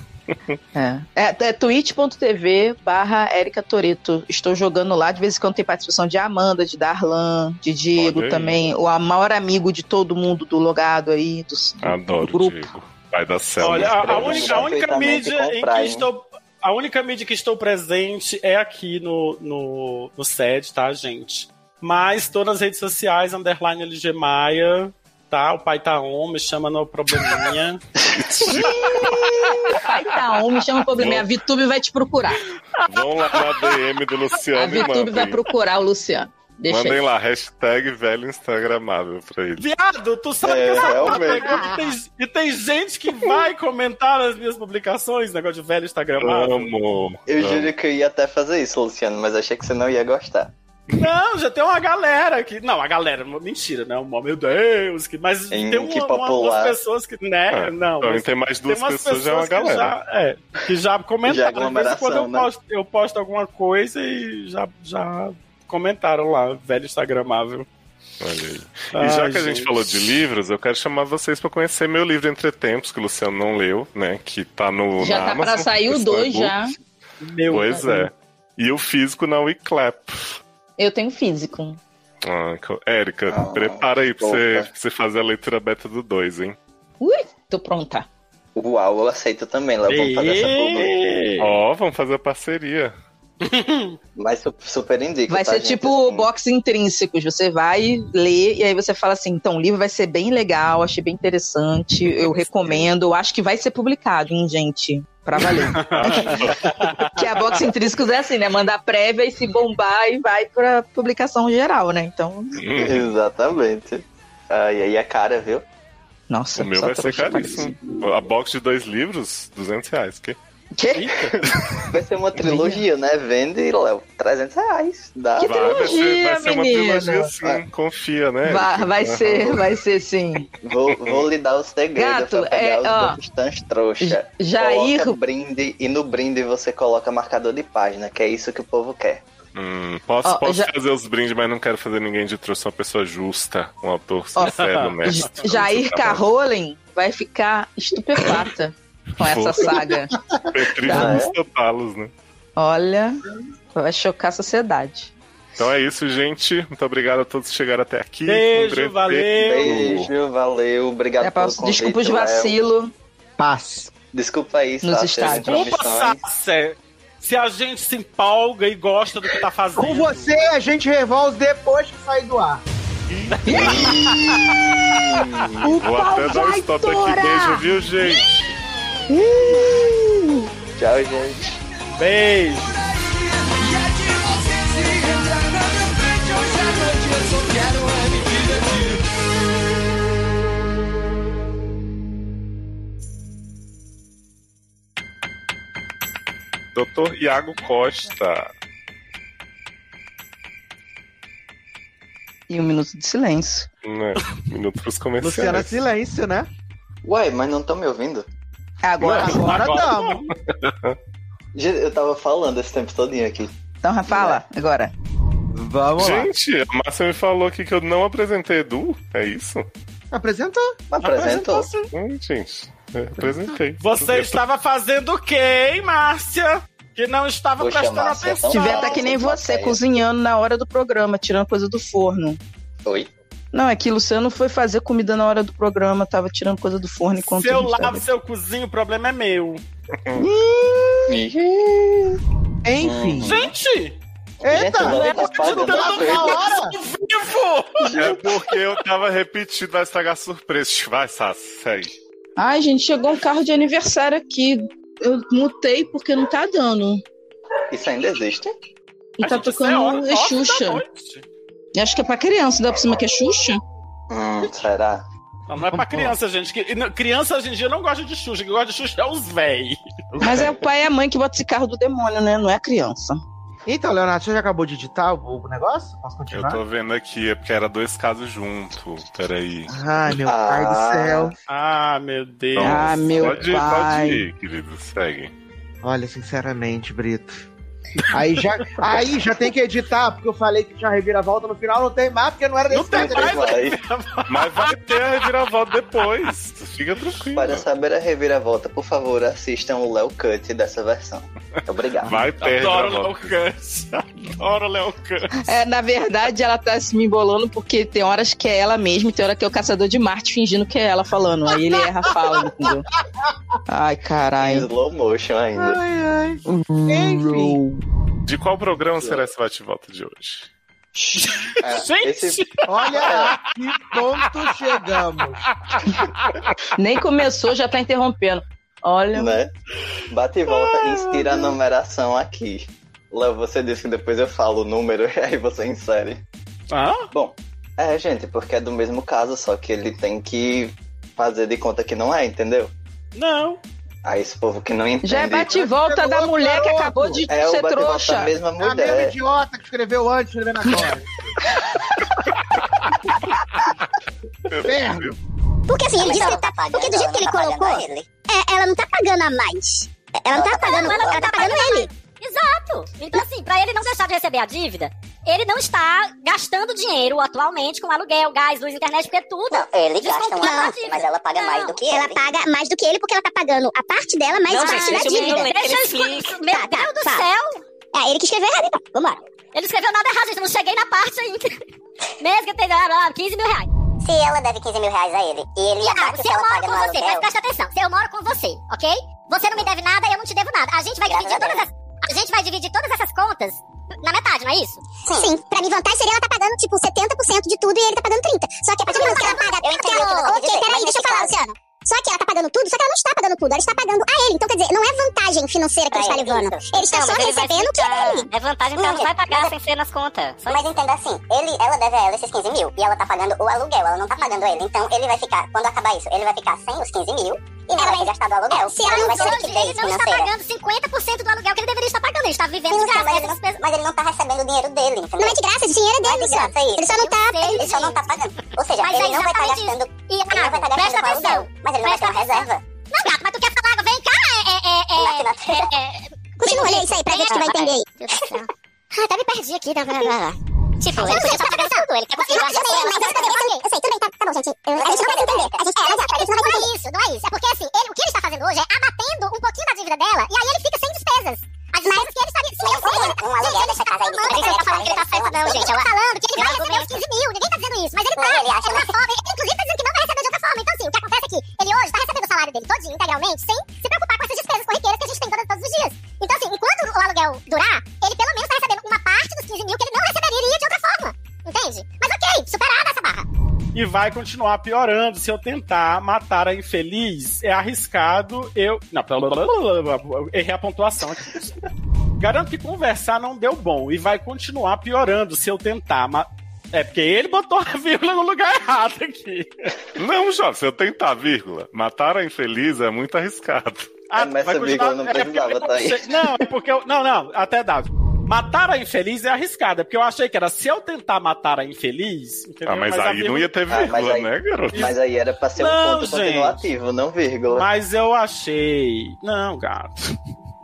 Speaker 3: É, é, é twitch.tv barra Erika Toreto. Estou jogando lá. De vez em quando tem participação de Amanda, de Darlan, de Diego
Speaker 1: Olha aí.
Speaker 3: também. O maior amigo de todo mundo do logado aí. Do, do
Speaker 1: Adoro,
Speaker 3: grupo.
Speaker 1: Diego. Vai da Selma.
Speaker 2: Olha, a, a
Speaker 4: Programa
Speaker 2: única, a única
Speaker 4: completamente
Speaker 2: mídia em que
Speaker 4: contrário.
Speaker 2: estou. A única mídia que estou presente é aqui no, no, no SED, tá, gente? Mas estou nas redes sociais, underline LG Maia, tá? O pai tá on, me chama no probleminha.
Speaker 3: Pai tá on, me chama o probleminha. A Vitube vai te procurar.
Speaker 1: Vão lá na DM do
Speaker 3: A
Speaker 1: Luciano e
Speaker 3: Vitube vai
Speaker 1: mandem.
Speaker 3: procurar o Luciano. Deixa
Speaker 1: Mandem
Speaker 3: aí.
Speaker 1: lá, hashtag velho instagramável pra ele.
Speaker 2: [laughs] Viado, tu sabe
Speaker 4: É,
Speaker 2: que essa porra
Speaker 4: realmente.
Speaker 2: pegou e tem, e tem gente que vai comentar nas minhas publicações, negócio de velho
Speaker 4: É.
Speaker 2: Instagram.
Speaker 1: Amo.
Speaker 4: Eu
Speaker 1: amo.
Speaker 4: juro que eu ia até fazer isso, Luciano, mas achei que você não ia gostar.
Speaker 2: Não, já tem uma galera que. Não, a galera, mentira, né? Uma, meu Deus, que, mas
Speaker 4: Em
Speaker 2: tem uma,
Speaker 4: um que
Speaker 2: uma-
Speaker 4: popular.
Speaker 2: umas pessoas que. Né?
Speaker 1: É,
Speaker 2: não,
Speaker 1: Então,
Speaker 2: mas
Speaker 1: tem mais duas
Speaker 2: tem umas
Speaker 1: pessoas, já é uma galera.
Speaker 2: Que já, é,
Speaker 4: [laughs]
Speaker 2: que já
Speaker 4: Já é
Speaker 2: comentaram. De vez em
Speaker 4: aglomeração,
Speaker 2: quando eu,
Speaker 4: né?
Speaker 2: posto, eu posto alguma coisa e já, já comentaram lá, velho Instagramável.
Speaker 1: Olha aí.
Speaker 2: Ai,
Speaker 1: E já que a gente falou de livros, eu quero chamar vocês pra conhecer meu livro Entretempos, que o Luciano não leu, né? Que tá no.
Speaker 3: Já
Speaker 1: na
Speaker 3: tá pra
Speaker 1: Amazon, é
Speaker 3: sair o
Speaker 1: esse
Speaker 3: 2
Speaker 1: e-book.
Speaker 3: já. Tá.
Speaker 2: Meu,
Speaker 1: Pois é. E o físico na WeClap.
Speaker 3: Eu tenho físico.
Speaker 1: Ah, co- Érica,
Speaker 4: Ah,
Speaker 1: prepara aí pra você,
Speaker 4: opa.
Speaker 1: pra você fazer a leitura beta do 2, hein?
Speaker 3: Ui, tô pronta.
Speaker 4: Uau, eu aceito também, Léo, vamos fazer essa publi.
Speaker 2: Ei,
Speaker 1: Ó, vamos fazer a parceria.
Speaker 4: Mas su- super indico,
Speaker 3: Vai
Speaker 4: tá,
Speaker 3: ser
Speaker 4: gente?
Speaker 3: tipo
Speaker 4: Assim,
Speaker 3: box intrínsecos. Você vai ler e aí você fala assim: então, o livro vai ser bem legal, achei bem interessante, eu recomendo. Eu acho que vai ser publicado, hein, gente? Pra
Speaker 4: [laughs]
Speaker 3: valer. que a box intrínsecos é assim, né? Mandar prévia e se bombar e vai pra publicação geral, né? Então,
Speaker 1: Hum,
Speaker 4: Exatamente. Ah, e aí é cara, viu?
Speaker 3: nossa.
Speaker 1: o meu
Speaker 3: só
Speaker 1: vai ser
Speaker 3: trouxa pra
Speaker 1: caríssimo. A box de dois livros, 200 reais. Que?
Speaker 3: isso. Quê?
Speaker 4: [laughs] Vai ser uma trilogia, né? Vende, Léo, 300 reais. Dá.
Speaker 3: Que
Speaker 1: Vai, vai, ser, vai
Speaker 3: trilogia,
Speaker 1: ser uma
Speaker 3: menino.
Speaker 1: trilogia sim,
Speaker 4: Vai.
Speaker 1: confia,
Speaker 4: é
Speaker 1: né?
Speaker 3: Vai,
Speaker 1: Érica?
Speaker 3: vai
Speaker 1: Aham.
Speaker 3: ser, vai ser sim.
Speaker 4: Vou, vou lhe dar o segredo
Speaker 3: Gato,
Speaker 4: pra pegar
Speaker 3: é,
Speaker 4: os
Speaker 3: ó.
Speaker 4: bastante trouxa.
Speaker 3: Jair
Speaker 4: Coloca brinde e no brinde você coloca marcador de página, que é isso que o povo quer.
Speaker 1: Hum, posso
Speaker 3: Ó,
Speaker 1: posso
Speaker 3: já-
Speaker 1: fazer os brindes, mas não quero fazer ninguém de trouxa, uma pessoa justa, um autor
Speaker 3: Ó,
Speaker 1: sincero, honesto.
Speaker 3: Jair
Speaker 1: Carro.
Speaker 3: Carrolen vai ficar estupefata com essa
Speaker 1: Vou.
Speaker 3: saga.
Speaker 4: Tá.
Speaker 3: é.
Speaker 1: Petrista Talos, né?
Speaker 3: Olha, vai chocar a sociedade.
Speaker 1: Então é isso, gente. Muito obrigado a todos que chegaram até aqui. Um
Speaker 2: Beijo,
Speaker 1: grande
Speaker 2: valeu.
Speaker 4: Beijo, valeu, obrigado
Speaker 3: É,
Speaker 4: pelo
Speaker 3: Paulo,
Speaker 4: convite,
Speaker 3: desculpa os
Speaker 4: Léo.
Speaker 3: vacilo.
Speaker 5: Paz.
Speaker 4: Desculpa aí, tá,
Speaker 3: Nos
Speaker 4: Sasha, as
Speaker 3: estádios.
Speaker 2: Desculpa,
Speaker 4: intromissões.
Speaker 2: Sasser. Se a gente se empolga e gosta do que tá fazendo.
Speaker 5: Com você a gente revolve depois que sair do ar.
Speaker 7: O
Speaker 1: Vou até dar um stop aqui. Beijo, viu, gente?
Speaker 4: Tchau, gente.
Speaker 2: Beijo.
Speaker 8: E é de você se entrar na minha frente hoje à noite. Eu só quero é me divertir.
Speaker 1: Doutor Iago Costa.
Speaker 3: E um minuto de silêncio.
Speaker 1: Né? Minuto pros comerciais.
Speaker 5: Luciana, silêncio, né?
Speaker 4: Ué, mas não estão me ouvindo?
Speaker 3: É Agora.
Speaker 2: Não.
Speaker 5: Agora
Speaker 2: Agora
Speaker 5: tamo.
Speaker 4: Gente, Eu tava falando esse tempo todinho aqui.
Speaker 3: Então, fala,
Speaker 2: É.
Speaker 3: agora.
Speaker 5: Vamos lá.
Speaker 1: Gente, a Márcia me falou aqui que eu não apresentei Edu. É isso?
Speaker 5: Apresentou.
Speaker 4: Mas apresentou.
Speaker 1: Hum, gente, é, apresentei.
Speaker 2: Você estava fazendo o quê, hein, Márcia? Que não estava
Speaker 4: Poxa,
Speaker 2: prestando
Speaker 4: Márcia,
Speaker 2: atenção.
Speaker 3: Se tiver, tá que nem
Speaker 4: Nossa,
Speaker 3: você,
Speaker 4: cara.
Speaker 3: cozinhando na hora do programa, tirando coisa do forno.
Speaker 4: Oi?
Speaker 3: Não, é que o Luciano foi fazer comida na hora do programa, tava tirando coisa do forno enquanto
Speaker 2: Se eu
Speaker 3: a gente tava
Speaker 2: lavo, seu cozinho, o problema é meu.
Speaker 4: Ih,
Speaker 5: Enfim.
Speaker 2: Gente,
Speaker 4: Gente,
Speaker 5: Eita,
Speaker 4: o Lolo tá
Speaker 2: eu
Speaker 4: pagando
Speaker 2: tô
Speaker 4: a
Speaker 2: na
Speaker 4: coisa.
Speaker 2: hora do vivo!
Speaker 1: É porque eu tava repetindo, vai estragar a surpresa. Vai, Sassi, segue.
Speaker 3: Ai, gente, chegou um carro de aniversário aqui. Eu mutei porque não tá dando.
Speaker 4: Isso ainda existe?
Speaker 3: Não tá
Speaker 2: Gente, isso é hora-
Speaker 3: tocando é
Speaker 2: nove da
Speaker 3: Xuxa.
Speaker 2: noite.
Speaker 3: Eu acho que é pra criança, dá pra cima que é Xuxa?
Speaker 4: Hum, será?
Speaker 2: Não, não é pra criança, gente. Que- não, Criança hoje em dia não gosta de Xuxa. Quem gosta de Xuxa é os véi.
Speaker 3: Mas é o pai e a mãe que bota esse carro do demônio, né? Não é a criança.
Speaker 5: Então, Leonardo, você já acabou de editar o o negócio? Posso
Speaker 1: Eu
Speaker 5: continuar?
Speaker 1: tô vendo aqui, é porque era dois casos junto. Peraí.
Speaker 5: Ai, meu pai
Speaker 4: Ah.
Speaker 5: do céu.
Speaker 2: Ah, meu Deus.
Speaker 3: Ah, meu
Speaker 1: pode,
Speaker 3: pai.
Speaker 1: pode ir, querido, segue.
Speaker 5: Olha, sinceramente, Brito. Aí já, aí já tem que editar, porque eu falei que tinha reviravolta no final, não tem mais, porque não era desse né?
Speaker 2: Não tem
Speaker 5: jeito.
Speaker 2: mais.
Speaker 4: Vai.
Speaker 1: Mas vai ter a reviravolta depois. Fica tranquilo.
Speaker 4: Para saber a reviravolta, por favor, assistam o Léo Cut dessa versão. Obrigado.
Speaker 1: Vai ter a
Speaker 2: Adoro o Léo
Speaker 1: reviravolta.
Speaker 2: Câncer. [laughs] Adoro o Léo Câncer.
Speaker 3: É, na verdade, ela tá se me embolando porque tem horas que é ela mesma e tem hora que é o caçador de Marte fingindo que é ela falando. Aí ele erra a fala, entendeu? Ai,
Speaker 4: Em
Speaker 3: caralho.
Speaker 4: slow motion ainda.
Speaker 5: Ai, ai. Enfim.
Speaker 1: De qual programa será esse bate-volta de hoje?
Speaker 4: É,
Speaker 2: Ah, Gente,
Speaker 4: esse-
Speaker 5: Olha lá que ponto chegamos.
Speaker 3: Nem começou, já tá interrompendo. Olha.
Speaker 4: né? Bate e volta,
Speaker 2: Ah.
Speaker 4: inspira a numeração aqui. Léo, você disse que depois eu falo o número [laughs] e aí você insere.
Speaker 2: Hã?
Speaker 4: Bom, é, gente, porque é do mesmo caso, só que ele tem que fazer de conta que não é, entendeu?
Speaker 2: Não.
Speaker 4: Aí esse povo que não entende.
Speaker 3: Já é bate-volta da mulher que acabou de
Speaker 4: É o
Speaker 3: ser
Speaker 4: bate e volta da
Speaker 3: trouxa.
Speaker 2: Ah,
Speaker 4: mesma
Speaker 5: É a mesma
Speaker 4: mulher.
Speaker 5: idiota que escreveu antes, escrevendo agora. Inferno.
Speaker 9: Porque assim, ele diz que ele tá Porque do jeito que ele colocou, é, ela não tá pagando a mais. É, Ela não tá pagando, ela tá pagando ele.
Speaker 10: Exato! Então, assim, pra ele não deixar de receber a dívida, ele não está gastando dinheiro atualmente com aluguel, gás, luz, internet, porque tudo.
Speaker 9: ele
Speaker 10: gasta uma parte, mas
Speaker 9: ela paga
Speaker 10: mais do
Speaker 9: que ele. Ela paga mais do que ele porque ela tá pagando a parte dela mais
Speaker 10: Não,
Speaker 9: parte
Speaker 10: gente,
Speaker 9: da
Speaker 10: isso
Speaker 9: dívida.
Speaker 10: me Deixa eu escutar. Meu
Speaker 9: Tá, tá,
Speaker 10: Deus do
Speaker 9: fala.
Speaker 10: céu!
Speaker 9: É, ele que escreveu errado, então. Vambora.
Speaker 10: Ele escreveu nada errado, gente. Eu não cheguei na parte ainda. [laughs] Mesmo que tenha ah, 15 mil reais.
Speaker 9: Se ela deve 15 mil reais a ele e ele
Speaker 10: Iago, se eu moro com você, mas presta atenção. Se eu moro com você, ok? Você não me deve nada, eu não te devo nada. A gente vai
Speaker 9: Graças
Speaker 10: dividir
Speaker 9: a Deus.
Speaker 10: todas as... A gente vai dividir todas essas contas na metade, não é isso?
Speaker 9: Sim. pra mim vantagem seria ela tá pagando, tipo, 70% de tudo e ele tá pagando 30%. Só que a partir do momento que ela paga... Eu entendo o que você Ok, peraí, deixa eu falar, Luciano. Só que ela tá pagando tudo, só que ela não está pagando tudo, ela está pagando a ele. Então, quer dizer, não é vantagem financeira que ele está levando. Ele está só recebendo o que é dele.
Speaker 10: É vantagem
Speaker 9: porque ela não vai pagar
Speaker 10: sem ser nas contas.
Speaker 9: Mas entenda assim, ele, ela deve a ela esses 15 mil e ela tá pagando o aluguel, ela não tá pagando ele. Então ele vai ficar, quando acabar isso, ele vai ficar sem os 15 mil e não vai ter gastado o aluguel. Então,
Speaker 10: Se ela
Speaker 9: vai
Speaker 10: não
Speaker 9: ser
Speaker 10: hoje, ele
Speaker 9: liquidez
Speaker 10: não está
Speaker 9: financeira.
Speaker 10: pagando 50% do aluguel que ele deveria estar pagando. Ele está vivendo
Speaker 9: Sim,
Speaker 10: de graça.
Speaker 9: Luciano, mas, ele
Speaker 10: essas
Speaker 9: não,
Speaker 10: despesas-
Speaker 9: mas ele não tá recebendo o dinheiro dele, entendeu? Não é de graça, esse dinheiro é dele, Luciano. Ele só não tá.
Speaker 10: sei,
Speaker 9: Ele só não tá pagando. Ou seja,
Speaker 10: Mas é
Speaker 9: ele não vai estar
Speaker 10: exatamente
Speaker 9: gastando.
Speaker 10: E,
Speaker 9: Ele não
Speaker 10: Iago,
Speaker 9: vai estar gastando
Speaker 10: presta
Speaker 9: com aluguel.
Speaker 10: atenção.
Speaker 9: Mas ele não vai ter uma
Speaker 10: Presta atenção.
Speaker 9: reserva.
Speaker 10: Não, gato, mas tu quer falar? Vem cá, é... é,
Speaker 9: Não,
Speaker 10: é, é, é,
Speaker 9: Continua, olha isso aí pra gente que vai entender aí.
Speaker 10: Meu Deus do céu. Ah, até me perdi aqui. Tá, vai, vai, vai. Tipo, ele podia estar pagando tudo. Ele quer
Speaker 9: Eu sei,
Speaker 10: continuar
Speaker 9: mas eu sei,
Speaker 10: gastando.
Speaker 9: eu sei, tudo bem, tá, tá bom, gente. Eu- a gente não vai entender. A gente, é, mas é,
Speaker 10: Não
Speaker 9: a gente não vai entender.
Speaker 10: é isso, não é isso. É porque assim, ele- o que ele está fazendo hoje é abatendo um pouquinho da dívida dela e aí ele fica sem despesas. As despesas que ele estaria. Sim,
Speaker 9: Mas
Speaker 10: eu sei.
Speaker 9: um aluguel dessa casa aí de
Speaker 10: Ninguém tá falando que ele tá certo, não, gente. Ela falando que ele vai receber os
Speaker 9: Argumento.
Speaker 10: 15 mil. Ninguém tá dizendo isso. Mas ele tá.
Speaker 9: Pois ele acha,
Speaker 10: de uma forma. Ele, inclusive, tá dizendo que não vai receber de outra forma. Então, assim, o que acontece é que ele hoje tá recebendo o salário dele todinho, integralmente, sem se preocupar com essas despesas corriqueiras que a gente tem todas, todos os dias. Então, assim, enquanto o aluguel tá
Speaker 2: e vai continuar piorando. Se eu tentar matar a infeliz, é arriscado eu. Não, blá, blá, blá, blá, blá, blá, errei a pontuação aqui. Garanto que conversar não deu bom e vai continuar piorando se eu tentar. ma- É porque ele botou a vírgula no lugar errado aqui.
Speaker 4: É,
Speaker 1: Não, Jovem, se eu tentar, vírgula, matar a infeliz é muito arriscado.
Speaker 2: Ah,
Speaker 4: mas essa vírgula não precisava tá
Speaker 2: [laughs]
Speaker 4: aí.
Speaker 2: Não, é porque eu. Não, não, até dá. Matar a infeliz é arriscada, porque eu achei que era se eu tentar matar a infeliz. entendeu?
Speaker 1: Ah, mas,
Speaker 2: a
Speaker 1: aí não
Speaker 2: vírgula-
Speaker 1: ia ter
Speaker 4: Ah, mas
Speaker 1: vírgula,
Speaker 4: aí-
Speaker 1: né, garoto?
Speaker 4: Mas aí era pra ser
Speaker 2: Não,
Speaker 4: um ponto
Speaker 2: gente.
Speaker 4: continuativo, não vírgula.
Speaker 2: Mas eu achei. Não, gato.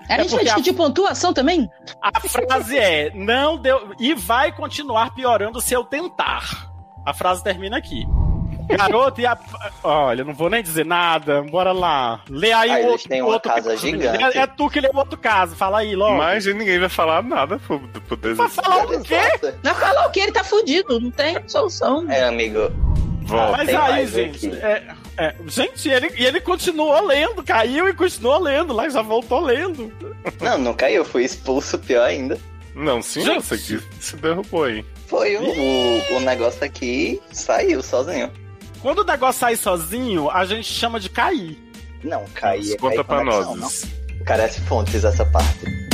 Speaker 3: A gente vai
Speaker 2: porque a-
Speaker 3: discutir pontuação também?
Speaker 2: A frase é: não deu. E vai continuar piorando se eu tentar. A frase termina aqui. Garoto, e a. Olha, não vou nem dizer nada. Bora lá. Lê aí
Speaker 4: Ah,
Speaker 2: o
Speaker 4: eles
Speaker 2: outro.
Speaker 4: têm
Speaker 2: o
Speaker 4: uma
Speaker 2: outro
Speaker 4: casa
Speaker 2: caso, menino.
Speaker 4: gigante.
Speaker 2: É, é tu que lê o outro caso. Fala aí logo.
Speaker 1: Mas gente, ninguém vai falar nada pro,
Speaker 2: Pra
Speaker 1: pro desenho.
Speaker 2: falar o quê?
Speaker 3: Vai falar o que ele tá fudido, não tem solução.
Speaker 4: É, amigo.
Speaker 1: Volta.
Speaker 2: Mas
Speaker 4: tem
Speaker 2: aí,
Speaker 4: mais
Speaker 2: gente,
Speaker 4: aqui.
Speaker 2: é, é, gente, ele, e ele continuou lendo, caiu e continuou lendo, lá já voltou lendo.
Speaker 4: Não, não caiu, fui expulso, pior ainda.
Speaker 1: Não, sim,
Speaker 2: Gente.
Speaker 1: você que se derrubou aí.
Speaker 4: Foi o, o, o negócio aqui, saiu sozinho.
Speaker 2: Quando o negócio sai sozinho, a gente chama de cair.
Speaker 4: Não, caiu.
Speaker 1: Conta pra nós.
Speaker 4: Carece fontes essa parte.